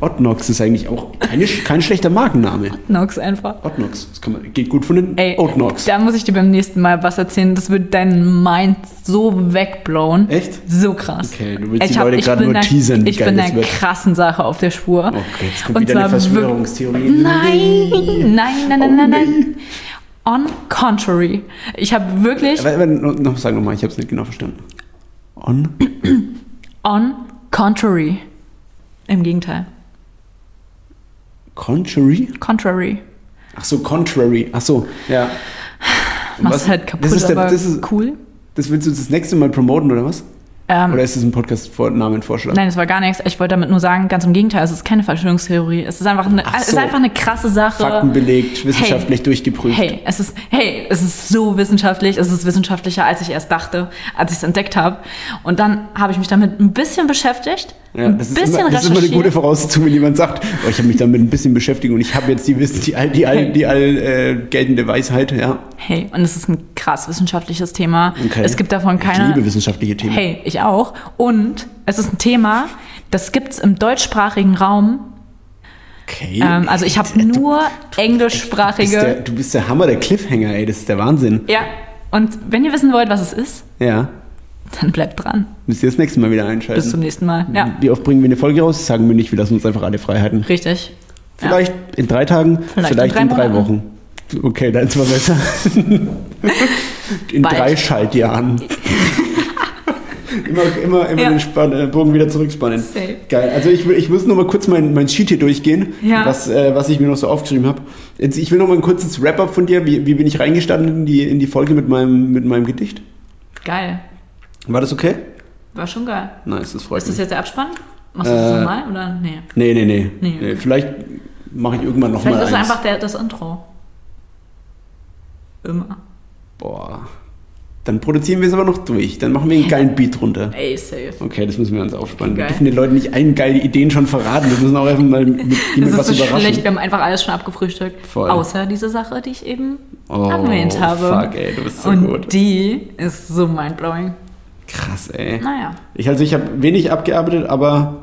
[SPEAKER 1] Ott Nox ist eigentlich auch keine, sch- kein schlechter Markenname.
[SPEAKER 2] Ordnox einfach.
[SPEAKER 1] Ott Nox. Das kann man, geht gut von den
[SPEAKER 2] Ey,
[SPEAKER 1] Ott Nox.
[SPEAKER 2] da muss ich dir beim nächsten Mal was erzählen. Das wird deinen Mind so wegblown.
[SPEAKER 1] Echt?
[SPEAKER 2] So krass.
[SPEAKER 1] Okay, du willst
[SPEAKER 2] Ich
[SPEAKER 1] die
[SPEAKER 2] hab-
[SPEAKER 1] Leute
[SPEAKER 2] ich
[SPEAKER 1] gerade
[SPEAKER 2] bin
[SPEAKER 1] nur
[SPEAKER 2] einer-
[SPEAKER 1] teasern, wie
[SPEAKER 2] Ich
[SPEAKER 1] geil
[SPEAKER 2] bin
[SPEAKER 1] das
[SPEAKER 2] einer
[SPEAKER 1] wird.
[SPEAKER 2] krassen Sache auf der Spur.
[SPEAKER 1] Oh, okay, jetzt kommt wieder eine
[SPEAKER 2] zwar wirk-
[SPEAKER 1] Verschwörungstheorie.
[SPEAKER 2] Nein, nein, nein,
[SPEAKER 1] Oh,
[SPEAKER 2] nein, nein,
[SPEAKER 1] nee.
[SPEAKER 2] nein. On contrary. Ich habe wirklich
[SPEAKER 1] Aber, aber noch, noch, sag nochmal, ich habe es nicht genau verstanden. On?
[SPEAKER 2] on contrary. Im Gegenteil.
[SPEAKER 1] Contrary?
[SPEAKER 2] Contrary.
[SPEAKER 1] Ach so, contrary. Ach so, ja.
[SPEAKER 2] Machst
[SPEAKER 1] Was-
[SPEAKER 2] halt kaputt,
[SPEAKER 1] das ist der,
[SPEAKER 2] aber
[SPEAKER 1] das, ist,
[SPEAKER 2] cool.
[SPEAKER 1] das willst du uns das nächste Mal promoten, oder was?
[SPEAKER 2] Ähm,
[SPEAKER 1] Oder ist das ein Podcast-Namenvorschlag?
[SPEAKER 2] Nein, es war gar nichts. Ich wollte damit nur sagen, ganz im Gegenteil, es ist keine Verschwörungstheorie. Es ist einfach eine,
[SPEAKER 1] Ach
[SPEAKER 2] es ist
[SPEAKER 1] so.
[SPEAKER 2] einfach eine krasse Sache.
[SPEAKER 1] Fakten belegt, wissenschaftlich durchgeprüft.
[SPEAKER 2] Hey, es ist, hey, es ist so wissenschaftlich, es ist wissenschaftlicher, als ich erst dachte, als ich es entdeckt habe. Und dann habe ich mich damit ein bisschen beschäftigt,
[SPEAKER 1] Ja,
[SPEAKER 2] ein
[SPEAKER 1] das, ist
[SPEAKER 2] bisschen
[SPEAKER 1] immer, das ist immer eine gute
[SPEAKER 2] recherchiert.
[SPEAKER 1] Voraussetzung, wenn jemand sagt, oh, ich habe mich damit ein bisschen beschäftigt und ich habe jetzt die, Wissen, die all, die all, die all äh, geltende Weisheit. Ja.
[SPEAKER 2] hey, und es ist ein krass wissenschaftliches Thema.
[SPEAKER 1] Okay.
[SPEAKER 2] Es gibt davon keine.
[SPEAKER 1] Ich liebe wissenschaftliche Themen.
[SPEAKER 2] Hey, ich auch. Und es ist ein Thema, das gibt's im deutschsprachigen Raum.
[SPEAKER 1] Okay.
[SPEAKER 2] Ähm, also ich
[SPEAKER 1] Äh,
[SPEAKER 2] habe nur englischsprachige.
[SPEAKER 1] Du bist, der, du bist der Hammer, der Cliffhanger, ey, das ist der Wahnsinn.
[SPEAKER 2] Ja, und wenn ihr wissen wollt, was es ist,
[SPEAKER 1] Ja.
[SPEAKER 2] dann bleibt dran.
[SPEAKER 1] Müsst ihr das nächste Mal wieder
[SPEAKER 2] Bis zum
[SPEAKER 1] einschalten.
[SPEAKER 2] nächsten Mal. Ja,
[SPEAKER 1] Wie oft bringen wir eine Folge raus? Sagen wir nicht, wir lassen uns einfach alle Freiheiten.
[SPEAKER 2] richtig.
[SPEAKER 1] Vielleicht in drei Tagen, vielleicht,
[SPEAKER 2] in drei
[SPEAKER 1] in drei
[SPEAKER 2] Monaten.
[SPEAKER 1] Wochen. Okay, dann ist mal besser. in
[SPEAKER 2] Bald.
[SPEAKER 1] drei Schaltjahren. immer immer, immer
[SPEAKER 2] Ja.
[SPEAKER 1] den Spann, äh, Bogen wieder zurückspannen.
[SPEAKER 2] Safe.
[SPEAKER 1] Geil. Also ich, will- ich muss noch mal kurz mein, mein Sheet hier durchgehen,
[SPEAKER 2] Ja.
[SPEAKER 1] was, äh, was ich mir noch so aufgeschrieben habe. Jetzt, ich will noch mal ein kurzes Wrap-up von dir. Wie, wie bin ich reingestanden in die, in die Folge mit meinem, mit meinem Gedicht?
[SPEAKER 2] Ja. Geil.
[SPEAKER 1] War das okay?
[SPEAKER 2] War schon geil.
[SPEAKER 1] Nice, das freut
[SPEAKER 2] Ist
[SPEAKER 1] mich.
[SPEAKER 2] das jetzt der Abspann? Machst du das
[SPEAKER 1] Äh,
[SPEAKER 2] normal oder? Nee.
[SPEAKER 1] Nee, nee, nee.
[SPEAKER 2] Nee,
[SPEAKER 1] nee
[SPEAKER 2] okay.
[SPEAKER 1] vielleicht mache ich irgendwann nochmal
[SPEAKER 2] Vielleicht
[SPEAKER 1] eins.
[SPEAKER 2] ist einfach der, das Intro. Immer.
[SPEAKER 1] Boah. Dann produzieren wir es aber noch durch. Dann machen wir einen geilen Beat runter.
[SPEAKER 2] Ey, safe.
[SPEAKER 1] Okay, das müssen wir uns aufspannen. Wir
[SPEAKER 2] Geil.
[SPEAKER 1] dürfen den Leuten nicht allen geile Ideen schon verraten. Wir müssen auch einfach mal mit die
[SPEAKER 2] *laughs* Das
[SPEAKER 1] mit
[SPEAKER 2] ist
[SPEAKER 1] was
[SPEAKER 2] so schlecht,
[SPEAKER 1] überraschen.
[SPEAKER 2] wir haben einfach alles schon abgefrühstückt.
[SPEAKER 1] Voll.
[SPEAKER 2] Außer diese Sache, die ich eben
[SPEAKER 1] Oh,
[SPEAKER 2] erwähnt habe.
[SPEAKER 1] fuck, ey, du bist so
[SPEAKER 2] Und
[SPEAKER 1] gut.
[SPEAKER 2] die ist so mindblowing.
[SPEAKER 1] Krass, ey.
[SPEAKER 2] Naja.
[SPEAKER 1] Ich, also ich habe wenig abgearbeitet, aber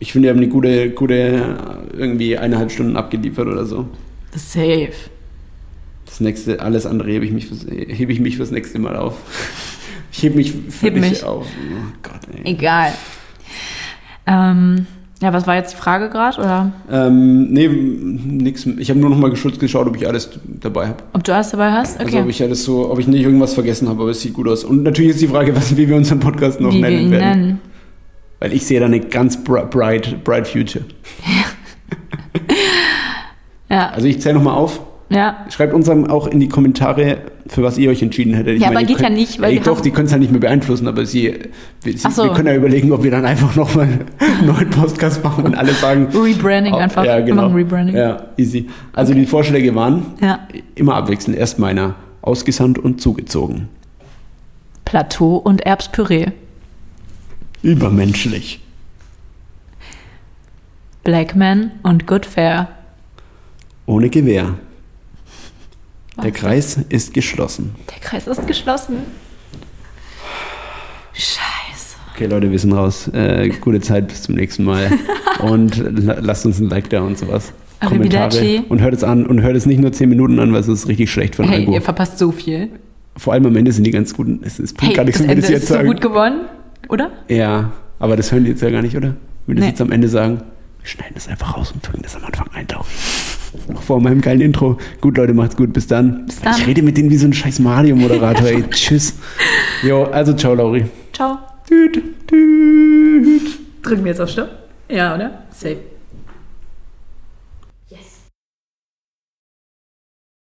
[SPEAKER 1] ich finde, wir haben eine gute, gute äh, irgendwie eineinhalb Stunden abgeliefert oder so.
[SPEAKER 2] Safe.
[SPEAKER 1] Das nächste, alles andere hebe ich mich fürs, hebe ich mich fürs nächste Mal auf. *laughs* Ich hebe mich für
[SPEAKER 2] Heb
[SPEAKER 1] dich
[SPEAKER 2] mich.
[SPEAKER 1] auf. Oh Gott, ey.
[SPEAKER 2] Egal. Ähm, ja, was war jetzt die Frage gerade? Oder
[SPEAKER 1] Ähm, nee, nix. Ich habe nur noch mal geschützt geschaut, ob ich alles dabei habe.
[SPEAKER 2] ob du alles dabei hast? Okay.
[SPEAKER 1] Also ob ich alles so, ob ich nicht irgendwas vergessen habe, aber es sieht gut aus. Und natürlich ist die Frage, was, wie wir unseren Podcast noch
[SPEAKER 2] Wie wir
[SPEAKER 1] nennen
[SPEAKER 2] ihn
[SPEAKER 1] werden.
[SPEAKER 2] nennen.
[SPEAKER 1] Weil ich sehe da eine ganz bri- bright, bright future.
[SPEAKER 2] Ja.
[SPEAKER 1] Also ich zähle noch mal auf.
[SPEAKER 2] Ja.
[SPEAKER 1] Schreibt uns dann auch in die Kommentare, für was ihr euch entschieden hättet. Ich
[SPEAKER 2] Ja, aber
[SPEAKER 1] ihr
[SPEAKER 2] geht
[SPEAKER 1] könnt-
[SPEAKER 2] ja nicht, weil
[SPEAKER 1] Ey,
[SPEAKER 2] wir
[SPEAKER 1] doch,
[SPEAKER 2] haben-
[SPEAKER 1] die können es halt nicht mehr beeinflussen, aber sie, wir- sie
[SPEAKER 2] Ach so.
[SPEAKER 1] wir können ja überlegen, ob wir dann einfach nochmal *laughs* einen neuen Podcast machen und alle sagen.
[SPEAKER 2] *laughs* Rebranding einfach.
[SPEAKER 1] Ja,
[SPEAKER 2] Wir
[SPEAKER 1] genau.
[SPEAKER 2] machen Rebranding.
[SPEAKER 1] Ja, easy. Also die Vorschläge waren
[SPEAKER 2] Ja.
[SPEAKER 1] immer abwechselnd. Erst meiner ausgesandt und zugezogen.
[SPEAKER 2] Plateau und Erbspüree.
[SPEAKER 1] Übermenschlich.
[SPEAKER 2] Black Man und Good Fair.
[SPEAKER 1] Ohne Gewehr. Der
[SPEAKER 2] Wahnsinn.
[SPEAKER 1] Kreis ist geschlossen.
[SPEAKER 2] Der Kreis ist geschlossen. Scheiße.
[SPEAKER 1] Okay, Leute, wir sind raus. Äh, gute Zeit, bis zum nächsten
[SPEAKER 2] *laughs*
[SPEAKER 1] Mal. Und la lasst uns ein Like da und sowas.
[SPEAKER 2] Arrivederci.
[SPEAKER 1] Kommentare. Und hört es an. Und hört es nicht nur 10 Minuten an, weil es ist richtig schlecht von
[SPEAKER 2] Hey,
[SPEAKER 1] Algo.
[SPEAKER 2] ihr verpasst so viel.
[SPEAKER 1] Vor allem am Ende sind die ganz guten. Es ist
[SPEAKER 2] Hey,
[SPEAKER 1] gar nichts,
[SPEAKER 2] das
[SPEAKER 1] wenn wir das
[SPEAKER 2] Ende
[SPEAKER 1] jetzt
[SPEAKER 2] ist so
[SPEAKER 1] sagen.
[SPEAKER 2] gut geworden, oder?
[SPEAKER 1] ja, aber das hören die jetzt ja gar nicht, oder? Wenn wir das
[SPEAKER 2] Nee.
[SPEAKER 1] jetzt am Ende sagen, wir schneiden das einfach raus und fügen das am Anfang ein. Doch. Noch vor meinem geilen Intro. Gut, Leute, macht's gut. Bis dann.
[SPEAKER 2] Bis dann.
[SPEAKER 1] Ich rede mit denen wie so ein scheiß Mario-Moderator. ey. Tschüss. Jo, also ciao, Lauri.
[SPEAKER 2] Ciao.
[SPEAKER 1] Tüt, tüt.
[SPEAKER 2] Drücken wir jetzt auf Stopp? Ja, oder? Safe.